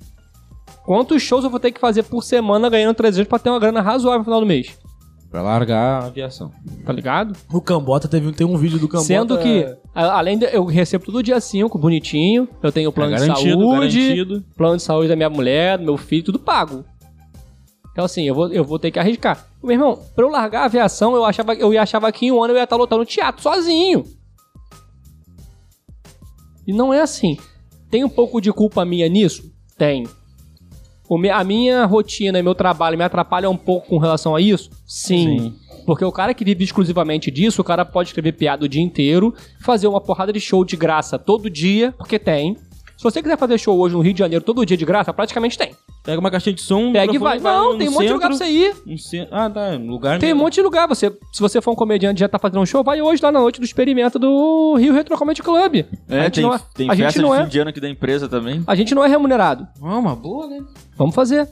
S4: Quantos shows eu vou ter que fazer por semana ganhando 300 pra ter uma grana razoável no final do mês?
S2: Pra largar a aviação.
S4: Tá ligado?
S1: O Cambota teve um- tem um vídeo do Cambota. é-
S4: Sendo que, a- além de eu recebo todo dia 5, bonitinho, eu tenho plano
S2: é
S4: de
S2: garantido,
S4: saúde,
S2: garantido.
S4: plano de saúde da minha mulher, do meu filho, tudo pago. Então assim, eu vou, eu vou ter que arriscar. Meu irmão, pra eu largar a aviação, eu achava, eu ia- achava que em um ano eu ia estar lotando teatro sozinho. E não é assim. Tem um pouco de culpa minha nisso? Tem. O me- a minha rotina e meu trabalho me atrapalha um pouco com relação a isso? Sim. Porque o cara que vive exclusivamente disso, o cara pode escrever piada o dia inteiro, fazer uma porrada de show de graça todo dia, porque tem. Se você quiser fazer show hoje no Rio de Janeiro todo dia de graça, praticamente tem.
S2: Pega uma caixinha de som.
S4: Pega e
S2: microfone,
S4: vai. Não,
S2: no
S4: tem um monte de lugar pra
S2: centro,
S4: você ir.
S2: um cen- Ah, tá. Um lugar
S4: Tem um
S2: mesmo.
S4: monte de lugar. Você, se você for um comediante e já tá fazendo um show, vai hoje lá na noite do experimento do Rio Retro Comedy Club. a
S3: É,
S4: gente
S3: tem,
S4: não é,
S3: tem
S4: a gente
S3: festa de
S4: não é-
S3: fim de ano aqui da empresa também.
S4: a gente não é remunerado.
S2: Ah, uma boa, né?
S4: Vamos fazer.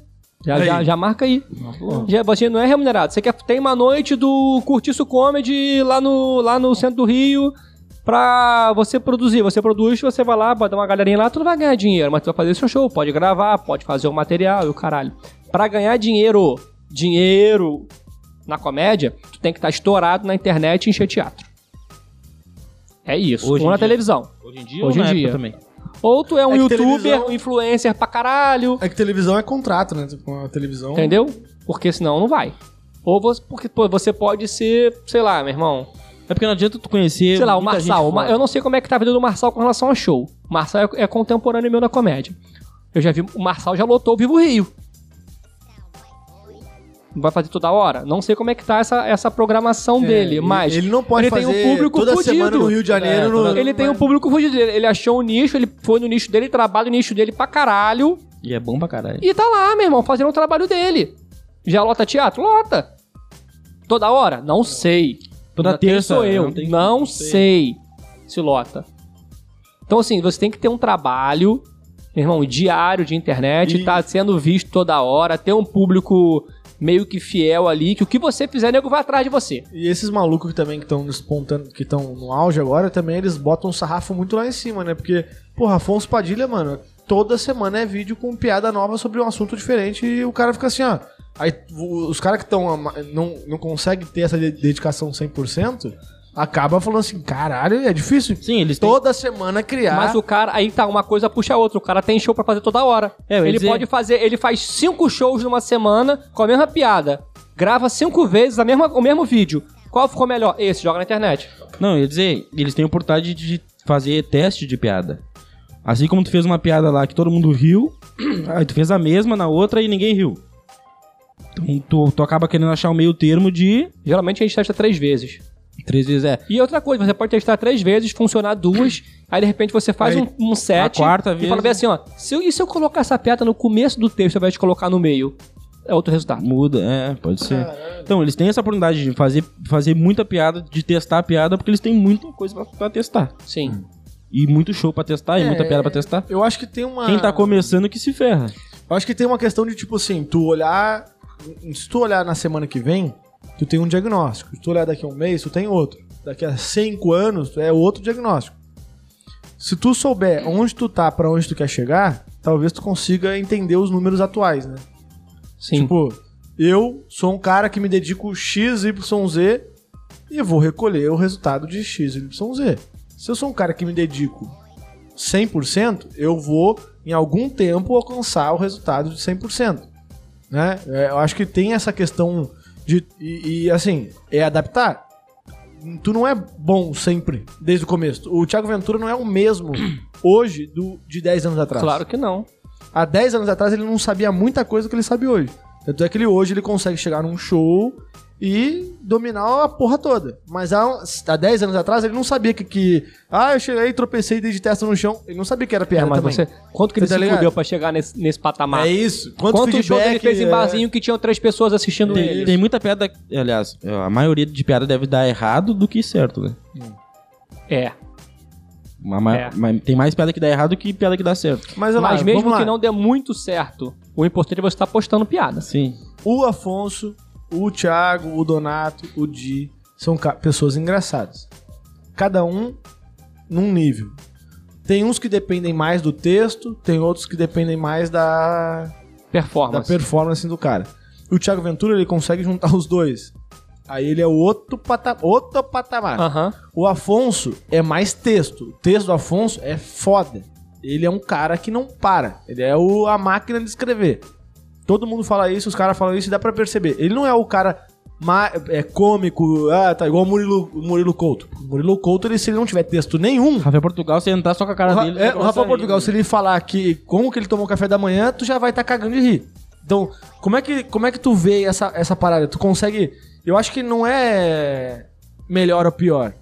S4: Já,
S1: Aí.
S4: já, já marca aí.
S2: Uma boa.
S4: Já, você não é remunerado. Você quer tem uma noite do Curtiço Comedy lá no, lá no centro do Rio pra você produzir. Você produz, você vai lá, bota uma galerinha lá, tu não vai ganhar dinheiro, mas tu vai fazer seu show, pode gravar, pode fazer o material e o caralho. Pra ganhar dinheiro, dinheiro na comédia, tu tem que estar estourado na internet e encher teatro. É isso.
S2: Hoje
S4: Ou
S2: em
S4: na
S2: dia.
S4: televisão.
S2: Hoje em dia,
S4: Hoje
S2: ou
S4: em
S2: na
S4: dia.
S2: época também.
S4: Ou tu é um
S1: É que
S4: youtuber,
S1: televisão-
S4: um influencer pra caralho.
S1: É que televisão é contrato, né? Com a televisão.
S4: Entendeu? Porque senão não vai. Ou você, porque pô, você pode ser, sei lá, meu irmão.
S2: É porque não adianta tu conhecer.
S4: sei lá, o
S2: muita
S4: Marçal.
S2: gente
S4: o Ma-
S2: fora.
S4: eu não sei como é que tá a vida do Marçal com relação a show. O Marçal é, é contemporâneo meu na comédia. Eu já vi. O Marçal já lotou o Vivo Rio. Vai fazer toda hora? Não sei como é que tá essa, essa programação
S1: É,
S4: dele,
S1: ele-
S4: mas.
S1: ele não pode
S4: ele tem
S1: fazer
S4: um público
S1: toda
S4: fudido.
S1: semana no Rio de Janeiro,
S4: É,
S1: no-
S4: Ele tem um público fudido. Ele, ele achou o nicho, ele foi no nicho dele, trabalha o nicho dele pra caralho.
S2: E é bom pra caralho.
S4: E tá lá, meu irmão, fazendo o trabalho dele. Já lota teatro? Lota. Toda hora? Não sei.
S2: Toda
S4: Quem
S2: terça, né?
S4: sou eu.
S2: não tem-
S4: Não,
S2: não
S4: sei. se lota. Então, assim, você tem que ter um trabalho, meu irmão, diário de internet,
S1: E-
S4: tá sendo visto toda hora, ter um público meio que fiel ali, que o que você fizer, nego vai atrás de você.
S1: E esses malucos que também estão despontando, que estão no auge agora, também eles botam um sarrafo muito lá em cima, né? Porque, porra, Afonso Padilha, mano, toda semana é vídeo com piada nova sobre um assunto diferente e o cara fica assim, ó. Aí o- os caras que estão ama- não, não conseguem ter essa de- dedicação 100%, acaba falando assim, caralho, é difícil
S2: Sim, eles têm-
S1: toda semana criar.
S4: Mas o cara, aí tá, uma coisa puxa a outra. O cara tem show pra fazer toda hora.
S2: É, eu ia
S4: ele
S2: dizer-
S4: pode fazer, ele faz cinco shows numa semana com a mesma piada. Grava cinco vezes a mesma, o mesmo vídeo. Qual ficou melhor? Esse, joga na internet.
S2: Não, eu ia dizer, eles têm oportunidade de fazer teste de piada. Assim como tu fez uma piada lá que todo mundo riu, aí tu fez a mesma na outra e ninguém riu. Então tu, tu acaba querendo achar o meio termo de
S4: Geralmente a gente testa três vezes.
S2: três vezes é.
S4: E outra coisa, você pode testar três vezes, funcionar duas, aí de repente você faz
S2: Aí,
S4: um, um set
S2: a quarta
S4: e
S2: vez- né?
S4: fala bem assim, ó, se eu, e se eu colocar essa piada no começo do texto ao invés de colocar no meio? É outro resultado.
S2: Muda, é, pode ser. Então, eles têm essa oportunidade de fazer, fazer muita piada, de testar a piada, porque eles têm muita coisa pra, pra testar.
S4: Sim.
S2: E muito show pra testar, e muita piada pra testar.
S1: Eu acho que tem uma.
S2: Quem tá começando que se ferra.
S1: Eu acho que tem uma questão de tipo assim, tu olhar. Se tu olhar na semana que vem, tu tem um diagnóstico. Se tu olhar daqui a um mês, tu tem outro. Daqui a cinco anos, tu é outro diagnóstico. Se tu souber onde tu tá, pra onde tu quer chegar, talvez tu consiga entender os números atuais, né?
S4: Sim.
S1: Tipo, eu sou um cara que me dedico X, Y, Z e vou recolher o resultado de X, Y, Z. Se eu sou um cara que me dedico 100%, eu vou, em algum tempo, alcançar o resultado de 100%. Né? É, Eu acho que tem essa questão de... E, e, assim, é adaptar. Tu não é bom sempre, desde o começo. O Thiago Ventura não é o mesmo hoje do, de 10 anos
S2: um
S1: atrás.
S4: Claro que não.
S1: Há 10 anos atrás ele não sabia muita coisa que ele sabe hoje. Tanto é que ele hoje ele consegue chegar num show e dominar a porra toda. Mas há, um- há 10 anos atrás ele não sabia que, que. Ah, eu cheguei, tropecei, dei de testa no chão. Ele não sabia que era
S4: É,
S1: piada
S4: mas
S1: também.
S4: você, quanto que ele
S1: Você tá
S4: se
S1: ligado?
S4: fudeu pra chegar nesse, nesse patamar?
S1: É isso. Quanto,
S4: Quantos shows
S1: feedback
S4: ele fez em
S1: é-
S4: barzinho que tinham três pessoas assistindo
S2: Tem,
S4: ele?
S2: tem muita piada, aliás, é, a maioria de piada deve dar errado do que certo, né?
S4: É.
S2: Ma- ma-
S4: É.
S2: ma- tem mais piada que dá errado que piada que dá certo.
S1: Mas, olha lá,
S4: Mas mesmo
S1: vamos
S4: que
S1: lá.
S4: não dê muito certo, o importante é você estar postando piada.
S2: Sim.
S1: O Afonso, o Thiago, o Donato, o Di são ca- pessoas engraçadas. Cada um num nível. Tem uns que dependem mais do texto, tem outros que dependem mais da da
S4: Performance.
S1: performance do cara. O Thiago Ventura, ele consegue juntar os dois. Aí ele é outro, pata outro patamar.
S4: Aham.
S1: O Afonso é mais texto. O texto do Afonso é foda. Ele é um cara que não para. Ele é o, a máquina de escrever. Todo mundo fala isso, os caras falam isso e dá pra perceber. Ele não é o cara ma- é cômico, ah, tá igual o Murilo, o Murilo Couto. O Murilo Couto, ele, se ele não tiver texto nenhum,
S2: Rafael Portugal, se entrar só com a cara
S1: o Ra-
S2: dele. né,
S1: é,
S2: tu
S1: o
S2: começa a
S1: Rafael
S2: rir.
S1: Portugal, se ele falar que como que ele tomou café da manhã, tu já vai estar cagando de rir. Então, como é que, como é que tu vê essa, essa parada? Tu consegue. Eu acho que não é melhor ou pior.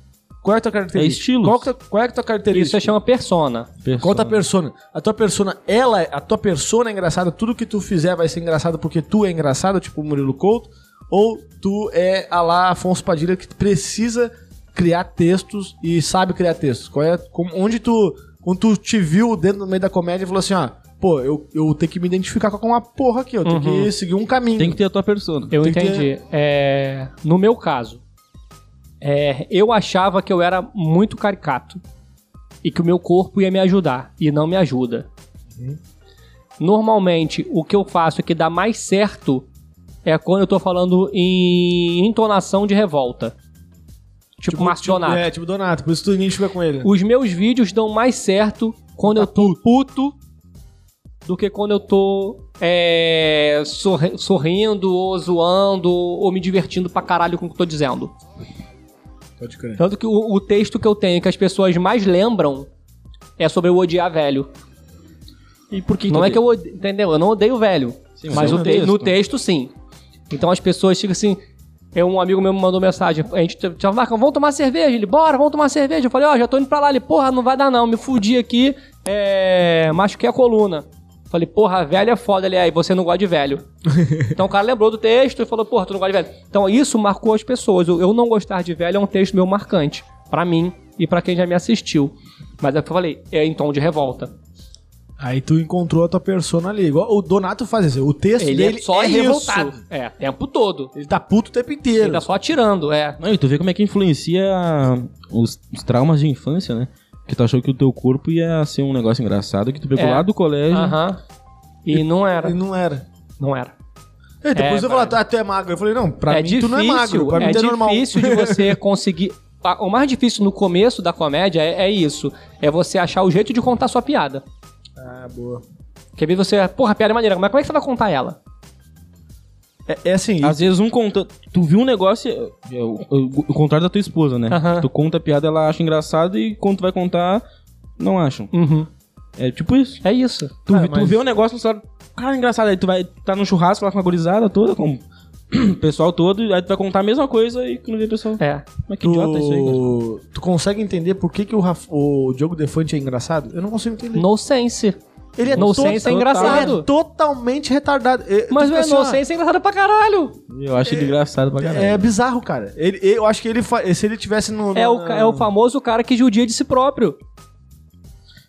S1: Qual é a tua característica?
S2: É estilos.
S1: Qual, que é- qual é a tua
S4: Isso
S1: característica?
S4: você chama persona.
S2: Persona.
S1: Qual a tua persona? A tua persona, ela, a tua persona é engraçada, tudo que tu fizer vai ser engraçado porque tu é engraçado, tipo o Murilo Couto, ou tu é a lá Afonso Padilha que precisa criar textos e sabe criar textos. Qual é, como- onde tu, quando tu te viu dentro no meio da comédia e falou assim, ó, pô, eu, eu tenho que me identificar com uma porra aqui, eu tenho
S4: Uhum.
S1: que seguir um caminho.
S2: Tem que ter a tua persona.
S4: Eu
S1: Tem que
S4: entendi. É, no meu caso, é, eu achava que eu era muito caricato e que o meu corpo ia me ajudar e não me ajuda.
S1: Uhum.
S4: Normalmente, o que eu faço é que dá mais certo é quando eu tô falando em entonação de revolta. Tipo, Márcio Donato.
S1: É, tipo é. Donato, por isso tu identifica com ele.
S4: Os meus vídeos dão mais certo quando eu tô puto
S1: Ah.
S4: do que quando eu tô é, sorri- sorrindo ou zoando ou me divertindo pra caralho com o que eu tô dizendo.
S1: Pode crer.
S4: Tanto que o, o texto que eu tenho que as pessoas mais lembram é sobre eu odiar velho.
S2: E por que
S4: Não é que eu odeio, entendeu? Eu não odeio velho.
S2: Sim,
S4: mas
S2: mas é
S4: o
S2: um
S4: te-
S2: texto.
S4: no texto, sim. Então as pessoas ficam assim. Eu, um amigo meu me mandou mensagem. A gente tava marcando, vamos tomar cerveja. Ele, bora, vamos tomar cerveja. Eu falei, ó, já tô indo pra lá. Ele, porra, não vai dar não. Me fudi aqui, é... machuquei a coluna. Eu Falei, porra, velho é foda. Ele, aí, você não gosta de velho. então o cara lembrou do texto e falou, porra, tu não gosta de velho. Então isso marcou as pessoas. O Eu não gostar de velho é um texto meu marcante. pra mim e pra quem já me assistiu. Mas é o que eu falei, é em tom de revolta.
S1: Aí tu encontrou a tua persona ali. Igual o Donato faz isso. O texto
S4: Ele
S1: dele
S4: é só
S1: é
S4: revoltado.
S1: isso.
S4: É, tempo todo.
S1: Ele tá puto o tempo inteiro.
S4: Ele tá só atirando, é.
S2: Não, e tu vê como é que influencia os, os traumas de infância, né? Que tu achou que o teu corpo ia ser um negócio engraçado, que tu pegou
S4: É.
S2: lá do colégio.
S4: Aham. E não
S1: E
S4: era.
S1: não era.
S4: Não era.
S1: E depois
S4: É,
S1: eu falei, ah, tu é magro. Eu falei, não, pra mim
S4: é difícil,
S1: tu não é magro, pra mim
S4: é
S1: tu é normal.
S4: difícil de você conseguir a- o mais difícil no começo da comédia é, é isso. É você achar o jeito de contar a sua piada.
S1: Ah, boa.
S4: Quer ver você, porra, a piada é maneira, mas como é que você vai contar ela?
S1: É, é assim,
S2: Às vezes um conta. Tu viu um negócio. É, o, o- o contrário da tua esposa, né?
S4: Aham.
S2: Tu conta a piada, ela acha engraçado e quando tu vai contar, não acham.
S4: Uhum.
S2: É tipo isso.
S4: É isso.
S2: Tu,
S1: Ah,
S2: vi- tu
S1: mas-
S2: vê um negócio, tu fala, cara, engraçado. Aí tu vai tá no churrasco lá com a gorizada toda, com o pessoal todo, e aí tu vai contar a mesma coisa e quando vê o pessoal.
S4: É.
S2: Mas que idiota isso aí. cara?"
S1: tu, tu consegue entender por que, que o, Raf- o Diogo Defante é engraçado? Eu não consigo entender.
S4: No sense.
S1: Ele é,
S4: No
S1: to-
S4: sense é
S1: ele
S4: engraçado.
S1: é totalmente retardado. É,
S4: Mas
S1: tu
S4: o
S1: fica assim, ó,
S4: No sense é engraçado pra caralho.
S2: Eu acho ele engraçado pra caralho.
S1: É bizarro, cara. Ele- eu acho que ele fa- se ele tivesse no.
S4: É
S1: na-
S4: o, ca- é o famoso cara que judia de si próprio.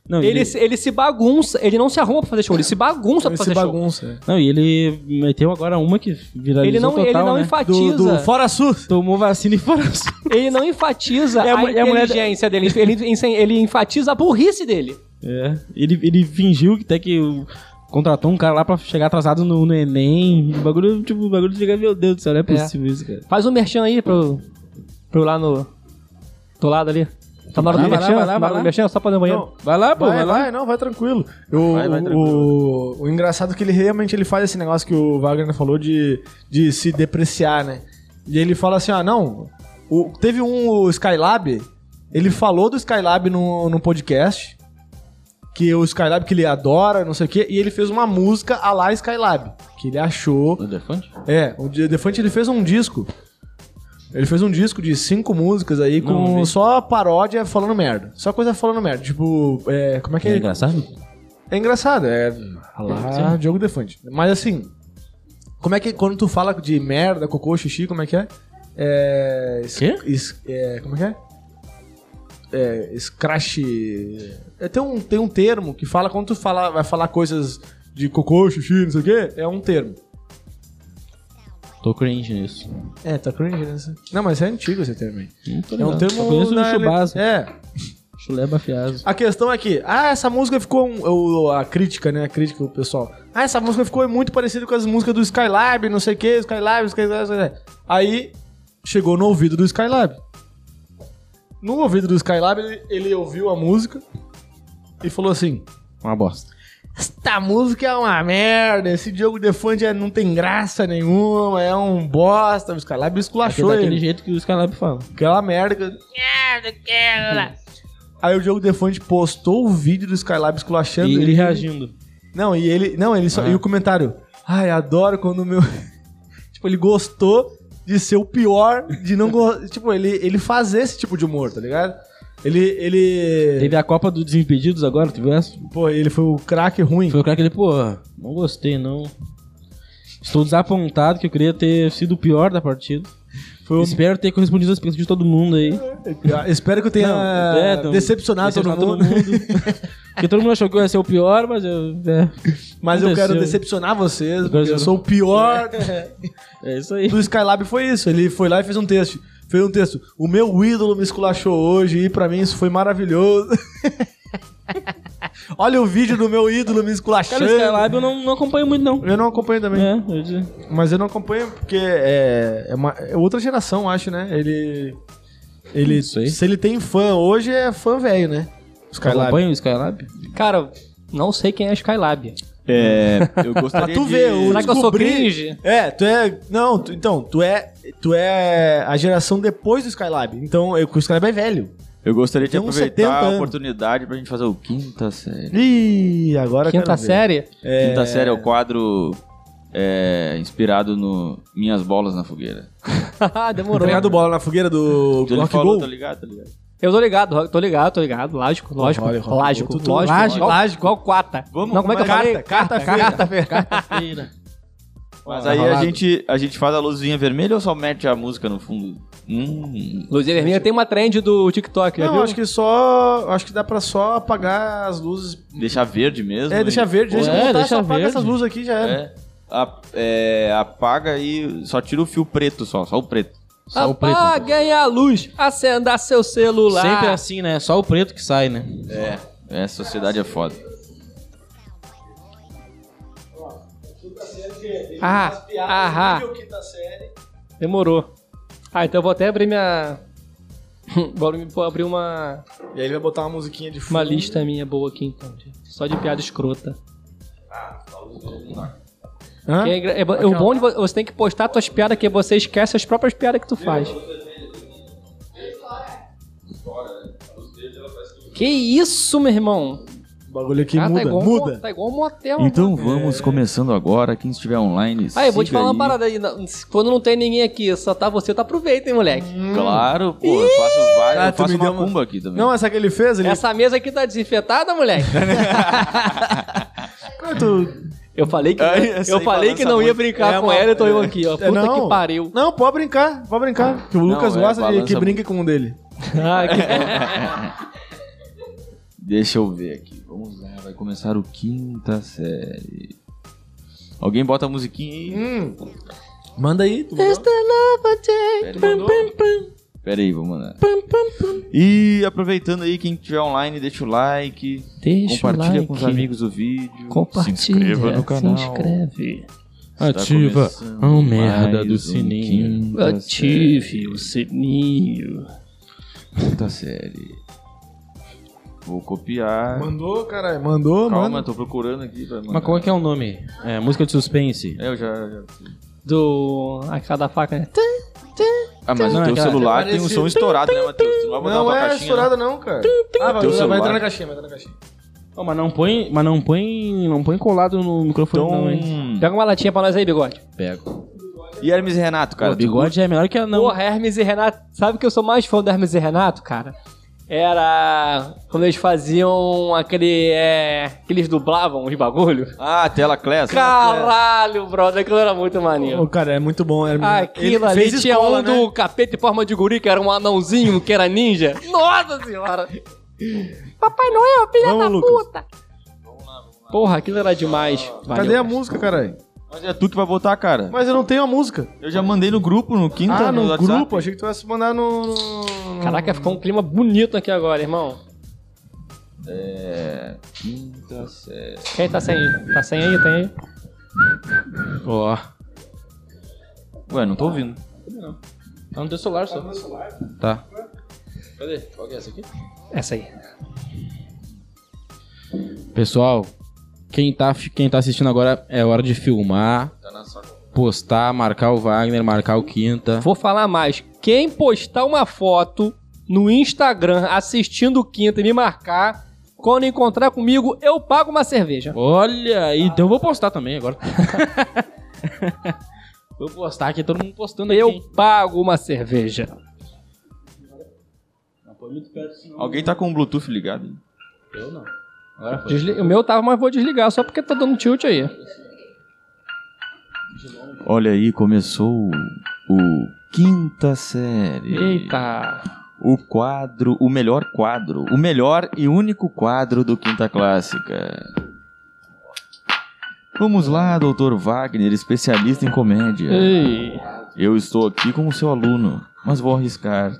S2: Não,
S4: Ele, se- ele se bagunça, ele não se arruma pra fazer show, ele se bagunça pra
S1: Esse
S4: fazer show.
S1: bagunça.
S2: Não, e ele meteu agora uma que viralizou
S4: Ele não,
S2: total,
S4: ele não
S2: né?
S4: enfatiza.
S1: Fora SUS.
S2: Tomou vacina e fora.
S4: Ele não enfatiza
S2: É a
S4: a,
S2: mu- é a mulher da-
S4: inteligência dele. Ele, ele- ele enfatiza a burrice dele.
S2: É, ele, ele fingiu que até que o- contratou um cara lá pra chegar atrasado no, no Enem. O bagulho, tipo, o bagulho fica, meu Deus do céu, não é possível isso, cara.
S4: Faz um merchan aí pro, pro lá no. Do lado ali. Tá na hora do
S2: Vai lá,
S4: merchan?
S2: vai lá,
S4: Tá na
S2: vai
S4: hora do
S2: lá.
S4: merchan? Só pra dar banheiro.
S1: Não,
S2: Vai lá, pô,
S1: vai,
S2: vai, lá.
S1: vai, não, vai tranquilo. O,
S3: Vai, vai tranquilo.
S1: O, o engraçado é que ele realmente ele faz esse negócio que o Wagner falou de, de se depreciar, né? E ele fala assim: ah, não. o- teve um o Skylab, ele falou do Skylab no, no podcast, que o Skylab que ele adora, não sei o quê, e ele fez uma música a lá Skylab, que ele achou
S2: Elefante?
S1: É, o De- Defante ele fez um disco. Ele fez um disco de cinco músicas aí
S2: Não, não
S1: com
S2: vi.
S1: só paródia falando merda. Só coisa falando merda. Tipo, é, como é que é?
S2: engraçado?
S1: É engraçado, é.
S2: É,
S1: Lá, Diogo Defante. Mas assim, como é que quando tu fala de merda, cocô, xixi, como é que é? É. es-
S2: Quê?
S1: es- é, como é que é? É. Scratch. É, tem, um, tem um termo que fala quando tu fala, vai falar coisas de cocô, xixi, não sei o quê, é um termo.
S2: Tô cringe nisso.
S1: É, tá cringe, né? Não, mas é antigo esse termo aí.
S2: Não tô
S1: É um
S2: ligado.
S1: termo.
S2: Só conheço o
S1: da ele-
S2: Chubasa.
S1: É.
S2: Chulé bafiaso.
S1: A questão é que, ah, essa música ficou. um- o- a crítica, né? A crítica, o pessoal. Ah, essa música ficou muito parecida com as músicas do Skylab, não sei o que, Skylab, Skylab, Skylab. Aí, chegou no ouvido do Skylab. No ouvido do Skylab, ele, ele ouviu a música e falou assim:
S2: Uma bosta.
S1: Esta música é uma merda, esse Diogo Defante é- não tem graça nenhuma, é um bosta. O Skylab esculachou
S2: Daquele
S1: ele.
S2: jeito que os Calab falam.
S1: Aquela é merda. Merda, Aí o Diogo Defante postou o vídeo do Skylab
S2: E
S1: esculachando
S2: ele, reagindo.
S1: Não, e ele. Não, ele só.
S2: Ah.
S1: E o comentário. Ai, adoro quando o meu. tipo, ele gostou de ser o pior, de não gostar. tipo, ele, ele faz esse tipo de humor, tá ligado? Ele. Ele.
S2: Teve a Copa dos Desimpedidos agora, tu viu essa?
S1: Pô, ele foi o craque ruim.
S2: Foi o cara que ele, pô, não gostei não. Estou desapontado que eu queria ter sido o pior da partida.
S1: Foi o-
S2: Espero ter correspondido às expectativas de todo mundo aí.
S1: Espero que eu tenha
S2: Não, é, tamo-
S1: decepcionado todo mundo.
S2: Porque todo mundo achou que eu ia ser o pior, mas eu. É,
S1: Mas eu quero
S2: Aconteceu.
S1: decepcionar vocês,
S2: Eu
S1: porque eu
S2: quero-
S1: sou o pior.
S2: é isso aí.
S1: do Skylab foi isso. Ele foi lá e fez um texto. Fez um texto. O meu ídolo me esculachou hoje e pra mim isso foi maravilhoso. Olha o vídeo do meu ídolo me
S2: Cara, o
S1: esculachando.
S2: Skylab eu não, não acompanho muito, não.
S1: Eu não acompanho também.
S2: É, eu disse.
S1: Mas eu não acompanho porque é, é uma- é outra geração, acho, né? Ele. Ele.
S2: Não sei.
S1: Se ele tem fã hoje, é fã velho, né? Skylab.
S2: Acompanha o Skylab?
S4: Cara, não sei quem é Skylab.
S3: É, eu
S1: Pra
S3: gostaria
S1: tu
S3: de...
S1: ver, o
S4: Será que eu sou
S1: descobri-
S4: cringe?
S1: É, tu é. Não, tu- então, tu é. Tu é a geração depois do Skylab. Então, eu- o Skylab é velho.
S3: Eu gostaria de
S1: Tem uns 70
S3: aproveitar a
S1: anos.
S3: oportunidade pra gente fazer o quinta série.
S1: Ih, agora eu quero
S4: Quinta
S1: ver.
S4: série?
S3: Quinta série é o quadro é, inspirado no Minhas Bolas na Fogueira.
S4: Ah, Demorou.
S1: Obrigado, bola na fogueira do
S3: Ele
S1: Rock
S3: falou,
S1: Go.
S3: tá ligado, tá ligado?
S4: Eu tô ligado, tô ligado, tô ligado. Lógico, lógico.
S1: olha, Rock
S4: lógico,
S1: Go, tu- tu-
S4: lógico.
S1: lógico,
S4: igual,
S1: lógico.
S4: Igual quata.
S3: Vamos,
S4: não, como é que eu
S1: carta,
S4: falei?
S1: carta,
S4: Carta-feira.
S2: Carta-feira.
S1: Ah,
S3: Mas
S1: tá
S3: aí a gente, a gente faz a luzinha vermelha ou só mete a música no fundo? Hum,
S4: Luzia Vermelha tem uma trend do TikTok, já
S1: Não,
S4: viu?
S1: acho que só. Acho que dá pra só apagar as luzes.
S3: deixar verde mesmo.
S1: É,
S3: hein?
S1: deixa verde, deixa
S2: É,
S1: montar,
S2: deixa
S1: só apaga
S2: verde.
S1: essas luzes aqui já é.
S3: É. A- é, apaga e só tira o fio preto só, só o preto.
S2: Só o preto.
S4: Apaguem a luz, acenda seu celular.
S2: Sempre é assim, né? Só o preto que sai, né?
S3: É. É, sociedade é foda.
S4: Ah,
S3: É.
S4: ahá.
S1: quinta tá série.
S4: Demorou. Ah, então eu vou até abrir minha. Agora eu vou abrir uma,
S1: E aí ele vai botar uma musiquinha de fundo.
S4: uma lista minha boa aqui, então. gente. Só de piada escrota.
S1: Hã?
S4: Que é engra- é bo- o bom de vo- você tem que postar suas piadas que você esquece as próprias piadas que tu faz. Que isso, meu irmão?
S1: O bagulho aqui
S4: Cara,
S1: muda,
S4: tá igual, um mo-
S1: muda.
S4: Tá igual um motel.
S3: Então vamos começando agora. Quem estiver online,
S4: Aí, Ah, eu vou te
S3: siga
S4: falar
S3: aí.
S4: uma parada aí. não- se- Quando não tem ninguém aqui, só tá você, tu aproveita, hein, moleque.
S3: Hum. Claro, pô, eu faço várias,
S1: Ah,
S3: eu
S1: tu
S3: faço
S1: me deu
S3: uma
S1: uma-
S3: cumba aqui também.
S1: Não, essa que ele fez, ele...
S4: Essa mesa aqui tá desinfetada, moleque.
S1: Cara, Ah, tu-
S4: Eu falei que,
S3: Ai,
S4: eu
S3: essa aí
S4: falei que
S3: balança
S4: não ia
S3: muito.
S4: brincar
S1: É
S4: com
S1: uma-
S4: ela e tô eu aqui, ó.
S1: É,
S4: Puta
S1: não.
S4: que pariu.
S1: Não, pode brincar, pode brincar. Que o
S3: Não,
S1: Lucas
S3: é,
S1: gosta de
S3: balança
S1: que
S3: muito.
S1: brinque com um dele.
S4: Ah, que-
S3: Deixa eu ver aqui. Vamos lá, vai começar o quinta série. Alguém bota a musiquinha aí?
S1: Hum. Manda aí. tu mandou?
S4: é
S3: Pera aí, vamos lá. E aproveitando aí, quem estiver online, deixa o like.
S4: Deixa
S3: compartilha
S4: o like.
S3: com os amigos o vídeo.
S4: Compartilha.
S3: Se inscreva no canal.
S4: Se inscreve.
S2: Tá
S3: Está
S2: Ativa
S3: começando
S2: a merda
S3: mais
S2: do
S3: um
S2: sininho.
S3: Quinta
S4: Ative o sininho.
S3: Série. Quinta série. Vou copiar.
S1: Mandou, caralho. Mandou,
S3: Calma,
S1: mano.
S3: tô procurando aqui pra mandar.
S2: Mas qual é que é o nome? É, música de suspense.
S3: É, eu já... já-
S4: Do. Aquela da faca, né?
S3: Ah, mas
S2: Não,
S3: o
S2: é
S3: teu
S2: aquela-
S3: celular
S1: é
S3: tem um
S1: parecido.
S3: som estourado, né, Matheus? Tu não vai botar
S1: Não
S3: uma
S1: é
S3: caixinha, né?
S1: estourada não, cara. Ah, vai,
S3: Teu
S1: vai
S3: celular.
S1: entrar na caixinha, vai entrar na caixinha.
S2: Ô, mas não põe, mas não põe, não põe colado no microfone não, hein?
S3: Então...
S4: Pega uma latinha pra nós aí, bigode.
S2: Pego.
S3: E Hermes e Renato, cara?
S2: Cara,
S3: tu
S2: bigode é melhor que a não.
S4: Porra, Hermes e Renato. Sabe que eu sou mais fã do Hermes e Renato, cara? Era quando eles faziam aquele. É, que eles dublavam os bagulho.
S3: Ah, tela class.
S4: Caralho, brother, aquilo era muito maneiro.
S1: Ô, cara, é muito bom. Era...
S4: Ah, Aquilo ali tinha um
S1: né?
S4: do capeta em forma de guri, que era um anãozinho, que era ninja. Nossa senhora! Papai Noel, filha
S1: Vamos,
S4: da
S1: Lucas.
S4: puta! Porra, aquilo era demais. Valeu,
S1: Cadê a
S4: cara.
S1: música, caralho?
S3: Mas é tu que vai botar, cara.
S1: Mas eu não tenho a música.
S3: Eu já mandei no grupo, no quinta,
S1: ah, no
S3: WhatsApp.
S1: grupo? Achei que tu ia se mandar no... no-
S4: Caraca, ficou um clima bonito aqui agora, irmão.
S3: É... Quinta série.
S4: Quem tá sem? Tá sem aí? Tem aí?
S2: Ó.
S3: Ué, não tô ouvindo.
S2: Tá no teu celular só. Tá no celular? Tá. Cadê? Qual que é essa aqui?
S4: Essa aí.
S2: Pessoal, quem tá, fi- quem tá assistindo agora é hora de filmar, postar, marcar o Wagner, marcar o Quinta.
S4: Vou falar mais. Quem postar uma foto no Instagram assistindo o Quinta e me marcar, quando encontrar comigo, eu pago uma cerveja.
S2: Olha aí, então eu vou postar também agora. vou postar aqui, todo mundo postando aqui.
S4: Eu
S2: hein?
S4: pago uma cerveja.
S3: Alguém tá com o Bluetooth ligado?
S2: Agora foi.
S4: Desli- O meu tava, mas vou desligar só porque tá dando tilt aí.
S3: Olha aí, começou o quinta série.
S4: Eita.
S3: O quadro, o melhor quadro, o melhor e único quadro do Quinta Clássica. Vamos lá, Dr. Wagner, especialista em comédia.
S4: Ei.
S3: Eu estou aqui como seu aluno, mas vou arriscar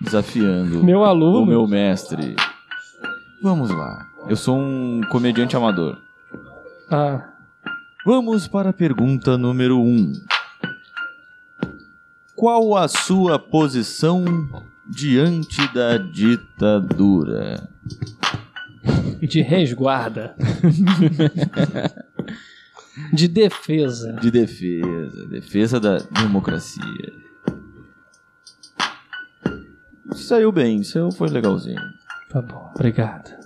S3: desafiando
S4: Meu aluno.
S3: o meu mestre. Vamos lá. Eu sou um comediante amador.
S4: Ah.
S3: Vamos para a pergunta número 1. Um. Qual a sua posição diante da ditadura?
S4: De resguarda. De defesa.
S3: De defesa, defesa da democracia. Saiu bem, saiu, foi legalzinho.
S4: Tá bom, obrigado.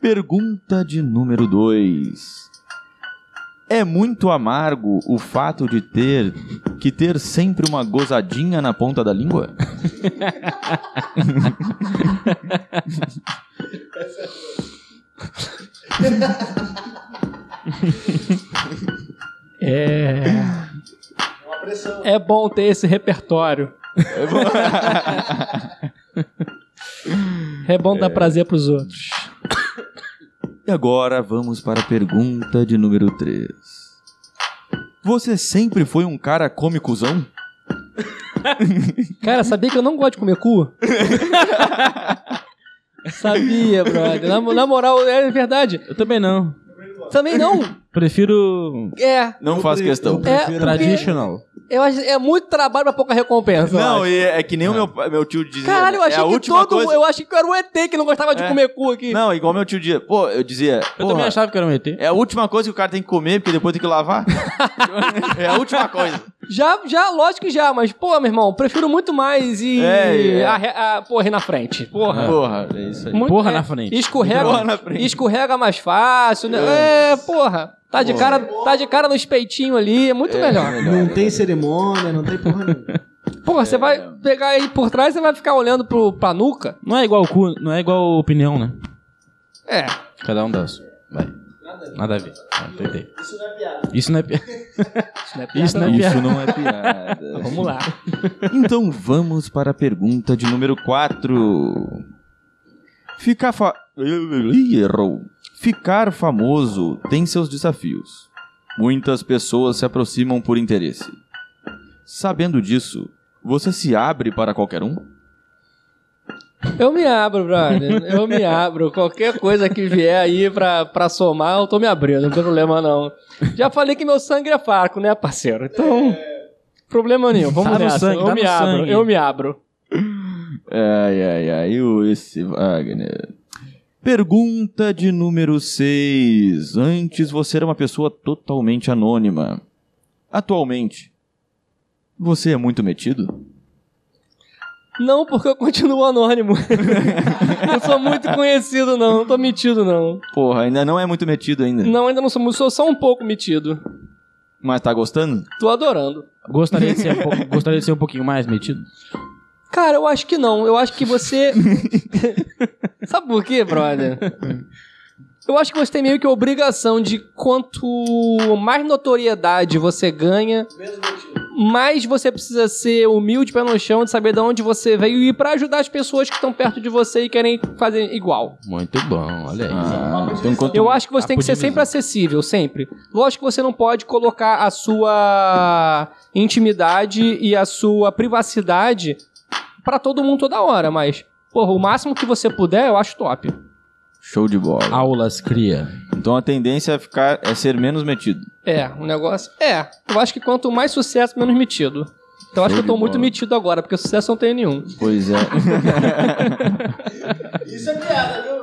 S3: Pergunta de número 2. É muito amargo o fato de ter que ter sempre uma gozadinha na ponta da língua?
S4: É. É bom ter esse repertório. É bom dar prazer pros outros.
S3: E agora vamos para a pergunta de número 3. Você sempre foi um cara cômicozão?
S4: Cara, sabia que eu não gosto de comer cu? sabia, brother. Na, na moral, é verdade.
S2: Eu também não.
S4: Também não.
S2: Prefiro
S4: É.
S3: Não faz questão.
S4: É, porque-
S2: traditional.
S4: Eu acho é muito trabalho pra pouca recompensa. eu
S3: Não,
S4: acho.
S3: e é que nem o meu, meu tio dizia.
S4: Caralho, eu
S3: é
S4: achei
S3: a
S4: que
S3: última
S4: todo.
S3: coisa...
S4: Eu achei que eu era um ET que não gostava de
S3: É.
S4: comer cu aqui.
S3: Não, igual meu tio dizia. Pô, eu dizia.
S2: Eu também
S3: porra,
S2: achava que era um ET.
S3: É a última coisa que o cara tem que comer, porque depois tem que lavar. é a última coisa.
S4: Já, já, lógico que já, mas, pô, meu irmão, prefiro muito mais e.
S3: É, é.
S4: A, re- a- porra, ir na frente. Porra.
S3: Porra, é isso aí.
S4: Muito-
S2: Porra
S4: é,
S2: na frente.
S4: Escorrega,
S3: Porra na frente.
S4: escorrega mais fácil, né? É, porra. Tá de, cara, tá de cara no espeitinho ali, é muito melhor.
S5: Não tem cerimônia, não tem porra nenhuma.
S4: Porra,
S3: É.
S4: você vai pegar ele por trás e vai ficar olhando pro, pra nuca.
S2: Não é igual o cu, não é igual opinião, né?
S4: É.
S2: Cada um das. Vai. Nada a ver. Ah, tentei. Isso não é piada.
S4: Isso não é piada,
S2: Isso não é
S4: não.
S2: piada.
S3: Isso não é piada.
S4: Vamos lá.
S3: Então vamos para a pergunta de número 4. Ficar fa... Ih, Errou. Ficar famoso tem seus desafios. Muitas pessoas se aproximam por interesse. Sabendo disso, você se abre para qualquer um?
S4: Eu me abro, brother. Eu me abro. Qualquer coisa que vier aí pra, pra somar, eu tô me abrindo. Não tem problema, não. Já falei que meu sangue é fraco, né, parceiro? Então, problema nenhum. Vamos
S2: Tá no
S4: nessa.
S2: sangue,
S4: eu
S2: tá
S4: me
S2: no
S4: abro.
S2: sangue.
S4: Eu me abro.
S3: Ai, ai, ai, o esse Wagner. Pergunta de número 6. Antes você era uma pessoa totalmente anônima. Atualmente, você é muito metido?
S4: Não, porque eu continuo anônimo. não sou muito conhecido, não. Não tô metido, não.
S3: Porra, ainda não é muito metido ainda.
S4: Não, ainda não sou muito. Sou só um pouco metido.
S3: Mas tá gostando?
S4: Tô adorando.
S2: Gostaria de, ser um pouco, gostaria de ser um pouquinho mais metido?
S4: Cara, eu acho que não. Eu acho que você. Sabe por quê, brother? Eu acho que você tem meio que a obrigação de quanto mais notoriedade você ganha, mais você precisa ser humilde pé no chão de saber de onde você veio e pra ajudar as pessoas que estão perto de você e querem fazer igual.
S2: Muito bom, olha aí.
S3: então quanto...
S4: Eu acho que você tem que ser
S2: Apodivismo.
S4: sempre acessível, sempre. Lógico que você não pode colocar a sua intimidade e a sua privacidade pra todo mundo toda hora, mas, porra, o máximo que você puder, eu acho top.
S3: Show de bola.
S2: Aulas cria.
S3: Então a tendência é ficar é ser menos metido.
S4: É, o negócio. É, eu acho que quanto mais sucesso, menos metido. Então eu acho
S3: Show
S4: que eu tô
S3: de
S4: muito
S3: bola.
S4: metido agora, porque sucesso eu não tenho nenhum.
S3: Pois é.
S5: Isso é piada, viu?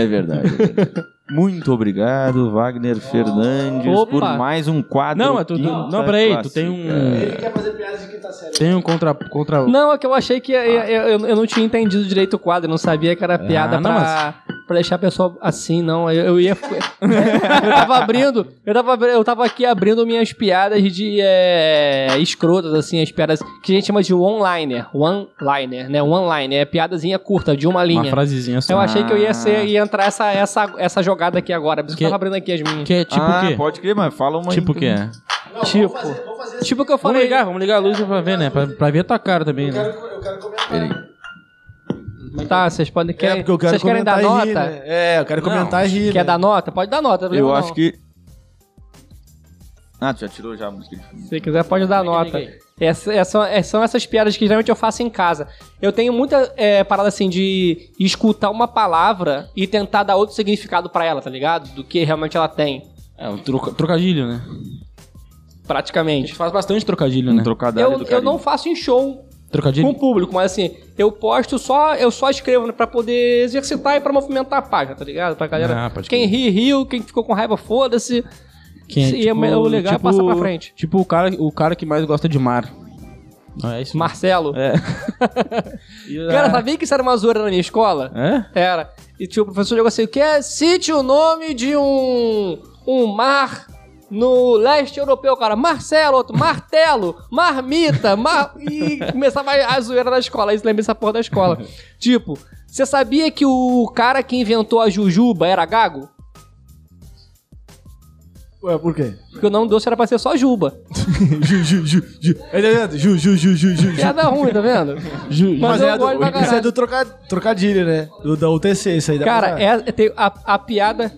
S3: É verdade. é verdade. Muito obrigado, Wagner Fernandes,
S4: Opa.
S3: por mais um quadro.
S2: Não, mas tu, tu,
S3: Quinta
S2: não, peraí, tu tem
S3: Clássica.
S2: um.
S5: Ele quer fazer piada de quinta série.
S2: Tem um contra. contra...
S4: Não, é que eu achei que eu, eu- eu- eu não tinha entendido direito o quadro, eu não sabia que era piada
S2: não,
S4: pra, pra deixar a pessoa assim, não. Eu, eu ia. eu tava abrindo, eu tava, abri- eu tava aqui abrindo minhas piadas de é, escrotas, assim, as piadas que a gente chama de one-liner. One-liner, né? One-liner. É piadazinha curta, de uma
S2: Uma
S4: linha.
S2: frasezinha só.
S4: Eu achei que eu ia, ser, ia entrar essa, essa, essa jogada aqui agora, por isso que eu
S2: Que-
S4: tava abrindo aqui as minhas.
S2: Que é tipo
S3: ah,
S2: o quê?
S3: pode crer, mas fala uma.
S2: Tipo o
S3: aí,
S2: quê?
S3: então.
S5: Não,
S4: Tipo.
S5: vamos fazer, vamos fazer. assim.
S4: Tipo o que eu
S2: Vamos
S4: falei.
S2: ligar, vamos ligar a luz pra ver, né? Pra, pra ver a tua cara também,
S5: Eu
S2: né?
S5: quero, eu quero comentar.
S4: Tá, vocês podem.
S1: É,
S4: Querem,
S1: porque eu quero
S4: vocês querem dar
S1: comentar
S4: nota?
S1: e rir, né? É, eu quero
S2: Não.
S1: comentar e rir.
S4: Quer
S1: né?
S4: dar nota? Pode dar nota. não
S3: Eu
S4: lembro
S3: acho
S4: não.
S3: que. Ah, tu já tirou já a música de fundo.
S4: Se quiser, pode dar nota. Essa, essa- é- são essas piadas que geralmente eu faço em casa. Eu tenho muita é, parada assim de escutar uma palavra e tentar dar outro significado pra ela, tá ligado? Do que realmente ela tem,
S2: É, um troca- trocadilho, né? A gente
S4: praticamente.
S2: faz bastante trocadilho,
S3: Um
S2: né?
S3: trocadilho
S4: Eu,
S3: do
S4: eu
S3: Caribe.
S4: não faço em show com o
S2: Trocadilho.
S4: público, mas assim, eu posto só, eu só escrevo né, pra poder exercitar e pra movimentar a página, tá ligado? Pra galera.
S2: Ah, pode
S4: quem
S2: crer.
S4: ri, riu, quem ficou com raiva, foda-se.
S2: Que
S4: Sim, é
S3: tipo,
S4: o legal é passar pra frente.
S2: Tipo o cara, o cara que mais gosta de mar. Não é isso?
S4: Marcelo.
S2: É.
S4: Cara,
S2: tá-
S4: sabia que isso era uma zoeira na minha escola?
S2: É?
S4: Era. E tipo, o professor jogou assim: quer cite o nome de um, um mar no leste europeu, cara. Marcelo, outro, martelo, marmita, mar... e começava a zoeira da escola. Isso lembra essa porra da escola. tipo, você sabia que o cara que inventou a Jujuba era gago?
S1: Ué, por quê?
S4: Porque o nome doce era pra ser só Juba.
S1: ju, ju, ju, ju. É, é, é, Ju, ju, ju, ju, ju, ju.
S4: Piada ruim, tá vendo?
S1: Ju,
S4: Mas eu gosto um pra
S1: isso é
S4: caralho.
S1: do troca, trocadilho, né? Do, da UTC, isso aí. dá
S4: Cara,
S1: pra-
S4: é, tem a, a piada.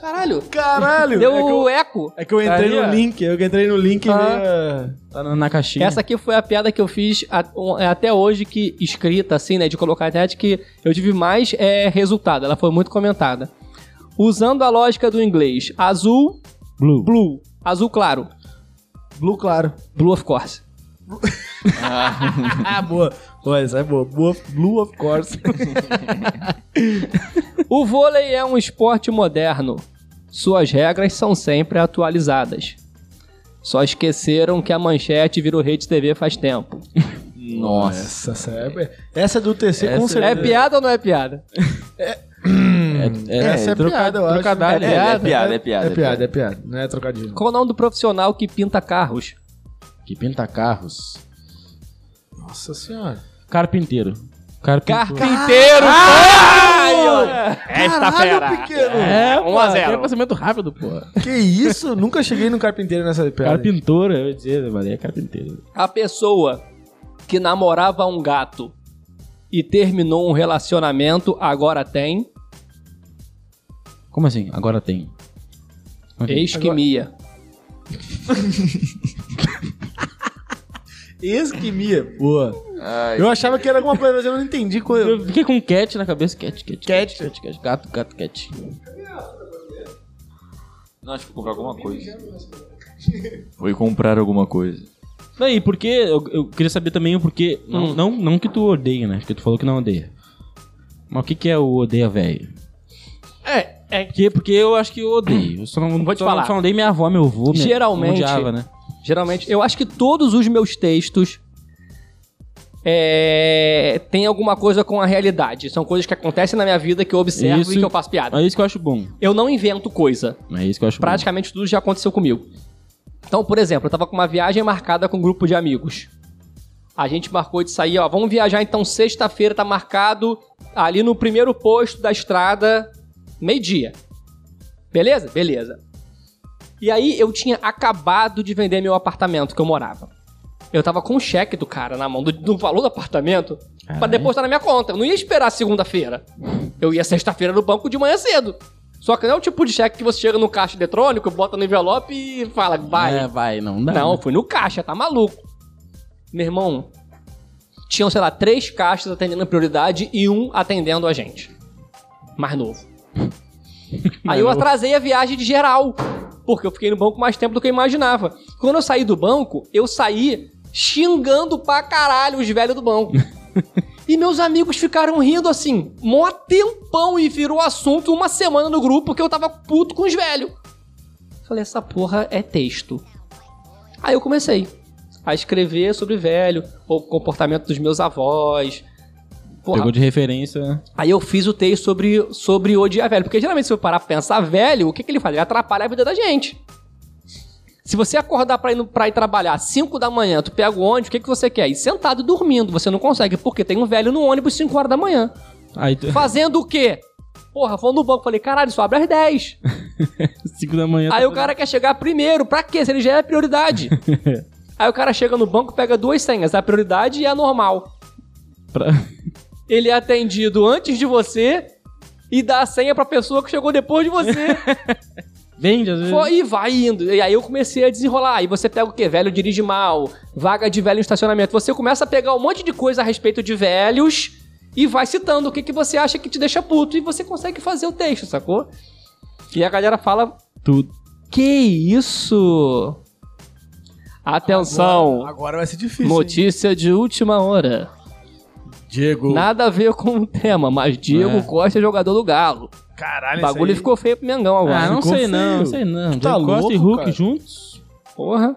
S4: Caralho!
S1: Caralho! é, que
S4: Deu
S1: eu,
S4: eco.
S1: é que eu entrei
S4: Aí, ó.
S1: no link, eu que entrei no link e
S4: Ah.
S1: veio é, a-
S2: Tá na, na caixinha.
S4: Essa aqui foi a piada que eu fiz a- um- até hoje, que escrita, assim, né, de colocar na internet, que eu tive mais é, resultado. Ela foi muito comentada. Usando a lógica do inglês, azul,
S2: Blue.
S4: blue. Azul claro.
S1: Blue claro.
S4: Blue of course.
S1: Ah, boa. Pô, essa é boa. boa. Blue, of course.
S4: O vôlei é um esporte moderno. Suas regras são sempre atualizadas. Só esqueceram que a manchete virou rede TV faz tempo.
S3: Nossa.
S1: Essa, essa, é, essa é do TC com
S4: É
S1: certeza.
S4: piada ou não é piada?
S2: É,
S1: essa é,
S2: troca-
S1: piada, eu acho.
S2: trocadalho.
S3: É, é piada, é piada,
S1: É piada, é piada. Não é trocadilho.
S4: Qual o nome do profissional que pinta carros?
S2: Que pinta carros.
S1: Nossa senhora.
S2: Carpinteiro. Carpinteiro.
S4: Carpinteiro!
S1: Esta fera. pequeno.
S2: É,
S4: Um
S2: pô,
S4: a zero.
S2: tem pensamento rápido, pô.
S1: Que isso? Nunca cheguei no carpinteiro nessa piada.
S2: Carpintora, eu ia dizer, mas é carpinteiro.
S4: A pessoa que namorava um gato e terminou um relacionamento agora tem
S2: Como assim? Agora tem.
S4: esquimia.
S1: Esquimia. Boa. Eu achava que era alguma coisa, mas eu não entendi. Qual...
S2: Eu fiquei com cat na cabeça. Cat, cat, cat, cat, cat. Gato, gato, cat.
S3: Não, acho que vou comprar alguma coisa. Foi comprar alguma coisa.
S2: Não, e por que? Eu, eu queria saber também o porquê. Não,
S4: Hum.
S2: não, não que tu odeia, né? Porque tu falou que não odeia. Mas o que, que é o odeia, velho?
S4: É, é
S2: Porque, porque eu acho que eu odeio. Eu só não
S4: Vou te
S2: só,
S4: falar.
S2: Só odeio minha avó, meu avô. Minha,
S4: Geralmente-
S2: Odiava, né?
S4: Geralmente, eu acho que todos os meus textos é, tem alguma coisa com a realidade. São coisas que acontecem na minha vida que eu observo
S2: Isso.
S4: e que eu faço piada.
S2: É isso que eu acho bom.
S4: Eu não invento coisa.
S2: É isso que eu acho
S4: Praticamente tudo já aconteceu comigo. Então, por exemplo, eu tava com uma viagem marcada com um grupo de amigos. A gente marcou de sair, ó, vamos viajar então sexta-feira, tá marcado ali no primeiro posto da estrada, meio-dia. Beleza? Beleza. E aí eu tinha acabado de vender meu apartamento que eu morava. Eu tava com o cheque do cara na mão, do, do valor do apartamento, pra
S2: Caralho.
S4: depositar na minha conta. Eu não ia esperar segunda-feira. Eu ia sexta-feira no banco de manhã cedo. Só que não é o tipo de cheque que você chega no caixa eletrônico, bota no envelope e fala,
S2: bom.
S4: vai.
S2: É, vai, não dá.
S4: Não,
S2: né?
S4: fui no caixa, tá maluco. Meu irmão, tinham, sei lá, três caixas atendendo a prioridade e um atendendo a gente. Mais novo. Aí eu atrasei a viagem de geral, porque eu fiquei no banco mais tempo do que eu imaginava. Quando eu saí do banco, eu saí xingando pra caralho os velhos do banco. E meus amigos ficaram rindo assim, mó tempão e virou assunto uma semana no grupo que eu tava puto com os velhos. Falei, essa porra é texto. Aí eu comecei a escrever sobre velho, o comportamento dos meus avós. Porra,
S2: Pegou de referência. né?
S4: Aí eu fiz o texto sobre, sobre odiar velho. Porque geralmente, se eu parar pra pensar velho, o que, que ele faz? Ele atrapalha a vida da gente. Se você acordar pra ir, no- pra ir trabalhar às 5 da manhã, tu pega o ônibus, o que, que você quer? Ir sentado e dormindo. Você não consegue, porque tem um velho no ônibus 5 horas da manhã.
S2: Aí tu...
S4: Fazendo o quê? Porra, vou no banco. Falei, caralho, só abre às 10.
S2: 5 da manhã.
S4: Aí
S2: tá-
S4: o cara quer chegar primeiro, pra quê? Se ele já é prioridade. Aí o cara chega no banco, pega duas senhas, é a prioridade e a normal.
S2: pra-
S4: Ele é atendido antes de você e dá a senha pra pessoa que chegou depois de você.
S2: Vende, às vezes.
S4: Foi, e vai indo. E aí eu comecei a desenrolar. Aí você pega o quê? Velho dirige mal, vaga de velho no estacionamento. Você começa a pegar um monte de coisa a respeito de velhos e vai citando o que, que você acha que te deixa puto. E você consegue fazer o texto, sacou? E a galera fala,
S2: Tudo.
S4: que isso? Atenção,
S1: Agora vai ser difícil. hein?
S4: notícia de última hora.
S1: Diego.
S4: Nada a ver com o tema, mas Diego
S2: É.
S4: Costa é jogador do Galo.
S1: Caralho,
S4: O bagulho
S1: isso aí-
S4: ficou feio pro Mengão agora.
S2: Ah, não
S1: ficou
S2: sei não,
S1: feio.
S2: não sei não.
S1: Tu tá
S2: Diego Costa e
S1: louco,
S2: Hulk
S1: cara?
S2: juntos?
S4: Porra.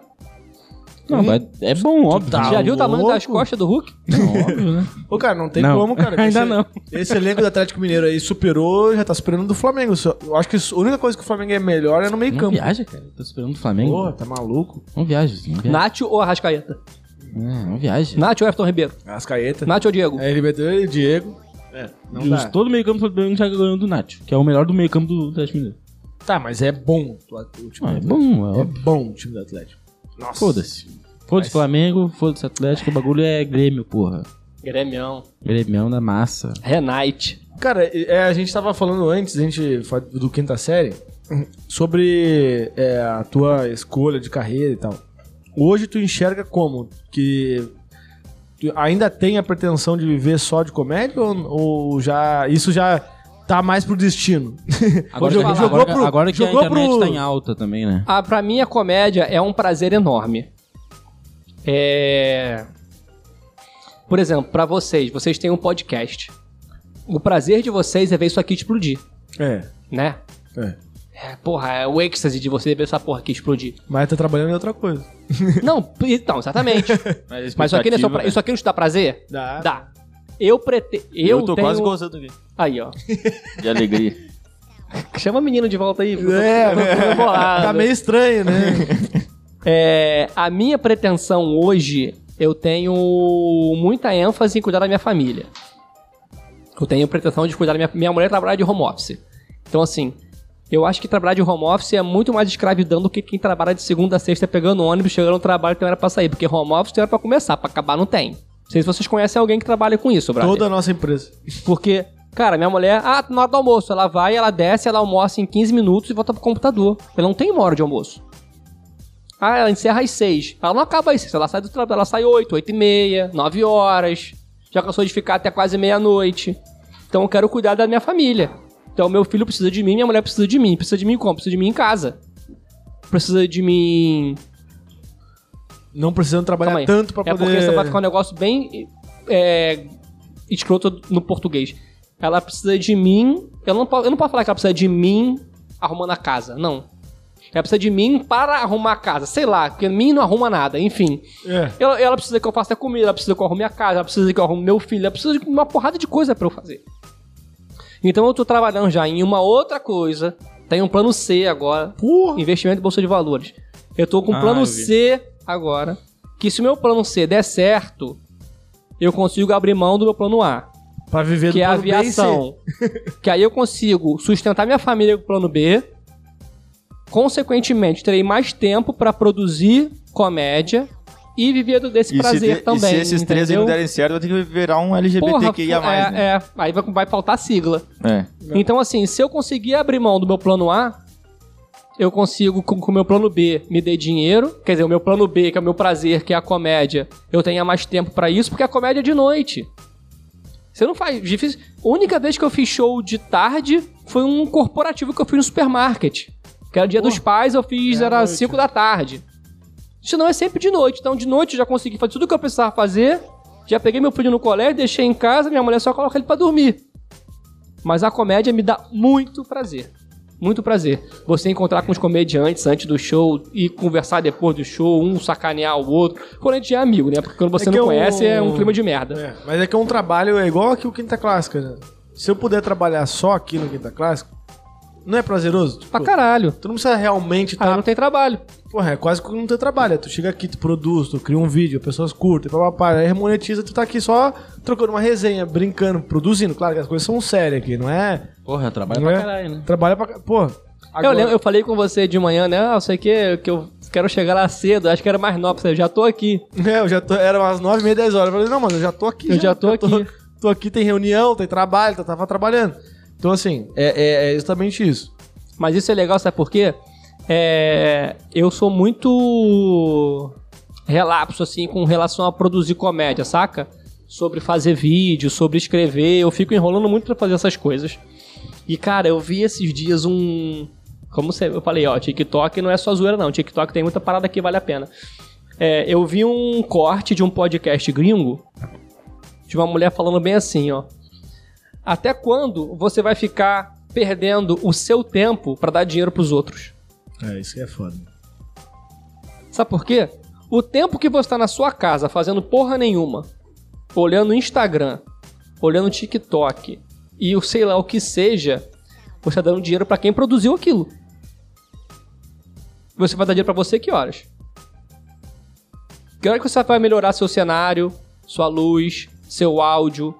S2: Não,
S1: Hum.
S2: mas é bom, óbvio.
S1: tá
S4: Já viu o tamanho
S1: louco?
S4: das costas do Hulk?
S2: óbvio, né?
S1: Ô, cara, não tem
S2: Não.
S1: como, cara.
S2: Ainda
S1: Esse-
S2: não.
S1: Esse elenco do Atlético Mineiro aí superou, já tá superando do Flamengo. Só- Eu acho que a única coisa que o Flamengo é melhor é no meio
S2: Não
S1: campo.
S2: viaja, cara. Tô esperando o Flamengo.
S1: Porra, tá maluco?
S2: Não viaja, sim. Não
S1: É.
S2: viaja.
S4: Nacho ou Arrascaeta?
S2: É, não viaja.
S4: Nath ou Everton Ribeiro?
S1: Ascaeta.
S4: Nath ou Diego?
S1: É, Libertadores e Diego. É, não
S2: Dos-
S1: dá.
S2: Todo meio campo do Flamengo já ganhou do Nath, que é o melhor do meio campo do Atlético Mineiro.
S1: Tá, mas é bom o at- o time
S2: Ah,
S1: do
S2: é
S1: Atlético.
S2: bom, é
S1: É
S2: óbvio.
S1: bom o time do Atlético. Nossa.
S2: Foda-se. Foda-se Flamengo, foda-se Atlético, o bagulho é Grêmio, porra.
S4: Grêmião.
S2: Grêmio da massa.
S4: É, Renate.
S1: Cara, é, a gente tava falando antes, a gente fa- do quinta série, sobre é, a tua escolha de carreira e tal. Hoje tu enxerga como? Que tu ainda tem a pretensão de viver só de comédia ou, ou já isso já tá mais pro destino.
S2: Agora,
S1: Jogou-
S2: que-
S1: jogou
S2: agora,
S1: pro-
S2: agora que
S1: jogou
S2: a internet
S1: pro-
S2: tá em alta também, né?
S4: Ah, pra mim, a comédia é um prazer enorme. É... Por exemplo, pra vocês, vocês têm um podcast. O prazer de vocês é ver isso aqui explodir,
S1: É,
S4: né?
S1: é.
S4: É, porra, é o êxtase de você ver essa porra aqui explodir.
S1: Mas tá trabalhando em outra coisa.
S4: não, então, exatamente.
S3: Mas,
S4: Mas isso aqui, não é só pra-
S3: expectativa,
S4: isso aqui não te dá prazer?
S1: Dá.
S4: Dá. Eu pretendo... Eu,
S3: Eu, tô
S4: tenho...
S3: quase gozando aqui.
S4: Aí, ó.
S3: De alegria.
S4: Chama a menina de volta aí.
S1: É,
S4: tô bolado.
S1: Tá meio estranho, né?
S4: É, a minha pretensão hoje, eu tenho muita ênfase em cuidar da minha família. Eu tenho pretensão de cuidar da minha... Minha mulher trabalha de home office. Então, assim, eu acho que trabalhar de home office é muito mais escravidão do que quem trabalha de segunda a sexta pegando ônibus, chegando no trabalho, tem hora pra sair. Porque home office tem hora pra começar, pra acabar não tem. Não sei se vocês conhecem alguém que trabalha com isso, brother.
S1: Toda a nossa empresa.
S4: Porque, cara, minha mulher, ah, na hora do almoço, ela vai, ela desce, ela almoça em 15 minutos e volta pro computador. Ela não tem uma hora de almoço. Ah, ela encerra às 6. Ela não acaba às 6, ela sai do trabalho, ela sai 8, 8 e meia, 9 horas. Já cansou de ficar até quase meia-noite. Então eu quero cuidar da minha família. Então meu filho precisa de mim, minha mulher precisa de mim. Precisa de mim como? Precisa de mim em casa. Precisa de mim
S1: Não precisando
S4: Calma
S1: trabalhar
S4: aí.
S1: tanto pra
S4: é
S1: poder.
S4: porque isso vai ficar um negócio bem é, escroto no português. Ela precisa de mim. Eu não, posso, eu não posso falar que ela precisa de mim arrumando a casa, não. Ela precisa de mim para arrumar a casa. Sei lá, porque mim não arruma nada, enfim.
S1: É.
S4: Ela, ela precisa que eu faça comida, ela precisa que eu arrume a casa, ela precisa que eu arrume meu filho, ela precisa de uma porrada de coisa pra eu fazer. Então eu tô trabalhando já em uma outra coisa. Tem um plano C agora.
S1: Porra.
S4: Investimento em bolsa de valores. Eu tô com um
S2: Ah,
S4: plano
S2: eu vi.
S4: C agora. Que se o meu plano C der certo, eu consigo abrir mão do meu plano A,
S1: Pra viver
S4: que
S1: do
S4: é a
S1: plano B e C.
S4: aviação. que aí eu consigo sustentar minha família com o plano B. Consequentemente, terei mais tempo pra produzir comédia e viver do- desse prazer
S3: de- e
S4: também.
S3: se esses três aí
S4: entendeu?
S3: não derem certo, vai ter que virar um
S4: Porra,
S3: LGBTQIA+.
S4: é,
S3: né?
S4: é, aí vai, vai faltar sigla.
S3: É.
S4: Então, assim, se eu conseguir abrir mão do meu plano A, eu consigo com com o meu plano B me dê dinheiro. Quer dizer, o meu plano B, que é o meu prazer, que é a comédia, eu tenha mais tempo pra isso, porque a comédia é de noite. Você não faz. Difícil. A única vez que eu fiz show de tarde foi um corporativo que eu fiz no supermarket. Que era o dia dos pais, eu fiz,
S1: é à
S4: era
S1: noite.
S4: 5 da tarde. Isso não é sempre de noite. Então, de noite eu já consegui fazer tudo o que eu precisava fazer. Já peguei meu filho no colégio, deixei em casa, minha mulher só coloca ele pra dormir. Mas a comédia me dá muito prazer. Muito prazer. Você encontrar com os comediantes antes do show e conversar depois do show, um sacanear o outro. Quando a gente é amigo, né? Porque quando você
S1: É que
S4: não
S1: eu-
S4: conhece, é um clima de merda.
S1: É, mas é que é um trabalho, é igual aqui o Quinta Clássica, né? Se eu puder trabalhar só aqui no Quinta Clássica, não é prazeroso? Tipo,
S4: Pra caralho.
S1: tu não precisa realmente
S4: Aí
S1: estar.
S4: Ah, não tem trabalho.
S1: Porra, é quase que não tem trabalho. é Tu chega aqui, tu produz, tu cria um vídeo, pessoas curtem, papapá, aí remonetiza, tu tá aqui só trocando uma resenha, brincando, produzindo. Claro que as coisas são sérias aqui, não é?
S2: Porra, trabalha
S1: não
S2: pra
S1: é-
S2: caralho, né?
S1: Trabalha pra. ca- Porra.
S4: Eu, lembro- eu falei com você de manhã, né? Ah, eu sei que, que eu quero chegar lá cedo. Acho que era mais nova. Eu já tô aqui.
S1: É, eu já tô. Era umas 9 e meia, 10 horas. Eu falei, não, mano, eu já tô aqui.
S4: Eu já tô aqui.
S1: Tô, aqui, tem reunião, tem trabalho, eu tava trabalhando. Então, assim, é, é- é exatamente isso.
S4: Mas isso é legal, sabe por quê? É, eu sou muito relapso, assim, com relação a produzir comédia, saca? Sobre fazer vídeo, sobre escrever. Eu fico enrolando muito pra fazer essas coisas. E, cara, eu vi esses dias um. Como você, eu falei, ó, TikTok não é só zoeira, não. TikTok tem muita parada que vale a pena. É, eu vi um corte de um podcast gringo de uma mulher falando bem assim, ó. Até quando você vai ficar perdendo o seu tempo pra dar dinheiro pros outros?
S1: É, isso que é foda.
S4: Sabe por quê? O tempo que você tá na sua casa fazendo porra nenhuma, olhando o Instagram, olhando o TikTok e o sei lá o que seja, você tá dando dinheiro pra quem produziu aquilo. Você vai dar dinheiro pra você que horas? Que hora que você vai melhorar seu cenário, sua luz, seu áudio,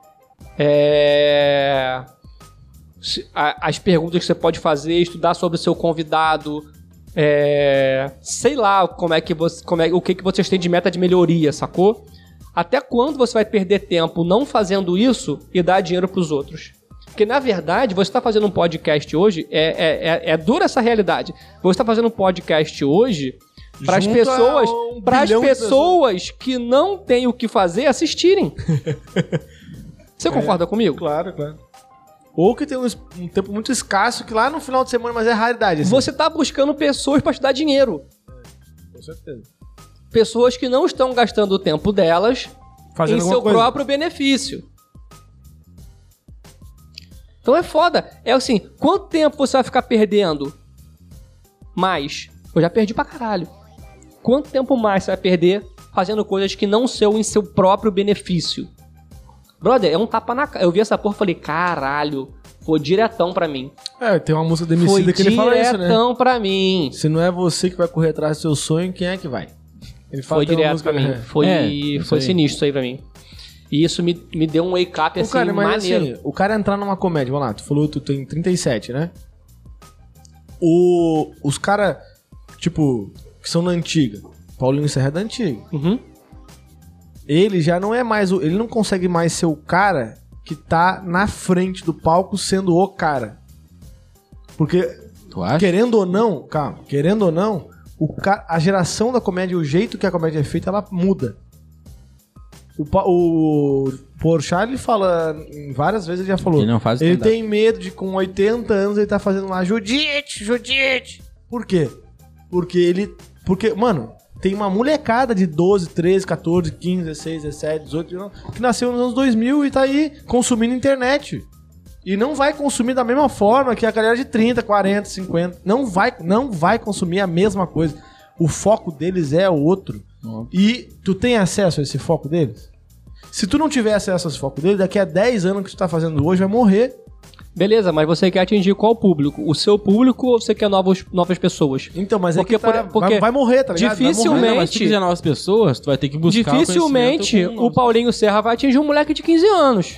S4: é, se- a- as perguntas que você pode fazer, estudar sobre o seu convidado, é, sei lá como é que você, como é, o que, que vocês têm de meta de melhoria, sacou? Até quando você vai perder tempo não fazendo isso e dar dinheiro pros outros? Porque, na verdade, você está fazendo um podcast hoje, é, é, é, é dura essa realidade. Você está fazendo um podcast hoje para as
S1: Junto a
S4: pessoas,
S1: um
S4: para as
S1: bilhão de
S4: pessoas que não
S1: É.
S4: têm o que fazer assistirem. Você concorda comigo?
S1: Claro, claro. Ou que tem um, es- um tempo muito escasso que lá no final de semana, mas é raridade. assim.
S4: Você tá buscando pessoas pra te dar dinheiro.
S1: Com certeza.
S4: Pessoas que não estão gastando o tempo delas
S1: Fazendo
S4: em
S1: alguma
S4: seu
S1: coisa.
S4: próprio benefício. Então é foda. É assim, quanto tempo você vai ficar perdendo? Mais. Eu já perdi pra caralho. Quanto tempo mais você vai perder fazendo coisas que não são em seu próprio benefício? Brother, é um tapa na cara. Eu vi essa porra e falei, caralho, foi diretão pra mim.
S1: É, tem uma música do
S4: Foi
S1: Emicida que ele fala isso, né?
S4: diretão pra mim.
S1: Se não é você que vai correr atrás do seu sonho, quem é que vai? Ele
S4: Foi
S1: tem uma
S4: direto
S1: música- né?
S4: pra mim. Foi,
S2: É, isso
S4: foi
S2: aí.
S4: sinistro isso aí pra mim. E isso me, me deu um wake-up
S1: O
S4: assim,
S1: cara, mas
S4: maneiro.
S1: assim, o cara entrar numa comédia, vamos lá, tu falou que tu tem 37, né? O, os cara, tipo, que são da antiga. Paulinho Serra é da antiga.
S4: Uhum.
S1: Ele já não é mais o. Ele não consegue mais ser o cara que tá na frente do palco sendo o cara. Porque
S2: Tu acha?
S1: Querendo ou não, calma, querendo ou não, o ca- a geração da comédia, o jeito que a comédia é feita, ela muda. O, pa- o Porchat, ele fala, em várias vezes ele já falou,
S2: Ele não faz
S1: ele
S2: stand-up.
S1: tem medo de com 80 anos ele tá fazendo lá, Judite, Judite. Por quê? Porque ele, porque, mano, tem uma molecada de 12, 13, 14, 15, 16, 17, 18, não, que nasceu nos anos 2000 e tá aí consumindo internet. E não vai consumir da mesma forma que a galera de 30, 40, 50. Não vai, não vai consumir a mesma coisa. O foco deles é outro. E tu tem acesso a esse foco deles? Se tu não tiver acesso a esse foco deles, daqui a 10 anos o que tu tá fazendo hoje vai morrer.
S4: Beleza, mas você quer atingir qual público? O seu público ou você quer novos, novas pessoas?
S1: Então, mas é
S4: Porque
S1: que tá,
S4: por- porque
S1: vai, vai morrer, tá ligado? Vai morrer.
S4: dificilmente-
S2: Não, mas se tu quiser novas pessoas, tu vai ter que buscar
S4: Dificilmente é o
S2: o
S4: Paulinho Serra vai atingir um moleque de 15 anos.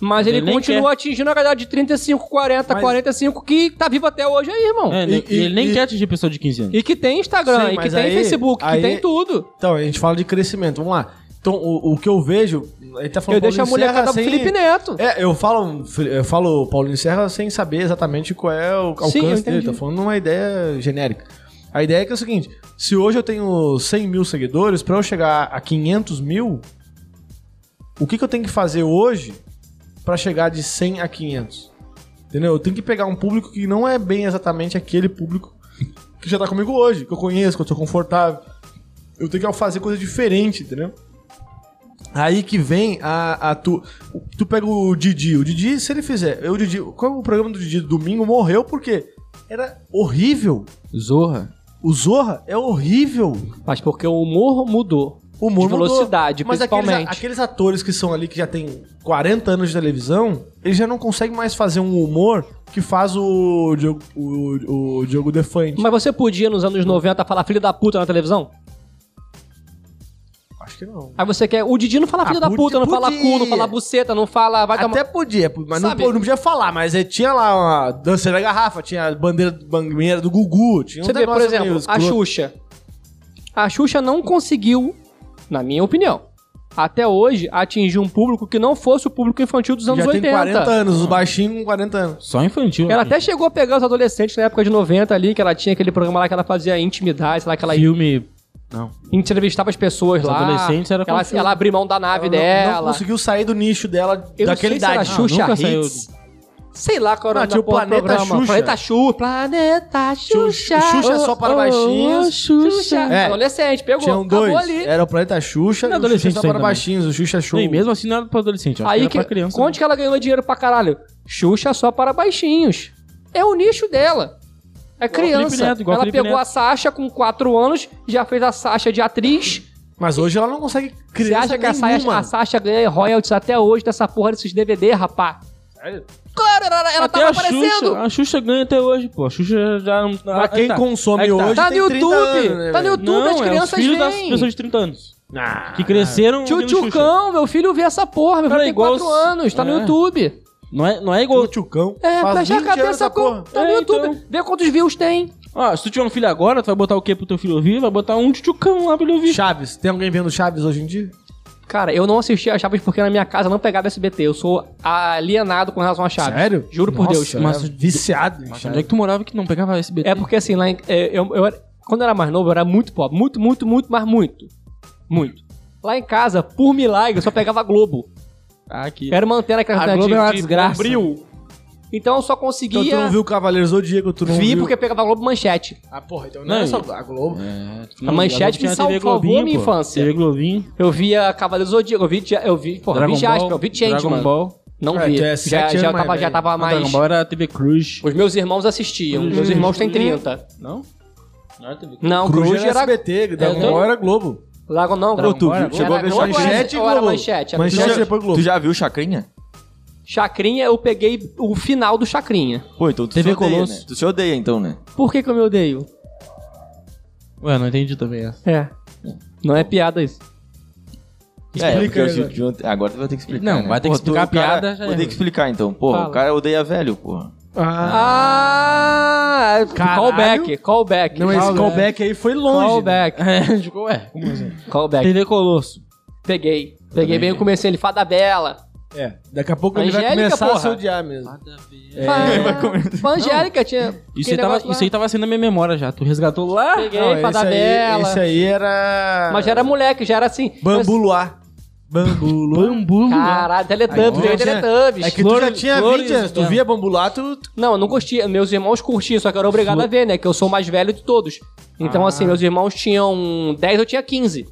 S4: Mas ele,
S2: Ele nem
S4: continua atingindo a galera de 35, 40,
S1: Mas-
S4: 45 que tá vivo até hoje aí, irmão.
S2: É,
S1: E-
S2: e,
S1: e-
S2: ele nem
S1: e-
S2: quer atingir pessoa de 15 anos.
S4: E que tem Instagram,
S1: Sim,
S4: e que
S1: mas
S4: tem
S1: aí-
S4: Facebook,
S1: aí-
S4: que tem tudo.
S1: Então, a gente fala de crescimento, vamos lá. Então, o, o que eu vejo, ele tá falando
S4: Eu deixo a
S1: Paulinho
S4: mulher
S1: Serra
S4: casar pro
S1: sem-
S4: Felipe Neto.
S1: É, eu falo, eu falo Paulinho Serra sem saber exatamente qual é o
S4: Sim, eu
S1: alcance dele.
S4: entendi.
S1: Tá falando uma ideia genérica. A ideia é que é o seguinte: se hoje eu tenho 100 mil seguidores, pra eu chegar a 500 mil, o que, que eu tenho que fazer hoje pra chegar de 100 a 500? Entendeu? Eu tenho que pegar um público que não é bem exatamente aquele público que já tá comigo hoje, que eu conheço, que eu tô confortável. Eu tenho que fazer coisa diferente, entendeu? Aí que vem a, a tu. o- Tu pega o Didi. O Didi, se ele fizer. Eu, o Didi, qual é o programa do Didi? Domingo morreu porque era horrível.
S2: Zorra.
S1: O Zorra é horrível.
S4: Mas porque o humor mudou.
S1: O humor
S4: De velocidade,
S1: mudou. Mas
S4: principalmente.
S1: Aqueles, aqueles atores que são ali, que já tem 40 anos de televisão, eles já não conseguem mais fazer um humor que faz o Diogo, o, o Diogo Defante.
S4: Mas você podia, nos anos 90, falar filho da puta na televisão?
S1: Acho que não.
S4: Aí você quer. O Didi não fala
S1: Ah,
S4: filho da
S1: podia-
S4: puta, não fala cu, não
S1: podia.
S4: fala buceta, não fala. Vai tomar-
S1: Até podia, mas não,
S4: tá Sabe?
S1: pô- não podia falar, mas é, tinha lá uma dança da garrafa, tinha a bandeira, bandeira do Gugu, tinha um
S4: Você vê, por
S1: negócio meio
S4: exemplo, a
S1: escroto.
S4: Xuxa. A Xuxa não conseguiu, na minha opinião, até hoje, atingir um público que não fosse o público infantil dos anos
S1: Já
S4: 80.
S1: tem 40 anos, os baixinhos com 40 anos.
S2: Só infantil.
S4: Ela
S2: né?
S4: até chegou a pegar os adolescentes na época de 90 ali, que ela tinha aquele programa lá que ela fazia intimidade, sei lá, que ela
S2: Filme... Não.
S4: entrevistava as pessoas
S2: Os
S4: lá.
S2: adolescentes era
S4: ela,
S2: confuso.
S4: ela abriu mão da nave
S1: é Ela não-
S4: dela.
S1: Não conseguiu sair do nicho dela
S4: Eu não
S1: daquela
S4: sei se era
S1: idade.
S2: Xuxa
S4: Xuxa
S2: nunca saiu
S4: Hits. Sei lá qual era
S1: Não, Ah,
S4: o nome
S1: tinha
S4: da
S1: o
S4: porra do
S1: Planeta
S4: programa.
S1: Xuxa.
S4: Planeta Xuxa. Planeta
S1: o
S4: Xuxa.
S1: Xuxa é só para baixinhos.
S4: Xuxa.
S1: É.
S4: Adolescente, pegou.
S1: Tinham
S4: acabou
S1: dois.
S4: ali.
S1: Era o Planeta Xuxa
S2: Não
S1: e o Xuxa
S2: é adolescente
S1: só
S2: isso aí
S1: para
S2: também.
S1: baixinhos, o Xuxa é Show.
S2: E mesmo assim não era pra adolescente. eu acho
S4: Aí
S2: era
S4: que,
S2: pra criança.
S4: onde
S2: né?
S4: que ela ganhou dinheiro pra caralho? Xuxa só para baixinhos. É o nicho dela. É criança.
S2: Felipe Neto, igual
S4: ela
S2: Felipe
S4: pegou
S2: Neto.
S4: a Sasha com 4 anos, já fez a Sasha de atriz.
S1: Mas hoje ela não consegue
S4: Você
S1: criança
S4: acha que a Sasha,
S1: nenhuma.
S4: a Sasha ganha royalties até hoje dessa porra desses DVD, rapá?
S1: Sério?
S4: Claro, ela, ela
S2: Até
S4: tava
S2: a Xuxa,
S4: aparecendo.
S2: a Xuxa ganha até hoje, pô. A Xuxa já não...
S1: Pra
S2: Ah,
S1: quem
S2: tá.
S1: consome
S2: Aí que tá.
S1: hoje
S4: Tá no
S1: tem 30
S4: YouTube,
S1: anos, né,
S4: tá no
S1: velho?
S4: YouTube. as
S2: é os
S4: crianças
S2: filhos das
S4: veem. Ah.
S2: pessoas de 30 anos. que cresceram
S4: Tio
S2: ouvindo Ah, Xuxa.
S4: Tchucão, meu filho vê essa porra, meu
S2: Cara,
S4: filho tem
S2: igual
S4: 4
S2: os-
S4: anos, tá no
S2: É.
S4: YouTube.
S2: Não é, não é
S1: O
S2: igual...
S1: Tchucão.
S4: É,
S1: faz
S4: fecha a
S1: 20 anos
S4: cabeça
S1: essa
S4: com.
S1: porra.
S4: Tá no
S2: É,
S4: YouTube.
S2: então.
S4: Vê quantos views tem.
S2: Ah, se tu tiver um filho agora, tu vai botar o que pro teu filho ouvir? Vai botar um tchucão lá pra ele ouvir.
S1: Chaves, tem alguém vendo Chaves hoje em dia?
S4: Cara, eu não assistia a Chaves porque na minha casa não pegava SBT. Eu sou alienado com relação a Chaves.
S1: Sério?
S4: Juro por
S1: Nossa,
S4: Deus.
S1: eu era
S2: Mas-
S1: viciado em
S2: Onde é
S1: Chaves.
S2: que tu morava que não pegava SBT?
S4: É porque assim, lá em, é, eu, eu era- quando eu era mais novo, eu era muito pobre. Muito, muito, muito, mas muito. Muito. Lá em casa, por milagre, eu só pegava Globo.
S2: Ah, aqui.
S4: Era uma antena que
S2: A Globo é uma desgraça.
S4: Bombril. Então eu só
S1: Então
S4: conseguia.
S1: tu não viu o Cavaleiro Zodíaco, tu não
S4: vi
S1: viu...
S4: porque pegava a Globo Manchete.
S1: Ah, porra, então
S2: não era só
S1: a Globo.
S4: A manchete que salvou a minha infância.
S2: TV Globinho.
S4: Eu via Cavaleiro Zodíaco, eu vi, Ja- eu vi, porra, eu
S2: Dragon
S4: vi Jasper,
S2: Ball,
S4: eu vi Changeman.
S2: Dragon Ball.
S4: Não
S1: É,
S4: vi.
S1: tu é sete
S4: já,
S1: anos
S4: já,
S1: mais
S4: tava, já
S1: velho.
S4: tava mais.
S1: é
S2: Dragon Ball era TV Cruz.
S4: Os meus irmãos assistiam.
S1: Uhum.
S4: Meus irmãos têm 30.
S2: Não? Não era TV Cruz.
S4: Não,
S1: Cruz,
S4: Cruz
S1: era
S4: era. É,
S1: SBT, Dragon
S4: não.
S1: Ball era Globo.
S4: Dragon não,
S3: Ô,
S4: Dragon
S3: tu
S4: Ball era-
S3: chegou a
S4: era
S3: ver
S4: Globo ou era-
S1: Manchete e
S4: ou era
S1: Globo.
S4: manchete. Era
S3: Tu
S1: Manchete é-
S3: já-
S1: e depois Globo.
S3: Tu já viu Chacrinha?
S4: Chacrinha, eu peguei o final do Chacrinha.
S3: Pô, então tu
S2: TV
S3: se odeia,
S2: Colosso.
S3: né? Tu se odeia, então, né?
S4: Por que, que eu me odeio?
S2: Ué, não entendi também essa.
S4: É. Não é piada isso.
S3: é,
S1: Explica
S3: porque eu
S1: aí,
S3: senti ontem- agora tu vai ter que explicar.
S2: Não,
S3: né?
S2: vai ter que
S3: Porra, tu-
S2: explicar a
S3: o cara-
S2: piada, já
S3: Vou
S2: é.
S3: ter que explicar então. Porra,
S4: Fala.
S3: o cara odeia velho, porra.
S4: Ah!
S1: Caralho.
S4: Callback, callback.
S1: Não, é esse callback aí foi
S4: né?
S1: longe.
S4: Callback,
S2: Tipo, ué, como assim?
S4: callback.
S2: TV Colosso.
S4: Peguei. Peguei bem o comecinho, ele fada bela.
S1: É, daqui a pouco ele vai
S4: Angélica,
S1: começar a se
S4: porra.
S1: odiar mesmo. É.
S4: Fada- Ah, Angélica tinha.
S2: Isso
S4: aquele
S2: aí, tava,
S4: negócio é- lá.
S2: isso aí tava sendo na minha memória já. Tu resgatou lá?
S4: Peguei,
S1: Não, esse,
S4: fada
S1: aí,
S4: bela.
S1: esse aí era...
S4: Mas já era moleque, já era assim.
S1: Bambu Luar. Bambu Luar.
S2: Bambu, mano.
S4: Caralho, Teletubbies,
S1: Aí tu
S4: eu ia
S1: já tinha-
S4: Teletubbies.
S1: É que tu já
S2: Flores-
S1: tinha
S2: flores
S1: 20 anos, tu
S2: dela.
S1: via Bambu Luar, tu... tu-
S4: Não, eu não curtia. Meus irmãos curtiam, só que eu era obrigado a ver, né? Que eu sou o mais velho de todos. Então, assim, meus irmãos tinham 10, eu tinha 15.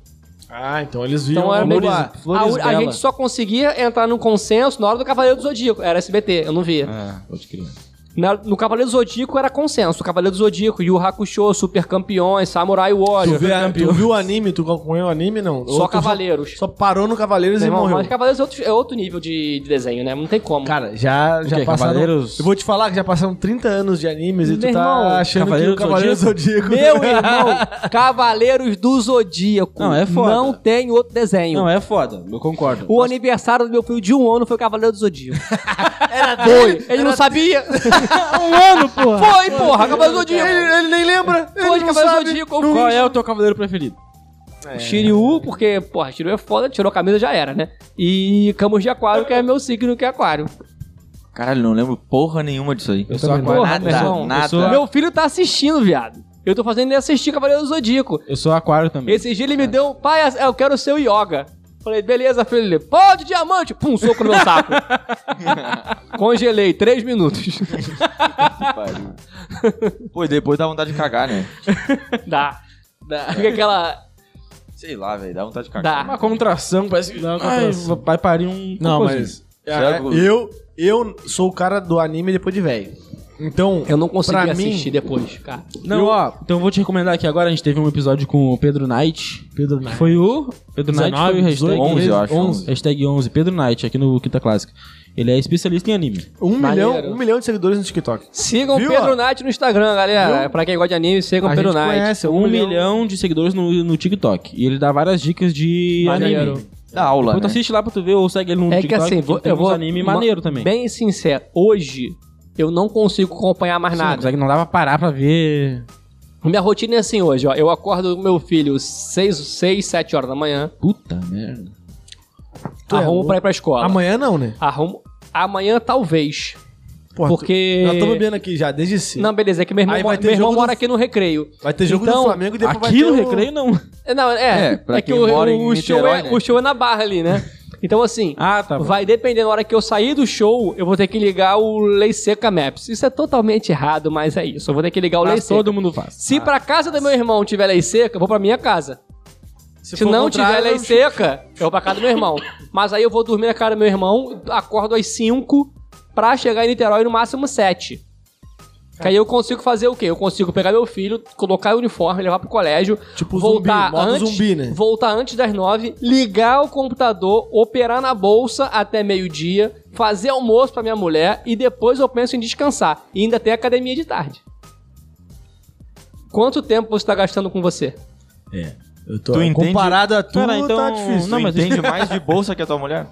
S1: Ah, então eles viam
S4: Então era meio
S1: Bambu
S4: que-
S1: Luar.
S2: Flores
S4: a, a
S2: Bela.
S4: gente só conseguia entrar num consenso na hora do Cavaleiro do Zodíaco. Era SBT, eu não via.
S2: Ah, pode crer.
S4: Na- no Cavaleiro do Zodíaco era consenso. Cavaleiro do Zodíaco, Yu Hakusho, Super Campeões, Samurai
S1: Tu,
S4: Warrior.
S1: vê, tu viu o anime? Tu acompanhou o anime, não? Ou
S4: Só
S1: tu
S4: Cavaleiros.
S1: Só parou no Cavaleiros
S4: Meu
S1: e
S4: irmão,
S1: morreu.
S4: mas Cavaleiros é outro, é outro nível de, de desenho, né? Não tem como.
S1: Cara, já, já
S2: quê?
S1: passaram...
S2: Cavaleiros?
S1: Eu vou te falar que já passaram 30 anos de animes e
S4: Meu
S1: tu tá
S4: irmão,
S1: achando
S2: Cavaleiro
S1: que o Cavaleiro
S2: do
S1: Zodíaco... É.
S4: Meu irmão, Cavaleiros do Zodíaco.
S2: Não, é foda.
S4: Não tem outro desenho.
S2: Não, é foda. Eu concordo.
S4: O aniversário do meu filho de um ano foi o Cavaleiro do Zodíaco. Era foi. Ele não sabia. Tá
S2: um ano, porra.
S4: Foi, porra, Cavaleiro do Zodíaco.
S1: Ele nem lembra. ele
S4: Foi de
S1: não
S4: Cavaleiro
S1: sabe.
S4: do Zodíaco.
S2: Qual é o teu cavaleiro preferido?
S4: O Shiryu, porque, porra, Shiryu é foda, tirou a camisa já era, né? E Camus de Aquário, que é meu signo, que é Aquário.
S3: Caralho, não lembro porra nenhuma disso aí.
S2: Eu sou aquário.
S4: Porra, meu
S3: nada,
S4: irmão.
S3: nada.
S2: pessoa-
S4: Meu filho tá assistindo, viado. Eu tô fazendo ele assistir Cavaleiro do Zodíaco.
S2: Eu sou aquário também.
S4: Esse dia ele me deu, pai, é, eu quero ser o Yoga. Falei, beleza, filho. Ele, pode diamante. Pum, soco no meu saco. Congelei, três minutos.
S3: Pô, e depois dá vontade de cagar, né?
S4: Dá. Dá. Fica aquela...
S3: Sei lá, velho, dá vontade de
S4: Dá.
S3: cagar.
S2: Uma contração, parece que.
S1: Não,
S2: Ai,
S1: contração.
S2: vai parir um.
S1: Não,
S2: cocôzinho.
S1: mas.
S3: Será
S1: é,
S3: que-
S1: eu, eu sou o cara do anime depois de velho. Então.
S4: Eu não consegui
S1: pra
S4: assistir
S1: Mim,
S4: depois, cara.
S2: Não, ó, então eu vou te recomendar aqui agora. A gente teve um episódio com o Pedro Knight.
S1: Pedro
S2: que
S1: Knight.
S2: Foi o. Pedro Knight foi o
S1: 19,
S2: hashtag
S3: 11, eu acho.
S2: 11. Hashtag 11, Pedro Knight, aqui no Quinta Clássica. Ele é especialista em anime.
S1: um,
S4: Maneiro.
S1: milhão, um milhão de seguidores no TikTok.
S4: Sigam
S1: Viu,
S4: Pedro
S1: ó?
S4: Knight no Instagram, galera. Pra quem gosta de anime, sigam
S1: A
S4: Pedro
S1: gente
S4: Knight.
S1: conhece,
S2: Um milhão. de seguidores no, no TikTok. E ele dá várias dicas de
S4: Maneiro.
S2: anime.
S3: Dá aula,
S2: Ou
S3: né?
S2: tu assiste lá pra tu ver, ou segue
S1: um
S2: ele no
S4: É que
S2: TikTok.
S4: assim, vou-
S2: tem
S4: eu
S2: uns
S4: vou.
S2: anime
S4: ma-
S2: maneiro também.
S4: Bem sincero, hoje eu não consigo acompanhar mais
S2: Sim,
S4: nada.
S2: só que não dá pra parar pra ver.
S4: Minha rotina é assim hoje, ó. Eu acordo com meu filho 6, 6 7 horas da manhã,
S2: Puta merda.
S1: Tu é
S4: arrumo
S1: louco.
S4: pra ir pra escola.
S1: Amanhã não, né?
S4: Arrumo. Amanhã talvez.
S1: Porra,
S4: porque.
S1: Eu tô bebendo aqui já, desde cedo.
S4: Não, beleza, é que meu irmão,
S1: Aí
S4: mo-
S1: vai ter
S4: meu irmão
S1: jogo do-
S4: mora aqui no recreio.
S1: Vai ter jogo
S4: Então,
S1: do Flamengo e depois
S2: Aqui no
S1: vai ter. o-
S2: recreio não.
S4: Não, é.
S3: É, pra
S4: que
S3: quem
S4: o,
S3: mora em
S4: o show
S3: Niterói,
S4: é,
S3: né?
S4: o show é na barra ali, né? Então, assim.
S2: Ah, tá. bom.
S4: Vai depender da hora que eu sair do show, eu vou ter que ligar o Lei Seca Maps. Isso é totalmente errado, mas é isso. Eu vou ter que ligar o Lei
S2: Mas
S4: Seca.
S2: todo Ah. mundo faz.
S4: Se pra casa do meu irmão tiver lei seca, eu vou pra minha casa. Se,
S1: for
S4: não
S1: contrário,
S4: tiver lei
S1: eu-
S4: seca, eu vou pra casa do meu irmão. Mas aí eu vou dormir na casa do meu irmão, acordo às 5 pra chegar em Niterói no máximo 7. Que aí eu consigo fazer o quê? Eu consigo pegar meu filho, colocar o uniforme, levar pro colégio,
S1: Tipo
S4: voltar
S1: zumbi, modo
S4: antes,
S1: zumbi, né?
S4: voltar antes das 9, ligar o computador, operar na bolsa até meio-dia, fazer almoço pra minha mulher e depois eu penso em descansar. E ainda tem academia de tarde. Quanto tempo você tá gastando com você?
S1: É. Eu tô.
S3: Tu entende-
S1: Comparado a tu,
S2: Cara, então-
S1: tá difícil.
S2: Não,
S3: Não,
S2: mas
S3: mas entende mais de bolsa que a tua mulher?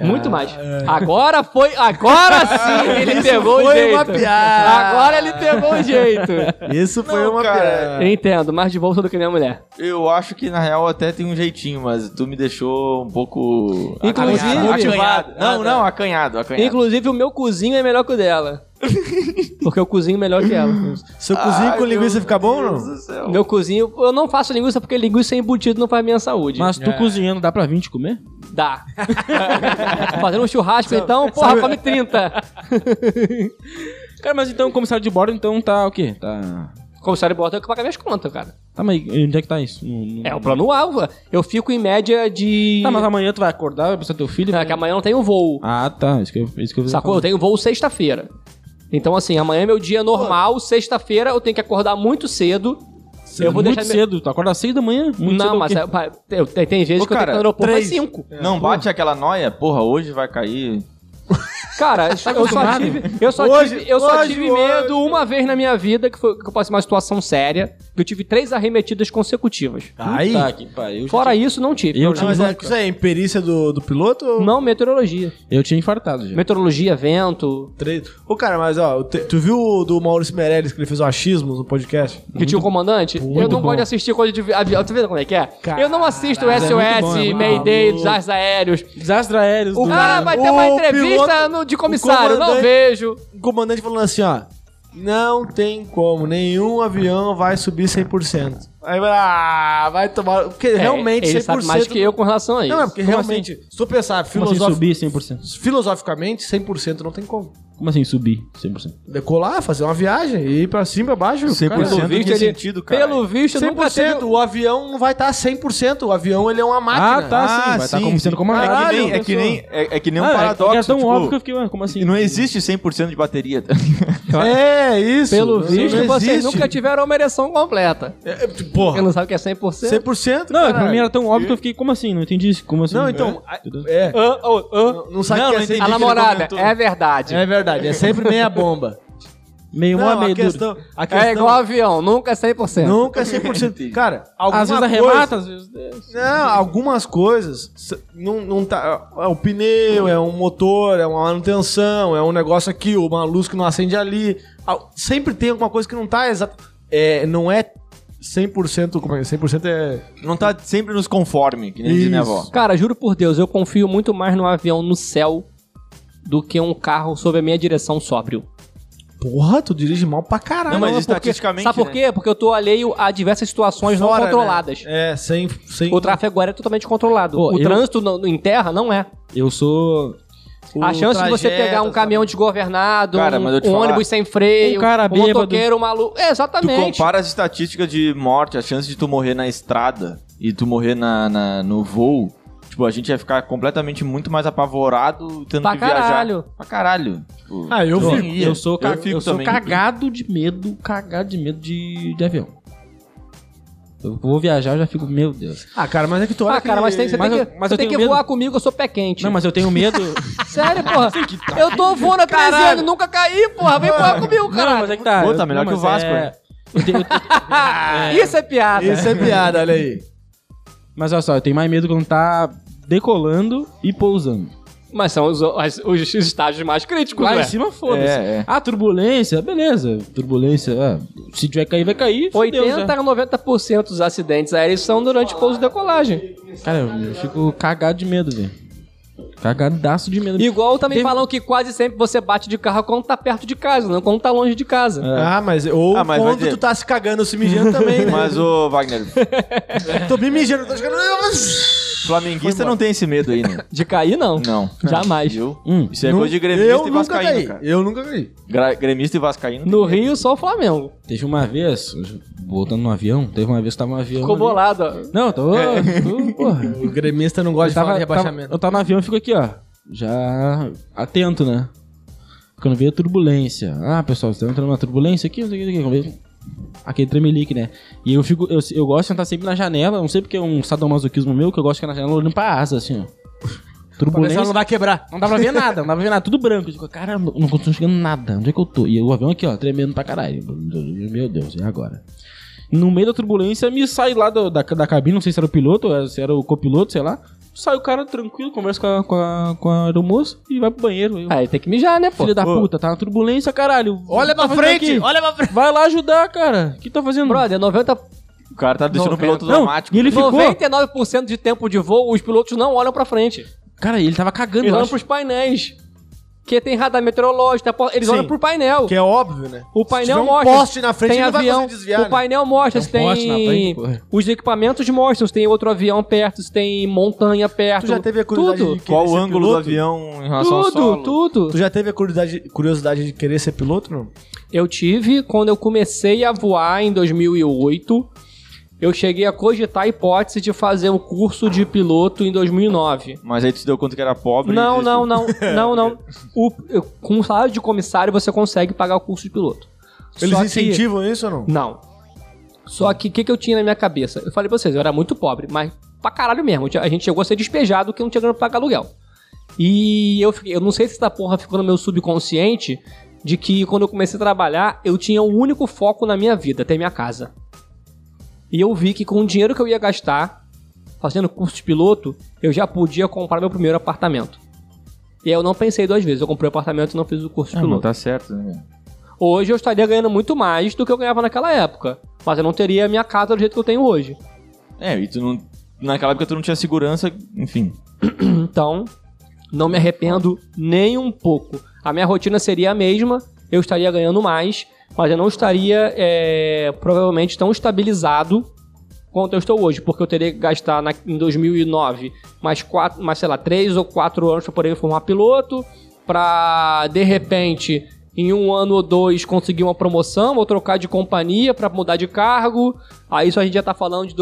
S4: Muito mais. Agora foi. Agora sim ele pegou o
S1: foi
S4: jeito.
S1: uma piada.
S4: Agora ele pegou o jeito.
S1: Isso foi
S3: Não,
S1: uma
S3: cara.
S1: cara.
S4: Eu entendo, mais de bolsa do que minha mulher.
S3: Eu acho que na real até tem um jeitinho, mas tu me deixou um pouco.
S4: Inclusive-
S3: acanhado.
S1: Motivado.
S3: Não, não, acanhado, acanhado.
S4: Inclusive, o meu cozinho é melhor que o dela. Porque eu cozinho melhor que ela.
S1: Se eu cozinho com linguiça, fica bom ou não?
S4: Eu cozinho, eu não faço linguiça porque linguiça é embutido não faz minha saúde.
S2: Mas tu cozinhando, dá pra 20 comer?
S4: Dá. Fazendo um churrasco então, porra, come 30.
S2: Cara, mas então o comissário de bordo, então tá o quê? Tá.
S4: Comissário Borda, eu que pagar minhas contas, cara.
S2: Tá, mas onde é que tá isso? No- no-
S4: É o plano alvo. Eu fico em média de.
S2: Tá, mas amanhã tu vai acordar, vai precisar teu filho.
S4: É que amanhã eu não tenho voo.
S2: Ah, tá. Isso que eu, isso que eu
S4: Sacou? Eu tenho voo sexta-feira. Então, assim, amanhã é meu dia normal. Sexta-feira eu tenho que acordar muito cedo. eu vou
S2: muito
S4: deixar.
S2: cedo. Tu acorda às 6 da manhã? Muito cedo é
S4: não,
S2: o
S4: mas
S2: quê?
S4: é, pá, eu- tem, tem vezes
S3: Ô,
S4: que eu tenho que ir
S3: cara,
S4: no aeroporto às
S1: três.
S4: 5.
S3: Não bate aquela noia? Porra, hoje vai cair.
S4: Cara, eu só
S2: acostumado?
S4: tive, eu só
S1: Hoje,
S4: tive, eu só
S1: hoje,
S4: tive
S1: hoje.
S4: medo uma vez na minha vida, que, foi, que eu passei uma situação séria, que eu tive três arremetidas consecutivas.
S1: Aí.
S2: Tá, que pariu.
S4: Fora isso, não tive.
S2: Eu
S1: Não,
S2: tinha,
S1: mas é, isso aí é imperícia do, do piloto ou
S4: Não, meteorologia.
S2: eu tinha infartado já.
S4: Meteorologia, vento,
S1: três? Ô, cara, mas ó, te- tu viu o do Maurício Meirelles que ele fez o achismo no podcast?
S4: que tinha o comandante. eu não
S2: bom.
S4: gosto de assistir coisa de avião. Tá vendo como é que é? eu não assisto SOS,
S2: muito bom, é muito
S4: Mayday,
S2: maluco.
S4: desastres aéreos.
S2: Desastre aéreo.
S4: O cara Ah, vai ter
S1: O
S4: uma entrevista
S1: piloto-
S4: no- de comissário,
S1: o
S4: não
S1: comandante-
S4: vejo.
S1: O comandante falando assim, ó. Não tem como, nenhum avião vai subir 100%. Aí vai, ah, vai tomar. Porque realmente
S4: É, ele sabe mais que eu com relação a isso.
S1: Não, é porque realmente, se tu pensar
S2: Como assim
S1: filosofi...
S2: subir 100%?
S1: filosoficamente, 100% não tem como.
S2: Como assim subir 100%?
S1: Decolar, fazer uma viagem e ir pra cima e pra baixo. cara.
S3: Pelo
S4: Pelo visto,
S3: que
S4: ele-
S3: sentido, cara.
S4: assim? Pelo visto, nunca
S1: 100%,
S4: teve
S1: o avião não vai tá estar 100%. O avião, ele é uma máquina.
S2: Ah, tá, sim.
S3: Ah,
S2: Vai estar
S3: sim,
S2: como sendo
S3: sim.
S2: comandado.
S1: Ah,
S3: É que nem,
S1: Caralho,
S3: é que nem, é, é que nem um
S2: Ah, é-
S3: paradoxo.
S2: Era tão
S3: tipo,
S2: óbvio que eu fiquei, ué, como assim?
S3: Não existe 100% de bateria.
S1: É, isso.
S4: Pelo
S1: Não
S4: visto, vocês
S1: existe.
S4: nunca tiveram uma ereção completa.
S1: É, é,
S4: Porque
S1: porra,
S4: não sabe o que é 100%.
S1: 100%.
S2: Não, é pra
S1: caralho.
S2: mim era tão óbvio que eu fiquei, como assim? Não entendi isso. Como assim?
S1: Não, então... É,
S4: Ah, ah, ah.
S1: não- não sabe o
S3: Não,
S1: que é
S3: não entendi.
S4: A
S1: ser-
S4: namorada, é verdade. É,
S1: É verdade, é sempre meia bomba.
S2: Meio
S1: Não,
S2: uma
S1: a
S2: meio duro.
S1: questão, É a questão...
S4: igual avião, nunca é 100%.
S1: Nunca é 100%. Cara, alguma
S2: Às vezes
S1: coisa-
S2: arremata, às vezes...
S1: Não, algumas coisas s- não, não tá. É o pneu, é um motor, é uma manutenção, é um negócio aqui, uma luz que não acende ali. Al- Sempre tem alguma coisa que não tá exata. É, não é 100%. Como é? 100% é.
S3: Não tá sempre nos conforme, que nem diz minha avó.
S4: Cara, juro por Deus, eu confio muito mais num avião no céu do que um carro sob a minha direção sóbrio.
S1: Porra, tu dirige mal pra caralho.
S3: Não, mas
S1: Fora,
S3: estatisticamente.
S4: Sabe por
S3: né?
S4: quê? Porque eu tô alheio a diversas situações não
S1: né?
S4: controladas.
S1: É, sem. sem...
S4: O tráfego aéreo é totalmente controlado.
S2: Pô,
S4: o
S2: eu-
S4: trânsito no- em terra não é.
S2: Eu sou...
S1: o
S2: Ah,
S4: a chance de você
S1: trajeto,
S4: pegar um
S1: sabe?
S4: caminhão desgovernado,
S3: Cara,
S4: um,
S3: mas eu te
S4: um
S3: falar,
S4: ônibus sem freio,
S2: um cara bêbado.
S4: motoqueiro maluco. É,
S3: Tu
S4: exatamente.
S3: compara as estatísticas de morte, a chance de tu morrer na estrada e tu morrer na, na- no voo. Tipo, a gente ia ficar completamente muito mais apavorado tendo
S4: Pra
S3: que viajar.
S4: caralho.
S3: Pra caralho. Tipo,
S1: Ah, eu
S2: Pô,
S1: vi.
S2: eu sou, ca-
S3: Eu fico
S2: eu sou
S3: também.
S2: cagado de medo, cagado de medo de, de avião. Eu vou viajar, eu já fico, meu Deus.
S1: Ah, cara, mas é que tu olha.
S4: Ah, cara,
S1: que-
S4: mas tem, você
S2: Mas
S4: tem
S2: eu-
S4: que,
S2: mas
S4: você
S2: eu
S4: tem que
S2: tenho medo.
S4: voar comigo, eu sou pé quente.
S2: Não, mas eu tenho medo.
S4: Sério, porra. Eu tô voando há 13 anos, nunca caí, porra. Vem voar comigo,
S2: tá. não, mas
S4: cara.
S2: é que tá.
S3: Pô,
S2: eu-
S3: tá melhor
S2: não,
S3: que o
S2: mas
S3: Vasco,
S2: é-
S3: né?
S2: eu tenho- eu tenho-
S4: Isso é piada.
S1: Isso é piada, olha aí.
S2: mas olha só, eu tenho mais medo quando tá decolando e pousando.
S4: Mas são os, as- os estágios mais críticos,
S2: Lá
S4: né?
S2: em cima, foda-se.
S3: É, é.
S2: Ah, turbulência, beleza. Turbulência, ah, se tiver que cair, vai cair. fudeu já.
S4: 80 a 90% dos acidentes aéreos são durante pouso e decolagem.
S2: Cara, eu fico cagado de medo, velho. Cagadaço de medo.
S4: Igual também
S2: Teve-
S4: falam que quase sempre você bate de carro quando tá perto de casa, não quando tá longe de
S2: É.
S4: casa.
S1: Ah, mas. Ou
S3: É. Ah, mas vai
S1: quando
S3: dizer-
S1: tu tá se cagando, se mijando também, né? É
S3: Mas, ô, Wagner,
S1: Tô me mijando, tô se cagando.
S3: flamenguista não tem esse medo aí, né?
S4: De cair, não.
S3: Não.
S4: Jamais.
S3: Viu?
S2: Hum,
S3: Isso é
S1: Nu-
S3: coisa de gremista
S1: eu
S3: e
S1: nunca
S3: vascaíno,
S1: caí.
S3: cara.
S1: Eu nunca caí.
S3: Gra- gremista e vascaíno.
S4: No Rio, só o Flamengo.
S2: Teve uma vez, voltando no avião, teve uma vez que tava no avião.
S4: Ficou
S2: ali.
S4: bolado. ó.
S2: Não, tô. tô porra.
S1: O gremista não gosta
S2: Eu
S1: de falar
S2: tava,
S1: de
S2: tava,
S1: rebaixamento.
S2: eu tava no avião e fico aqui, ó. Já atento, né? Quando veio a turbulência. Ah, pessoal, vocês estão entrando numa turbulência aqui, não sei o que, não sei o que. Aquele tremelique, né? E eu fico. Eu, eu gosto de sentar sempre na janela, não sei porque é um sadomasoquismo meu, que eu gosto de ficar na janela olhando pra asa, assim, ó. Turbulência.
S1: vai quebrar.
S2: Não dá pra ver nada, não dá pra ver nada, tudo branco. Eu digo, cara, não não consigo chegando nada, onde é que eu tô? E o avião aqui, ó, tremendo pra caralho. Meu Deus, e agora? No meio da turbulência, me sai lá do- da, da cabine, não sei se era o piloto, ou se era o copiloto, sei lá. Sai o cara tranquilo, conversa com a, com a, com a aeromoça e vai pro banheiro. Eu,
S4: Aí tem que mijar, né, pô?
S2: Filho da puta, tá na turbulência, caralho.
S1: Olha
S2: Tá
S1: pra
S2: fazendo
S1: frente,
S2: aqui?
S1: olha pra frente.
S2: Vai lá ajudar, cara. O que tá fazendo?
S4: Brother, 90,
S3: O cara tá deixando um
S4: Não,
S3: piloto
S2: não,
S3: dramático.
S2: e ele ficou-
S4: 99% de tempo de voo, os pilotos não olham pra frente.
S2: Cara, ele tava cagando,
S4: Eles
S2: eu
S4: olham
S2: acho.
S4: pros painéis. que tem radar meteorológico, tem a por- eles
S1: Sim.
S4: olham pro painel.
S1: Que é óbvio, né?
S4: O
S1: Se tiver
S4: painel
S1: um
S4: mostra.
S1: poste na frente,
S4: tem
S1: ele vai
S4: avião.
S1: conseguir desviar, né?
S4: o painel mostra se
S2: Tem um poste na
S4: tem.
S2: frente, porra.
S4: os equipamentos mostram se tem outro avião perto, se tem montanha perto.
S1: Ah, Tu já teve a curiosidade
S4: Tudo.
S1: de querer
S3: Qual
S1: ser
S3: o ângulo
S1: piloto?
S3: do avião
S2: é
S3: em
S2: um
S3: relação ao solo?
S4: Tudo, tudo.
S1: Tu já teve a curiosidade, curiosidade de querer ser piloto, não?
S4: Eu tive quando eu comecei a voar em 2008. Eu cheguei a cogitar a hipótese de fazer um curso de piloto em 2009.
S3: Mas aí tu se deu conta que era pobre.
S4: Não,
S3: e-
S4: não, não, não, não. O, eu- com o salário de comissário você consegue pagar o curso de piloto.
S1: Eles
S4: Só que-
S1: incentivam isso ou não?
S4: Não. Só que o que, que eu tinha na minha cabeça? Eu falei pra vocês, eu era muito pobre, mas pra caralho mesmo. Eu tinha- A gente chegou a ser despejado que não tinha grana pra pagar aluguel. E eu, fiquei- eu não sei se essa porra ficou no meu subconsciente de que quando eu comecei a trabalhar, eu tinha um único foco na minha vida, ter minha casa. E eu vi que com o dinheiro que eu ia gastar fazendo curso de piloto, eu já podia comprar meu primeiro apartamento. E aí eu não pensei duas vezes, eu comprei o apartamento e não fiz o curso de
S3: Ah,
S4: piloto.
S3: não tá certo, né?
S4: Hoje eu estaria ganhando muito mais do que eu ganhava naquela época. Mas eu não teria a minha casa do jeito que eu tenho hoje.
S3: É, e tu não. Naquela época tu não tinha segurança, enfim.
S4: Então, não me arrependo nem um pouco. A minha rotina seria a mesma, eu estaria ganhando mais, mas eu não estaria é, provavelmente tão estabilizado quanto eu estou hoje, porque eu teria que gastar na- em 2009 mais, quatro, mais, sei lá, 3 ou 4 anos para poder me formar piloto, para de repente em um ano ou dois conseguir uma promoção ou trocar de companhia para mudar de cargo. Aí isso a gente já tá falando de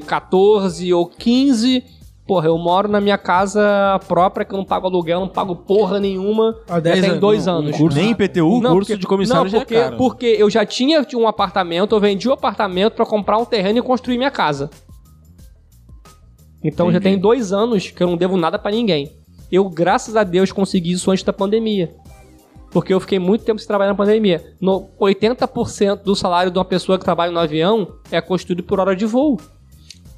S4: 2014 ou 15. Porra, eu moro na minha casa própria, que eu não pago aluguel, não pago porra nenhuma.
S1: Há 10
S4: já tem
S1: anos,
S4: dois
S1: um- um
S4: anos.
S2: curso-
S3: Nem IPTU?
S2: Não. curso de comissário
S4: não,
S2: já é
S4: porque,
S2: caro.
S4: porque eu já tinha um apartamento, eu vendi o apartamento pra comprar um terreno e construir minha casa. Então já tem dois anos que eu não devo nada pra ninguém. Eu, graças a Deus, consegui isso antes da pandemia. Porque eu fiquei muito tempo sem trabalhar na pandemia. No, 80% do salário de uma pessoa que trabalha no avião é construído por hora de voo.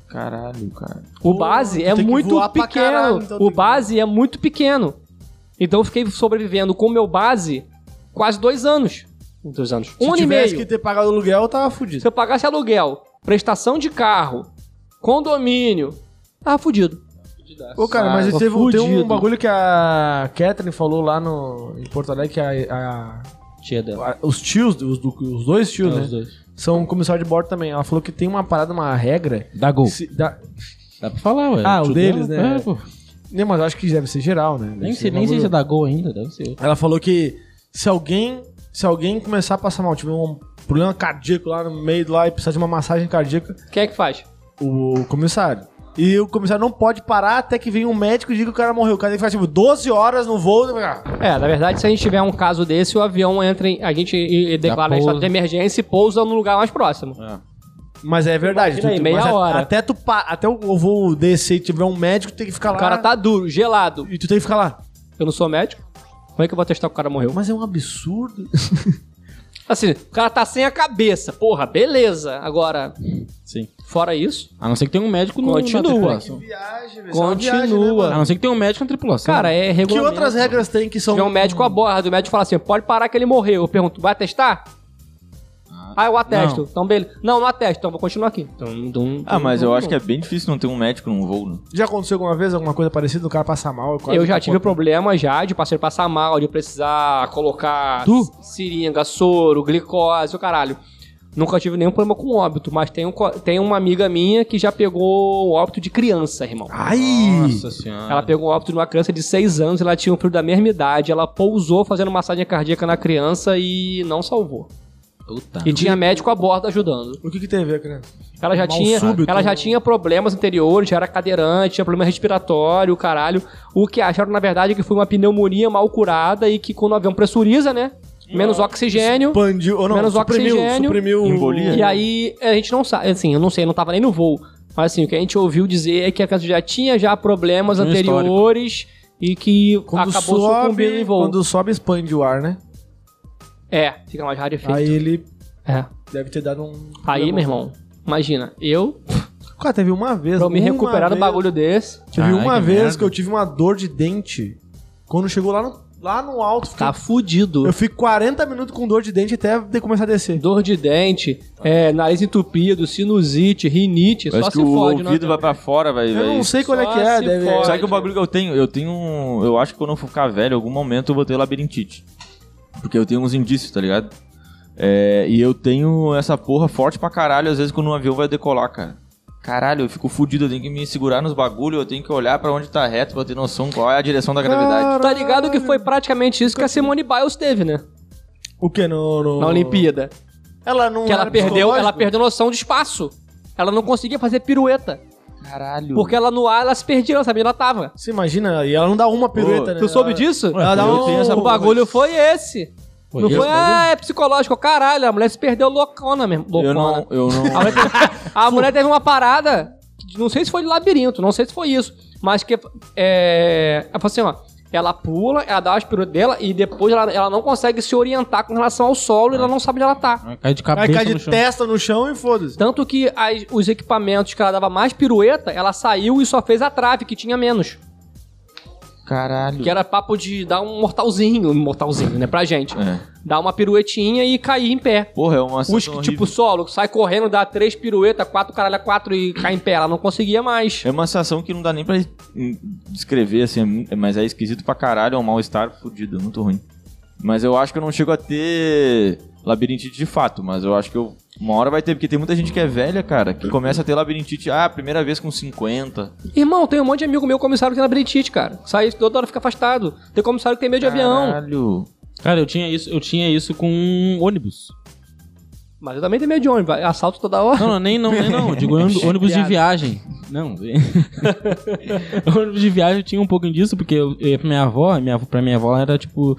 S3: Caralho, cara.
S4: O base é
S1: tem que
S4: muito
S1: voar pra
S4: pequeno.
S1: caralho, então tem
S4: o
S1: que-
S4: base é muito pequeno. Então eu fiquei sobrevivendo com o meu base quase dois anos. Dois anos.
S1: Se
S4: um ano e
S1: tivesse
S4: meio.
S1: que ter pagado aluguel, eu tava fudido.
S4: Se eu pagasse aluguel, prestação de carro, condomínio, tava fudido.
S1: Ô, cara, mas
S4: Tava
S1: teve, tem um
S4: fudido.
S1: bagulho que a Catherine falou lá no, em Porto Alegre, que a-
S2: Tia dela.
S1: a- a- os tios, os, do- os dois tios,
S4: É.
S1: né?
S2: Os dois.
S1: São comissário de bordo também. Ela falou que tem uma parada, uma regra.
S2: Da gol.
S1: Se, da,
S2: Dá pra falar, ué.
S1: Ah, o
S2: Tio
S1: deles,
S2: dela,
S1: né?
S2: é, pô.
S1: não, mas eu acho que deve ser geral, né? Deve
S2: Nem
S1: ser
S2: sei,
S1: um
S2: nem sei
S1: bagulho-
S2: se é da gol ainda, deve ser.
S1: Ela falou que se alguém, se alguém começar a passar mal, tiver um problema cardíaco lá no meio lá e precisar de uma massagem cardíaca,
S4: Quem é que faz?
S1: o comissário. E o comissário não pode parar até que venha um médico e diga que o cara morreu. O cara tem que fazer tipo 12 horas no voo. né? Ah,
S4: É, na verdade, se a gente tiver um caso desse, o avião entra em. A gente e- e declara
S2: Já
S4: em estado
S2: pousa.
S4: de emergência e pousa no lugar mais próximo.
S1: Mas é verdade.
S4: Imagina aí,
S1: mas
S4: meia
S1: a-
S4: hora.
S1: Até, tu pa- até o voo descer e tiver um médico, tu tem que ficar lá.
S4: O cara tá duro, gelado.
S1: E tu tem que ficar lá.
S4: Eu não sou médico. Como é que eu vou testar que o cara morreu?
S1: Mas é um absurdo.
S4: Assim, o cara tá sem a cabeça. Porra, beleza. Agora,
S2: Sim.
S4: fora isso,
S2: A não ser que tenha um médico no, na
S4: continua.
S2: tripulação.
S1: viagem, velho.
S4: Continua.
S2: A não ser que tenha um médico na tripulação.
S4: Cara, é
S1: Que
S4: regulamento.
S1: outras regras tem que
S4: Se
S1: são.
S4: tiver um médico a bordo, o médico fala assim, pode parar que ele morreu. Eu pergunto, vai atestar? Ah, eu atesto.
S2: Não.
S4: Então, beleza. Não, não atesto. Então, vou continuar aqui. Dum, dum,
S3: Ah,
S4: dum,
S3: mas
S4: dum,
S3: eu acho
S4: dum.
S3: que é bem difícil não ter um médico num voo, né?
S1: Já aconteceu alguma vez alguma coisa parecida? O cara passar mal? quase
S4: eu já
S1: capota?
S4: tive problema já de parceiro passar mal, de eu precisar colocar
S2: Tu?
S4: si- seringa, soro, glicose, o caralho. Nunca tive nenhum problema com óbito, mas tem, um, co- tem uma amiga minha que já pegou o óbito de criança, irmão.
S1: Ai!
S2: Nossa senhora.
S4: Ela pegou o óbito de uma criança de 6 anos, ela tinha um filho da mesma idade, ela pousou fazendo massagem cardíaca na criança e não salvou.
S2: Puta.
S4: E tinha médico a bordo ajudando.
S1: O que que teve, cara?
S4: Ela já,
S1: Mal
S4: tinha,
S1: súbito. né?
S4: ela já tinha problemas anteriores, já era cadeirante, tinha problema respiratório, o caralho. O que acharam, na verdade, é que foi uma pneumonia mal curada e que quando o avião pressuriza, né? Menos oxigênio.
S1: Expandiu, ou não,
S4: Menos
S1: suprimiu,
S4: oxigênio.
S1: suprimiu
S3: Embolia.
S4: E
S2: né?
S4: aí, a gente não sabe, assim, eu não sei, eu não tava nem no voo. Mas assim, o que a gente ouviu dizer é que a criança já tinha já problemas
S2: Tinha um
S4: anteriores e que
S1: Quando
S4: acabou
S1: sobe,
S4: sucumbindo em voo.
S1: quando sobe expande o ar, né?
S4: É, fica mais rarefeito.
S1: Aí ele
S4: É.
S1: deve ter dado um
S4: Aí, meu irmão, imagina, eu,
S1: Cara, teve uma vez,
S4: pra eu me
S1: uma
S4: recuperar do
S1: vez-
S4: bagulho desse,
S1: Teve
S2: Caralho,
S1: uma
S2: que
S1: vez
S2: merda.
S1: que eu tive uma dor de dente quando chegou lá no lá no alto. fico-
S4: Tá fudido.
S1: Eu fico 40 minutos com dor de dente até de começar a descer.
S4: Dor de dente, é, nariz entupido, sinusite, rinite,
S3: Parece
S4: só
S3: que
S4: se
S3: o
S4: fode. né,
S3: ouvido vai pra fora, vai.
S1: Eu
S3: vai-
S1: não sei qual é
S4: Só
S1: que é.
S4: se
S1: Deve...
S4: for-
S3: Sabe que o bagulho que eu tenho? Eu tenho um. Eu acho que quando eu for ficar velho, em algum momento eu vou ter labirintite. Porque eu tenho uns indícios, tá ligado? É, e eu tenho essa porra forte pra caralho, às vezes quando um avião vai decolar, cara. Caralho, eu fico fudido, eu tenho que me segurar nos bagulhos, eu tenho que olhar pra onde tá reto pra ter noção qual é a direção da gravidade.
S4: Tá ligado que foi praticamente isso que a Simone Biles teve, né?
S1: O que? No, no-
S4: Na Olimpíada.
S1: Ela não.
S4: Que ela
S1: era
S4: perdeu, ela
S1: psicológico?
S4: perdeu noção de espaço. Ela não conseguia fazer pirueta.
S3: Caralho.
S4: Porque ela no ar, ela se perdia, ela sabia onde ela tava.
S1: Você imagina? E ela não dá uma pirueta, né?
S4: Tu soube
S1: Ela-
S4: disso?
S1: Ela dá
S3: eu
S1: um...
S3: tenho essa
S4: o bagulho foi esse.
S2: Foi
S4: não
S2: esse
S4: foi,
S2: o
S4: ah, é psicológico. Caralho, a mulher se perdeu loucona mesmo.
S1: é
S4: Loucona.
S3: eu não. Eu não.
S4: A mulher, teve, a mulher teve uma parada, não sei se foi de labirinto, não sei se foi isso, mas que é, ela falou assim, ó, ela pula, ela dá o aspiro dela e depois ela, ela não consegue se orientar com relação ao solo e ela não sabe onde ela tá.
S2: Vai cair de
S1: Vai
S2: cabeça
S1: cair
S2: no
S1: de
S2: chão.
S1: testa no chão e foda-se.
S4: Tanto que as- os equipamentos que ela dava mais pirueta, ela saiu e só fez a trave, que tinha menos.
S3: Caralho.
S4: Que era papo de dar um mortalzinho, um mortalzinho, né, pra gente.
S3: É.
S4: Dar uma piruetinha e cair em pé.
S3: Porra, é uma
S4: Os
S3: sensação
S4: que, tipo,
S3: horrível.
S4: solo, sai correndo, dá três piruetas, quatro caralho, quatro e cai em pé. Ela não conseguia mais.
S3: É uma sensação que não dá nem pra hum, descrever, assim, é mu- mas é esquisito pra caralho, é um mal-estar fudido, é muito ruim. Mas eu acho que eu não chego a ter labirintite de fato, mas eu acho que eu, uma hora vai ter, porque tem muita gente que é velha, cara, que começa a ter labirintite, ah, primeira vez com 50.
S4: Irmão, tem um monte de amigo meu comissário que tem labirintite, cara. Sai toda hora fica afastado. Tem comissário que tem medo de avião.
S3: Caralho.
S2: Cara, eu tinha isso, eu tinha isso com um ônibus.
S4: Mas eu também tenho medo de ônibus. Assalto toda hora.
S2: Não, não, nem não, nem não. Digo ônibus ônibus de
S4: Piada.
S2: viagem. Não. ônibus de viagem eu tinha um pouquinho disso, porque eu eu ia pra minha avó, e minha, avó- pra minha avó era tipo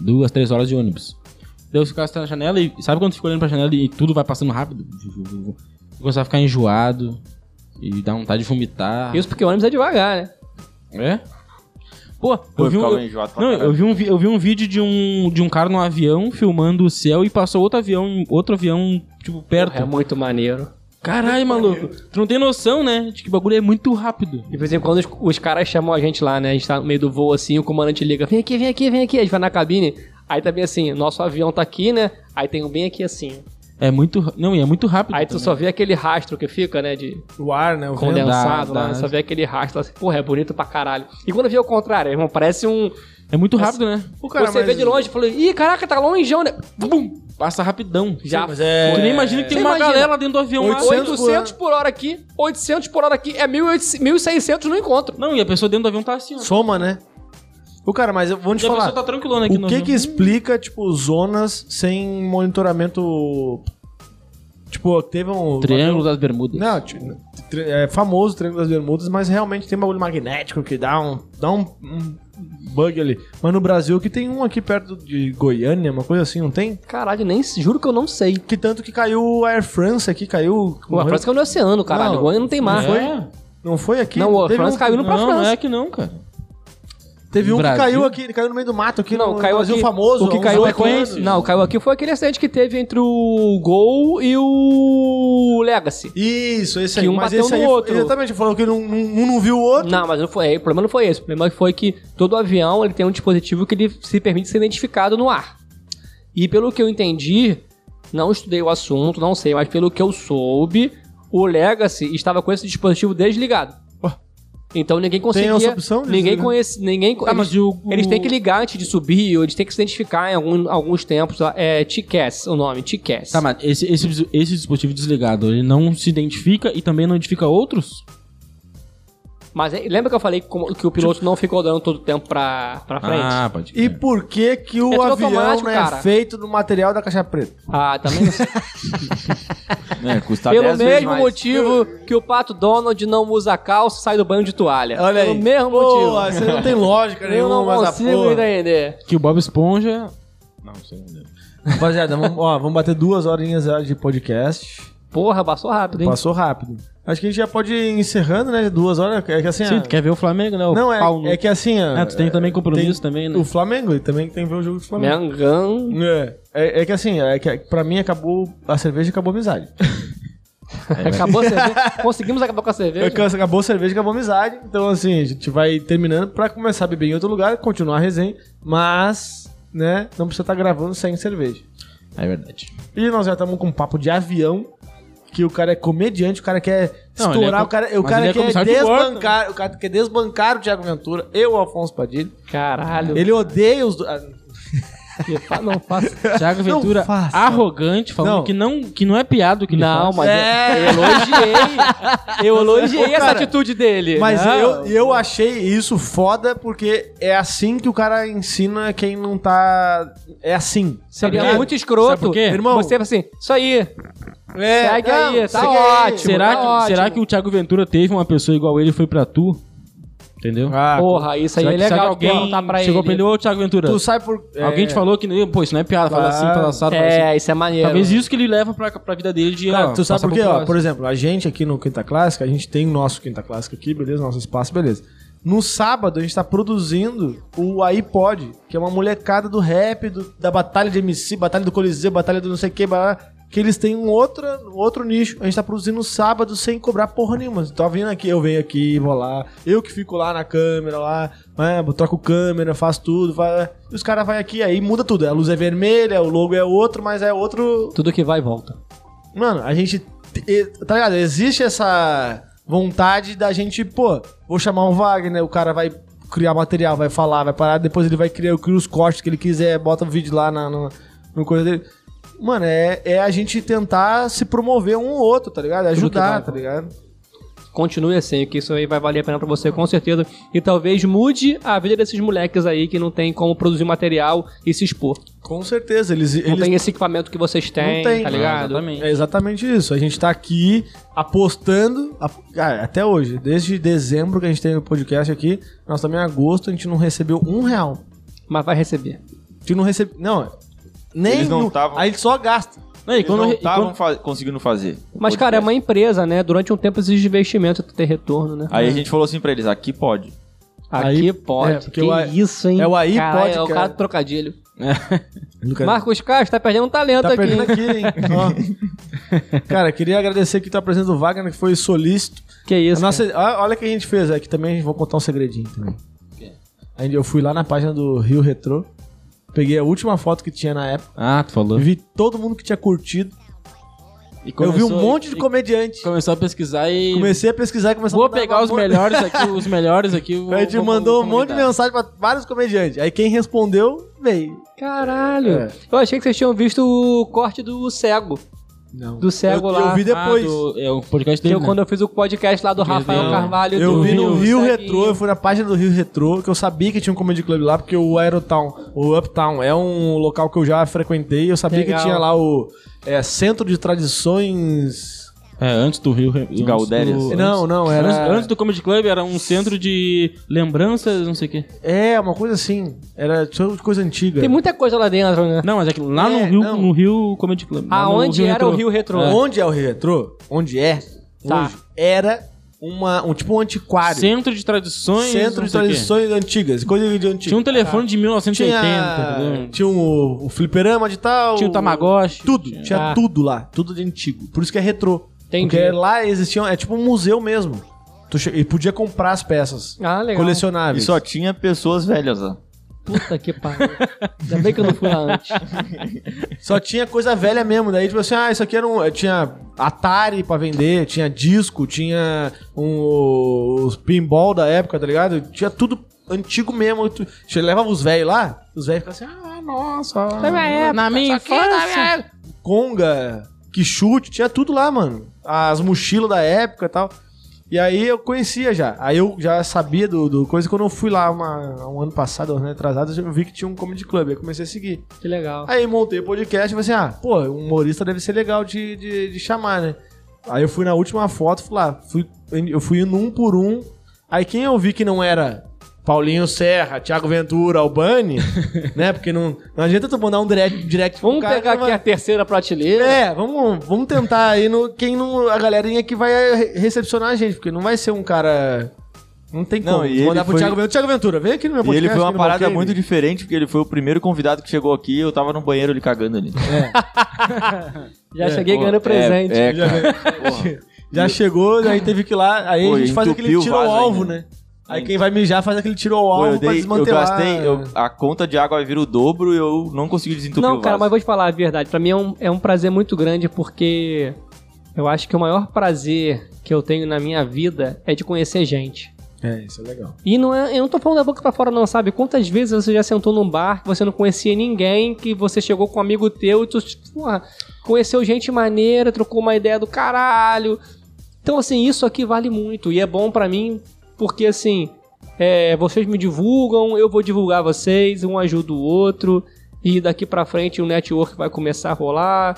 S2: duas, três horas de ônibus. Daí eu ficava sentado na janela e sabe quando tu fica olhando pra janela e tudo vai passando rápido? Eu começava a ficar enjoado e dá vontade de vomitar.
S3: Ah.
S4: Isso porque ônibus é devagar, né?
S2: É? Pô,
S3: Pô,
S2: eu vi, um,
S3: ficava
S2: eu,
S3: enjoado pra
S2: não, eu,
S3: caralho.
S2: vi um, vi- eu vi um vídeo de um, de um cara no avião filmando o céu e passou outro avião, outro avião, tipo, perto.
S4: É muito maneiro.
S2: Caralho, maluco. Tu não tem noção, né? De que o bagulho é muito rápido.
S4: De vez em quando os, os caras chamam a gente lá, né? A gente tá no meio do voo assim, o comandante liga: vem aqui, vem aqui, vem aqui. A gente vai na cabine. Aí tá bem assim: nosso avião tá aqui, né? Aí tem um bem aqui assim.
S2: É muito. ra- Não, e é muito rápido.
S4: Aí tu
S2: também.
S4: só vê aquele rastro que fica, né? De
S1: O ar, né? O vento.
S4: condensado
S2: dá,
S4: lá,
S2: dá.
S4: né? Só vê aquele rastro assim. Porra, é bonito pra caralho. E quando vê o contrário, irmão, parece um.
S2: É muito rápido, né?
S1: O cara,
S4: você
S1: mas-
S4: vê de longe e fala, ih, caraca, tá longe, né? Bum!
S2: Passa rapidão.
S4: Já
S1: mas é-
S2: Tu nem imagina que tem
S4: Você
S2: uma
S4: imagina.
S2: galera lá dentro do avião lá.
S1: 800
S4: 800, por hora aqui, 800 por hora aqui, é 1800 1600 no encontro.
S2: Não, e a pessoa dentro do avião tá assim, ó.
S1: Soma, né? O cara, mas eu- vamos
S2: E
S1: te
S2: a
S1: falar.
S2: pessoa tá tranquilona aqui
S1: O
S2: no
S1: que que
S2: avião.
S1: explica, tipo, zonas sem monitoramento... Tipo, teve um...
S2: Triângulo das Bermudas.
S1: Não, ti- tri- é famoso o Triângulo das Bermudas, mas realmente tem bagulho magnético que dá um, dá um, um bug ali. Mas no Brasil que tem um aqui perto de Goiânia, uma coisa assim, não tem?
S4: Caralho, nem juro que eu não sei.
S1: Que tanto que caiu a Air France aqui, caiu...
S4: Pô, a França caiu no oceano, caralho.
S1: Não,
S4: Goiânia Uhum. não Uhum. tem mar.
S2: É.
S1: Não foi aqui?
S4: Não, a
S1: Teve
S4: França
S1: um-
S4: caiu no pra
S2: não,
S4: França.
S2: não é que não, cara.
S1: Teve um
S2: Brasil?
S1: que caiu aqui, ele caiu no meio do mato aqui
S4: Não,
S1: no
S4: caiu
S1: Brasil
S4: aqui.
S1: famoso.
S4: o que
S1: uns
S4: caiu
S1: oito
S4: aqui,
S1: anos.
S4: não, caiu aqui foi aquele acidente que teve entre o Gol e o Legacy.
S1: Isso, esse
S4: Que
S1: aí.
S4: um
S1: mas
S4: bateu
S1: esse
S4: no
S1: aí,
S4: outro.
S1: Exatamente, falou que não- não- um não viu o outro.
S4: Não, mas não foi, o problema não foi esse. O problema foi que todo avião ele tem um dispositivo que ele se permite ser identificado no ar. E pelo que eu entendi, não estudei o assunto, não sei, mas pelo que eu soube, o Legacy estava com esse dispositivo desligado. Então ninguém conseguia.
S1: essa opção de né?
S4: ninguém
S1: desligar?
S4: conhece, ninguém
S2: Ah, né? mas
S4: eles,
S2: e o- o-
S4: eles têm que ligar antes de subir, ou eles têm que se identificar em algum- alguns tempos. É TCAS, o nome, TCAS.
S2: Tá, mas esse, esse, esse dispositivo desligado, ele não se identifica e também não identifica outros?
S4: Mas é- lembra que eu falei como- que o piloto não ficou dando todo o tempo pra, pra frente?
S2: Tipo- Ah, pode
S1: E por que que o
S4: É tudo
S1: avião
S4: automático,
S1: não é
S4: cara.
S1: feito do material da caixa preta?
S4: ah também não sei.
S3: É,
S2: Tá
S3: custa
S4: Pelo
S3: 10 vezes
S4: mesmo
S3: mais.
S4: motivo que o Pato Donald não usa calça e sai do banho de toalha.
S1: Olha
S4: Pelo
S1: aí.
S4: mesmo
S1: Pô,
S4: motivo.
S1: Você não tem lógica
S4: Eu não
S1: nenhuma, mas a
S4: consigo
S1: porra.
S4: entender.
S2: Que o Bob Esponja... Não, sei não
S1: Rapaziada, vamos, ó, vamos bater duas horinhas já de podcast.
S4: Porra, passou rápido, hein?
S1: Passou rápido. Acho que a gente já pode ir encerrando, né? Duas horas. É que assim.
S2: Sim,
S1: ó,
S2: tu quer ver o Flamengo, né? O
S1: Não,
S2: pau no-
S1: é, é que assim. ó,
S2: Ah, tu tem também compromisso
S1: tem
S2: também, né?
S1: O Flamengo, ele também tem que ver o jogo do Flamengo.
S4: Mengão.
S1: É, é, é que assim, é que pra mim acabou. A cerveja acabou a amizade.
S2: né?
S4: Acabou a cerveja. Conseguimos acabar com a cerveja.
S1: Acabou- Acabou a cerveja, acabou a amizade. Então, assim, a gente vai terminando pra começar a beber em outro lugar, continuar a resenha, mas, né, não precisa estar gravando sem cerveja.
S3: É verdade.
S1: E nós já estamos com um papo de avião, que o cara é comediante, o cara quer
S2: Não, ele
S1: estourar,
S2: é co-
S1: o cara, o
S2: mas
S1: cara
S2: ele é
S1: quer
S2: comissário de bordo.
S1: desbancar, o cara quer desbancar o Thiago Ventura, eu, o Afonso Padilha.
S4: Caralho.
S1: Ele odeia os do- ah,
S4: que fa- Não faço.
S2: Thiago Ventura
S1: faça.
S2: arrogante, falando
S1: Não.
S2: que não, que não é piada o que ele
S4: Não,
S2: faz. É.
S4: mas eu, eu elogiei. Eu elogiei essa atitude dele.
S1: Mas
S4: Não.
S1: eu, eu achei isso foda porque é assim que o cara ensina quem não tá. É assim.
S4: Seria
S2: Sabe por quê?
S4: muito
S2: Sabe por
S4: escroto.
S2: quê?
S4: Irmão, você fala assim, isso aí,
S1: É,
S4: segue
S1: não,
S4: aí, tá
S1: segue aí.
S4: ótimo.
S2: Será,
S4: tá
S2: que,
S4: ótimo.
S2: será que o Thiago Ventura teve uma pessoa igual ele e foi pra tu? Entendeu?
S1: Ah,
S4: Porra, isso aí
S2: será
S4: é
S2: que, será
S4: legal
S2: que
S4: de
S2: alguém
S4: perguntar pra
S2: chegou
S4: ele.
S2: pra ele, ô Thiago Ventura,
S1: tu sai por.
S2: alguém
S1: é,
S2: te falou que, pô, isso não é piada, fala assim,
S1: Claro.
S2: fala assado, fala assim.
S4: É, isso é maneiro.
S2: Talvez isso que ele leva pra, pra vida dele de,
S1: Cara,
S2: ó,
S1: tu sabe
S2: passar
S1: por quê? Ó,
S2: próximo.
S1: por exemplo, a gente aqui no Quinta Clássica, a gente tem o nosso Quinta Clássica aqui, beleza? Nosso espaço, beleza. No sábado, a gente tá produzindo o iPod, que é uma molecada do rap, do- da batalha de MC, batalha do Coliseu, batalha do não sei o que, que eles têm um outro, outro nicho. A gente tá produzindo no sábado sem cobrar porra nenhuma. Tá vindo aqui, eu venho aqui, vou lá, eu que fico lá na câmera, lá, né, troco câmera, faço tudo, vai, e os caras vão aqui, aí muda tudo. A luz é vermelha, o logo é outro, mas é outro,
S4: Tudo que vai e volta.
S1: Mano, a gente. e- Tá ligado? Existe essa vontade da gente, pô, vou chamar um Wagner, o cara vai criar material, vai falar, vai parar, depois ele vai criar, cria os cortes que ele quiser, bota o vídeo lá na, no, no coisa dele. Mano, é, é a gente tentar se promover um ou outro, tá ligado? Ajudar, tá ligado?
S4: Continue assim, que isso aí vai valer a pena pra você, com certeza. E talvez mude a vida desses moleques aí que não tem como produzir material e se expor.
S1: Com certeza, eles.
S4: Não
S1: eles
S4: tem esse equipamento que vocês têm,
S1: tem.
S4: tá ligado?
S2: Exatamente.
S1: É exatamente isso. A gente tá aqui apostando, a- cara, até hoje, desde dezembro que a gente tem o podcast aqui, nós também em agosto a gente não recebeu um real.
S4: Mas vai receber.
S1: Tu não recebe. Não, nem.
S3: Eles não
S1: no-
S3: tavam-
S1: Aí ele só gasta.
S2: Não, e
S3: Eles
S2: quando, e
S3: não
S2: quando-
S3: estavam fa- conseguindo fazer. o
S4: Mas, cara, é
S3: podcast.
S4: uma empresa, né? Durante um tempo esses investimentos ter retorno, né?
S3: Aí a gente falou assim pra eles, aqui pode.
S4: Aqui
S1: Aí- é,
S4: pode.
S1: porque
S4: que
S1: o aí-
S4: isso, hein?
S1: é o aí
S4: Caralho,
S1: pode,
S4: É o
S1: cara.
S4: cara do trocadilho.
S1: Marco,
S4: Marcos Castro tá perdendo um talento
S1: tá
S4: aqui.
S1: perdendo
S4: hein?
S1: aqui, hein? Ó. Cara, queria agradecer aqui a presença do Wagner, que foi solícito.
S4: Que
S1: A
S4: isso.
S1: nossa- ó- olha o que a gente fez aqui também, vou contar um segredinho também. Aí Eu fui lá na página do Rio Retrô, peguei a última foto que tinha na época,
S2: Ah, tu falou.
S1: vi todo mundo que tinha curtido.
S2: E
S1: eu vi um
S2: começou-
S1: monte de
S2: e-
S1: comediante.
S2: Começou a pesquisar e...
S1: Comecei a pesquisar e começou
S2: Vou
S1: a mandar
S2: pegar
S1: uma
S2: os
S1: mon-
S2: melhores aqui, os melhores aqui. vou-
S1: A gente
S2: vou-
S1: mandou
S2: vou
S1: um monte de
S2: comentar.
S1: mensagem pra vários comediantes. Aí quem respondeu, veio.
S4: Caralho.
S1: É.
S4: Eu achei que vocês tinham visto o corte do cego.
S1: Não.
S4: Do cego
S1: eu,
S4: lá.
S1: Eu vi depois.
S2: Ah, do- é o podcast
S4: Que
S2: dele,
S4: eu,
S2: né?
S4: quando eu fiz o podcast lá do Rafael
S2: Não.
S4: Carvalho.
S1: Eu
S4: do
S1: vi no Rio Retrô, eu
S4: Ceguinho.
S1: fui na página do Rio Retrô, que eu sabia que tinha um comedy club lá, porque o Aerotown, o Uptown, é um local que eu já frequentei, eu sabia
S4: Legal.
S1: que tinha lá o é, Centro de Tradições...
S2: É, antes do Rio... antes
S3: Gaudérias.
S2: do-
S1: Não, não,
S2: Antes,
S1: era...
S2: antes do Comedy Club era um centro de lembranças, não sei o quê.
S1: É, uma coisa assim, era só de coisa antiga.
S4: Tem muita coisa lá dentro, né?
S2: Não, mas é que
S1: É,
S2: lá no, Rio,
S1: não.
S2: no Rio Comedy Club. lá no
S4: Aonde era
S2: Retrô.
S4: o Rio Retrô?
S2: É.
S1: Onde é o Rio Retrô, onde é,
S4: Tá.
S1: hoje, era uma, um tipo um antiquário.
S2: Centro de Tradições.
S1: Centro
S2: não
S1: de
S2: sei o quê.
S1: Tradições Antigas, coisa de
S2: Tinha
S1: antiga.
S2: um telefone de 1980,
S1: Tinha,
S2: entendeu?
S1: tinha o, o fliperama de tal...
S2: Tinha o Tamagotchi.
S1: Tudo,
S2: Tinha-
S1: tinha
S4: Ah.
S1: tudo lá, tudo de antigo. Por isso que é retrô.
S4: Entendi.
S1: Porque lá existiam, é tipo um museu mesmo. Tu che- e podia comprar as peças
S4: Ah, legal.
S1: colecionáveis.
S3: E só tinha pessoas velhas lá.
S4: Puta que pariu. Ainda bem que eu não fui lá antes.
S1: Só tinha coisa velha mesmo. Daí, tipo assim, ah, isso aqui era um. Tinha Atari pra vender, tinha disco, tinha um, os pinball da época, tá ligado? Tinha tudo antigo mesmo. Tu, che- levava os velhos lá, os velhos ficavam assim, ah, nossa.
S2: Na minha infância.
S1: Conga, que chute, tinha tudo lá, mano. As mochilas da época e tal. E aí eu conhecia já. Aí eu já sabia do, do coisa. Quando eu fui lá uma- um ano passado, né, atrasado, eu vi que tinha um comedy club. Aí comecei a seguir.
S4: Que legal.
S1: Aí montei o podcast e falei assim: ah, pô, um humorista deve ser legal de, de, de chamar, né? Aí eu fui na última foto, fui lá, fui, eu fui indo um por um. Aí quem eu vi que não era Paulinho Serra, Thiago Ventura, Albani, né? Porque não, não adianta tu mandar um direct, direct pro
S4: Vamos
S1: cara
S4: pegar
S1: que não é
S4: aqui
S1: vai-
S4: a terceira prateleira.
S1: é, vamos, vamos tentar aí no quem não a galerinha que vai re- recepcionar a gente, porque não vai ser um cara Não tem
S3: Não,
S1: como.
S3: e
S1: Vou
S3: ele
S1: mandar pro
S3: foi-
S1: Thiago Ventura. Thiago Ventura, vem aqui no meu
S3: E
S1: podcast.
S3: ele foi uma
S1: aqui no Balcão,
S3: parada
S1: ele-
S3: muito diferente, porque ele foi o primeiro convidado que chegou aqui e eu tava no banheiro ali cagando ali.
S4: Já cheguei
S3: Pô,
S4: ganhando
S3: é-
S4: presente.
S3: É,
S1: Já,
S3: cara.
S1: já chegou, aí teve que ir lá. Aí
S3: Pô,
S1: a gente faz
S3: entupiu
S1: aquele
S3: o
S1: tiro ao
S3: vaso
S1: alvo,
S3: ainda.
S1: né? Aí quem vai mijar faz aquele tiro ao
S3: Pô,
S1: alvo
S3: eu,
S1: pra
S3: dei, eu
S1: desmantelar.
S3: gastei, eu- a conta de água vira o dobro e eu não consegui desentupir
S4: Não,
S3: o
S4: cara,
S3: vaso.
S4: mas vou te falar a verdade. Pra mim é um, é um prazer muito grande porque eu acho que o maior prazer que eu tenho na minha vida é de conhecer gente.
S1: É, isso é legal.
S4: E não é, eu não tô falando da boca pra fora, não, sabe? Quantas vezes você já sentou num bar que você não conhecia ninguém, que você chegou com um amigo teu e tu, porra, conheceu gente maneira, trocou uma ideia do caralho. Então, assim, isso aqui vale muito e é bom pra mim porque, assim, é, vocês me divulgam, eu vou divulgar vocês, um ajuda o outro e daqui pra frente o network vai começar a rolar.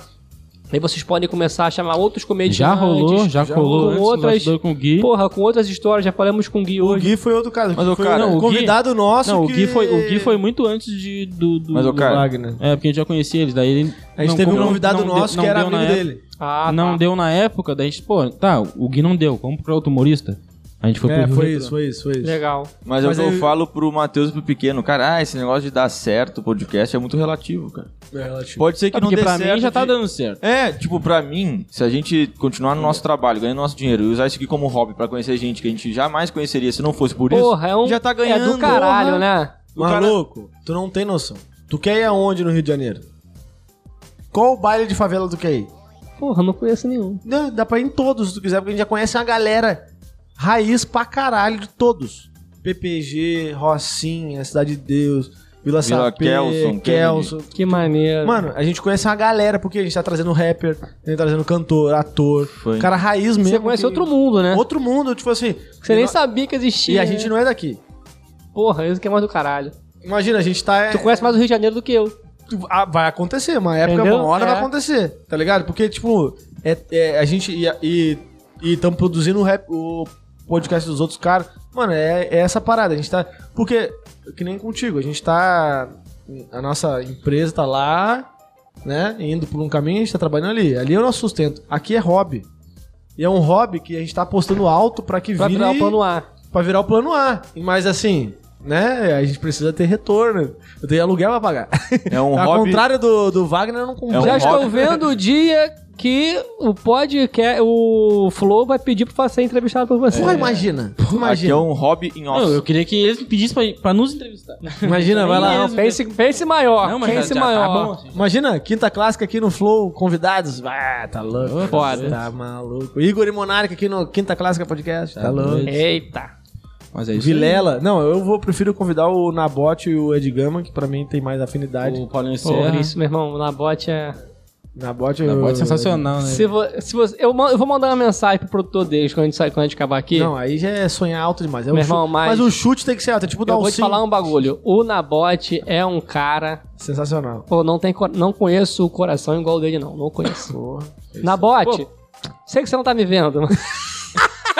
S4: Aí vocês podem começar a chamar outros comediantes.
S2: Já rolou, já,
S1: já
S2: colou
S4: rolou
S2: antes,
S4: outras-
S2: nós dois com o Gui.
S4: Porra, com outras histórias, já falamos com o Gui
S1: O
S4: hoje.
S1: Gui foi outro caso.
S3: Mas, ô,
S1: foi
S3: cara,
S1: um
S2: o Gui-
S1: convidado nosso.
S2: não, o Gui,
S1: que-
S2: foi, o
S1: um
S2: Gui foi muito antes de, do, do-
S3: Mas, ô,
S2: do
S3: cara,
S2: Wagner. É, porque a gente já conhecia eles. Daí ele
S1: né? A gente
S2: não-
S1: teve
S2: como
S1: um
S2: não-
S1: convidado
S2: não deu-
S1: nosso
S2: não
S1: que era
S2: deu na
S1: amigo
S2: época-
S1: dele.
S4: Ah,
S2: não
S4: tá.
S2: deu na época, daí a gente, pô, tá, o Gui não deu, vamos pra outro humorista. A gente foi pro
S1: É,
S2: Rio
S1: foi
S2: Retrô.
S1: isso, foi isso, foi isso.
S4: Legal.
S3: Mas, é o
S1: Mas
S3: que eu
S1: aí-
S3: falo pro Matheus e pro Pequeno, cara, ah, esse negócio de dar certo o podcast é muito relativo, cara.
S1: É, relativo.
S3: Pode ser que
S2: Ah,
S3: não
S2: porque
S3: dê
S2: pra
S3: certo
S2: mim já tá
S3: de-
S2: dando certo.
S3: É, tipo, pra mim, se a gente continuar no nosso trabalho, ganhando nosso dinheiro e usar isso aqui como hobby pra conhecer gente que a gente jamais conheceria se não fosse por isso,
S4: Porra, é um.
S3: já tá ganhando.
S4: É do caralho,
S3: porra.
S4: né?
S3: O cara-
S1: Maluco, tu não tem noção. Tu quer ir aonde no Rio de Janeiro? Qual o baile de favela tu quer ir?
S4: Porra, não conheço nenhum.
S1: Dá, dá pra ir em todos se tu quiser, porque a gente já conhece uma galera raiz pra caralho de todos. PPG, Rocinha, Cidade de Deus, Vila,
S3: Vila
S1: Sapê,
S3: Kelson,
S1: Kelson.
S4: Que maneiro.
S1: Mano, a gente conhece uma galera, porque a gente tá trazendo rapper, a gente tá trazendo cantor, ator,
S3: Foi.
S1: cara raiz mesmo.
S4: você conhece
S1: que-
S4: outro mundo, né?
S1: Outro mundo, tipo assim.
S4: Você nem né?
S1: e no-
S4: sabia que existia.
S1: E a gente não é daqui.
S4: Porra, isso que é mais do caralho.
S1: Imagina, a gente tá. é-
S4: Tu conhece mais o Rio de Janeiro do que eu.
S1: Ah, vai acontecer, uma época,
S4: Entendeu?
S1: uma hora
S4: É.
S1: vai acontecer, tá ligado? Porque, tipo, é, é, a gente e- e estamos produzindo o, rap- o podcast dos outros caras. Mano, é, é essa parada, a gente tá... Porque, que nem contigo, a gente tá... A nossa empresa tá lá, né? Indo por um caminho, a gente tá trabalhando ali. Ali é o nosso sustento. Aqui é hobby. E é um hobby que a gente tá apostando alto pra que
S4: Pra
S1: vire...
S4: virar o plano A.
S1: Pra virar o plano A. Mas, assim, né? A gente precisa ter retorno. Eu tenho aluguel pra pagar.
S3: É um
S1: Ao
S3: hobby.
S1: contrário do, do Wagner, eu não comprei.
S3: É um
S4: já
S3: hobby.
S4: estou vendo o dia que o podcast, o Flow vai pedir pra ser entrevistado por você.
S1: Porra, imagina.
S3: Aqui
S1: Imagina.
S3: é um hobby em off.
S2: Não, eu queria que eles me pedissem pra, pra nos entrevistar.
S1: Imagina, vai lá.
S4: Não, pense, pense maior.
S2: Não, mas já-
S4: pense
S2: já
S4: é maior.
S2: tá bom, assim.
S1: Imagina, quinta clássica aqui no Flow, convidados. Ah, tá louco.
S4: Foda.
S1: Tá maluco. Igor e Monarca aqui no Quinta Clássica Podcast. Tá,
S2: Tá
S1: louco.
S2: doido.
S4: Eita.
S2: Mas é isso. aí.
S1: Vilela. Não, eu vou, prefiro convidar o Nabote e o Ed Gama, que pra mim tem mais afinidade.
S2: O Paulinho Serra.
S4: Porra, isso, meu irmão. Na bote é.
S1: Nabote,
S2: Tá,
S1: eu-
S2: pode ser sensacional, né?
S4: Se vo- se você, eu, man- eu vou mandar uma mensagem pro produtor deles quando a gente, sair- quando a gente acabar aqui.
S1: Não, aí já é sonhar alto demais. É
S4: Meu
S1: um
S4: irmão,
S1: chute-
S4: mas-
S1: mas... o chute tem que ser alto. É tipo dar
S4: eu
S1: um
S4: vou te falar um bagulho. O Nabote é um cara.
S1: Sensacional.
S4: Pô, não, tem, cor- não conheço o coração igual o dele, não. Não conheço.
S1: Porra.
S4: Nabote, sei que você não tá me vendo. mas-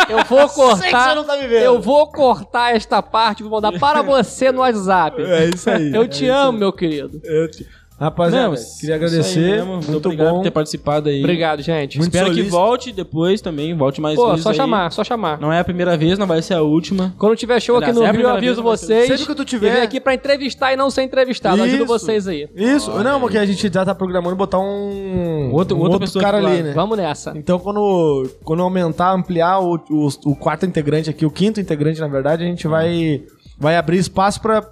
S4: Eu
S1: Sei
S4: vou
S1: que você
S4: cortar.
S1: não tá me vendo.
S4: Eu vou cortar esta parte e vou mandar para você no WhatsApp.
S1: É isso aí.
S4: Eu te amo, meu querido.
S1: Eu te- Rapaziada,
S2: Não,
S1: queria
S2: isso aí
S1: agradecer.
S2: mesmo.
S1: Muito,
S2: Muito obrigado
S1: bom.
S2: por ter participado aí.
S4: Obrigado, gente.
S1: Muito
S2: Espero que
S1: solista.
S2: volte depois também, volte mais
S4: Pô,
S2: vezes
S4: só
S2: aí.
S4: chamar, só chamar.
S2: Não é a primeira vez, não vai ser a última.
S4: Quando tiver show aqui
S2: Aliás,
S4: no
S2: é a
S4: Rio, eu
S2: primeira
S4: aviso
S2: vez,
S4: vocês.
S1: Sempre que tu tiver-
S4: E vem aqui pra entrevistar e não ser entrevistado. Eu Ajudo
S1: Isso.
S4: vocês aí.
S1: Isso, não, porque a gente já tá programando botar um.
S2: Outro-
S1: um
S2: outra pessoa
S1: cara
S2: aqui do
S1: ali,
S2: lado.
S1: né?
S4: Vamos nessa.
S1: Então, quando, quando aumentar, ampliar o, o, o quarto integrante aqui, o quinto integrante, na verdade, a gente vai, vai abrir espaço pra.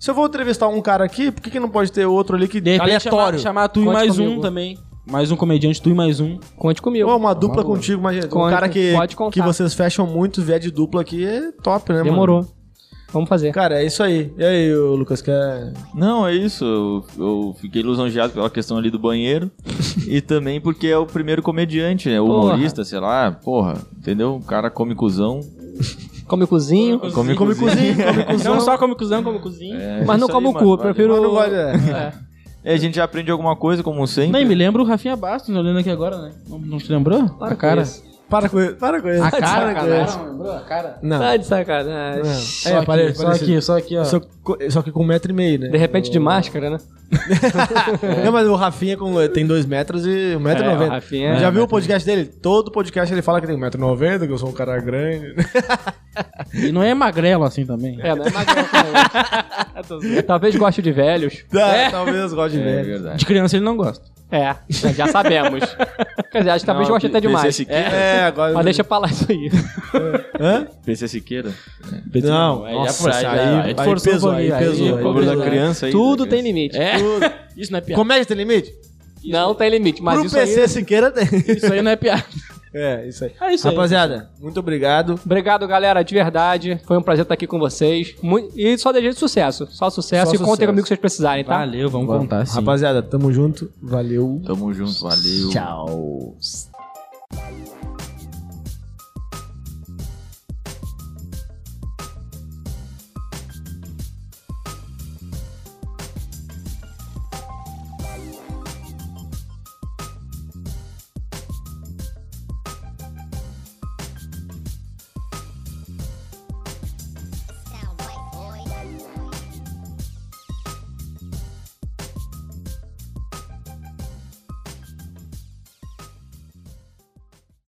S1: Se eu vou entrevistar um cara aqui, por que, que não pode ter outro ali que
S2: De repente,
S1: aleatório?
S2: Chamar, chamar tu e
S4: Conte
S2: mais um
S4: comigo. Então,
S2: também. Mais um comediante, tu e mais um.
S4: Conte comigo.
S1: Ou uma dupla contigo, mas um
S4: Conte,
S1: cara que,
S4: pode contar.
S1: que vocês fecham muito, vier de dupla aqui, é top, né, mano?
S4: Demorou. Vamos fazer.
S1: Cara, é isso aí. E aí, ô, Lucas, quer.
S3: Não, é isso. Eu, eu fiquei lisonjeado pela questão ali do banheiro. e também porque é o primeiro comediante, né? O
S4: Porra.
S3: humorista, sei lá, porra, entendeu? O cara come cuzão.
S4: Come cozinho.
S1: Come
S3: Come,
S1: cozinho, come cozinho.
S2: Não Então, só como cozinho, como cozinho.
S3: É
S4: Mas não
S3: isso
S4: come
S3: aí,
S4: o
S3: mano,
S4: cu, eu
S3: valeu.
S4: prefiro-
S1: Mas não vai, né?
S3: É, a gente já aprende alguma coisa, como sempre.
S2: Nem me lembro o Rafinha Bastos olhando aqui agora, né? Não, não te lembrou?
S4: Para
S2: A cara.
S4: com isso.
S1: Para com ele, para com ele.
S2: A cara,
S1: Para com ele.
S2: cara.
S6: Não, lembrou? A cara.
S1: Não.
S4: Tá de sacanagem.
S1: Ah. É,
S2: Só
S1: parece-
S2: aqui, só
S1: parece-
S2: aqui, só aqui, ó.
S1: Só, co- só que com um metro e meio, né? É.
S4: De repente de máscara, né?
S1: Não, mas o Rafinha com- tem dois metros e um metro e
S4: É, o
S1: noventa.
S4: Rafinha-
S1: Já
S4: é,
S1: viu o podcast dele? Todo podcast ele fala que tem um metro e noventa, que eu sou um cara grande.
S2: E não é magrelo assim também.
S4: É, não é magrão também. Tô zoando. Talvez goste de velhos.
S1: Tá, Talvez goste
S3: É,
S4: né?
S1: dele.
S3: verdade.
S2: De criança ele não gosta.
S4: É, já- já sabemos. Quer dizer, acho que talvez
S3: Não,
S4: goste até
S3: PC
S4: demais.
S3: Siqueira.
S1: É, agora...
S4: Mas deixa pra lá isso aí.
S1: Hã?
S3: PC Siqueira.
S1: Não,
S2: aí
S1: nossa,
S2: já- já-
S1: aí-
S2: já-
S1: aí
S2: forçou
S1: pesou,
S2: um pouquinho,
S1: aí pesou, aí
S3: O bagulho da
S2: pesou.
S3: criança aí.
S4: Tudo
S3: da
S4: tem
S3: criança.
S4: limite.
S2: É. Isso não é piada.
S1: Comédia tem limite?
S4: Não tem limite, mas
S1: Pro
S4: isso
S1: PC
S4: aí... é-
S1: Siqueira tem.
S2: Isso aí não é piada.
S1: É, isso aí.
S2: É isso aí.
S1: Rapaziada, muito obrigado.
S4: Obrigado, galera, de verdade. Foi um prazer estar aqui com vocês. Mu- E só desejo sucesso. Só sucesso.
S1: Só
S4: e contem
S1: sucesso.
S4: comigo se vocês precisarem, tá?
S2: Valeu, vamos contar sim.
S1: Rapaziada, tamo junto. Valeu.
S3: Tamo junto, valeu.
S1: Tchau.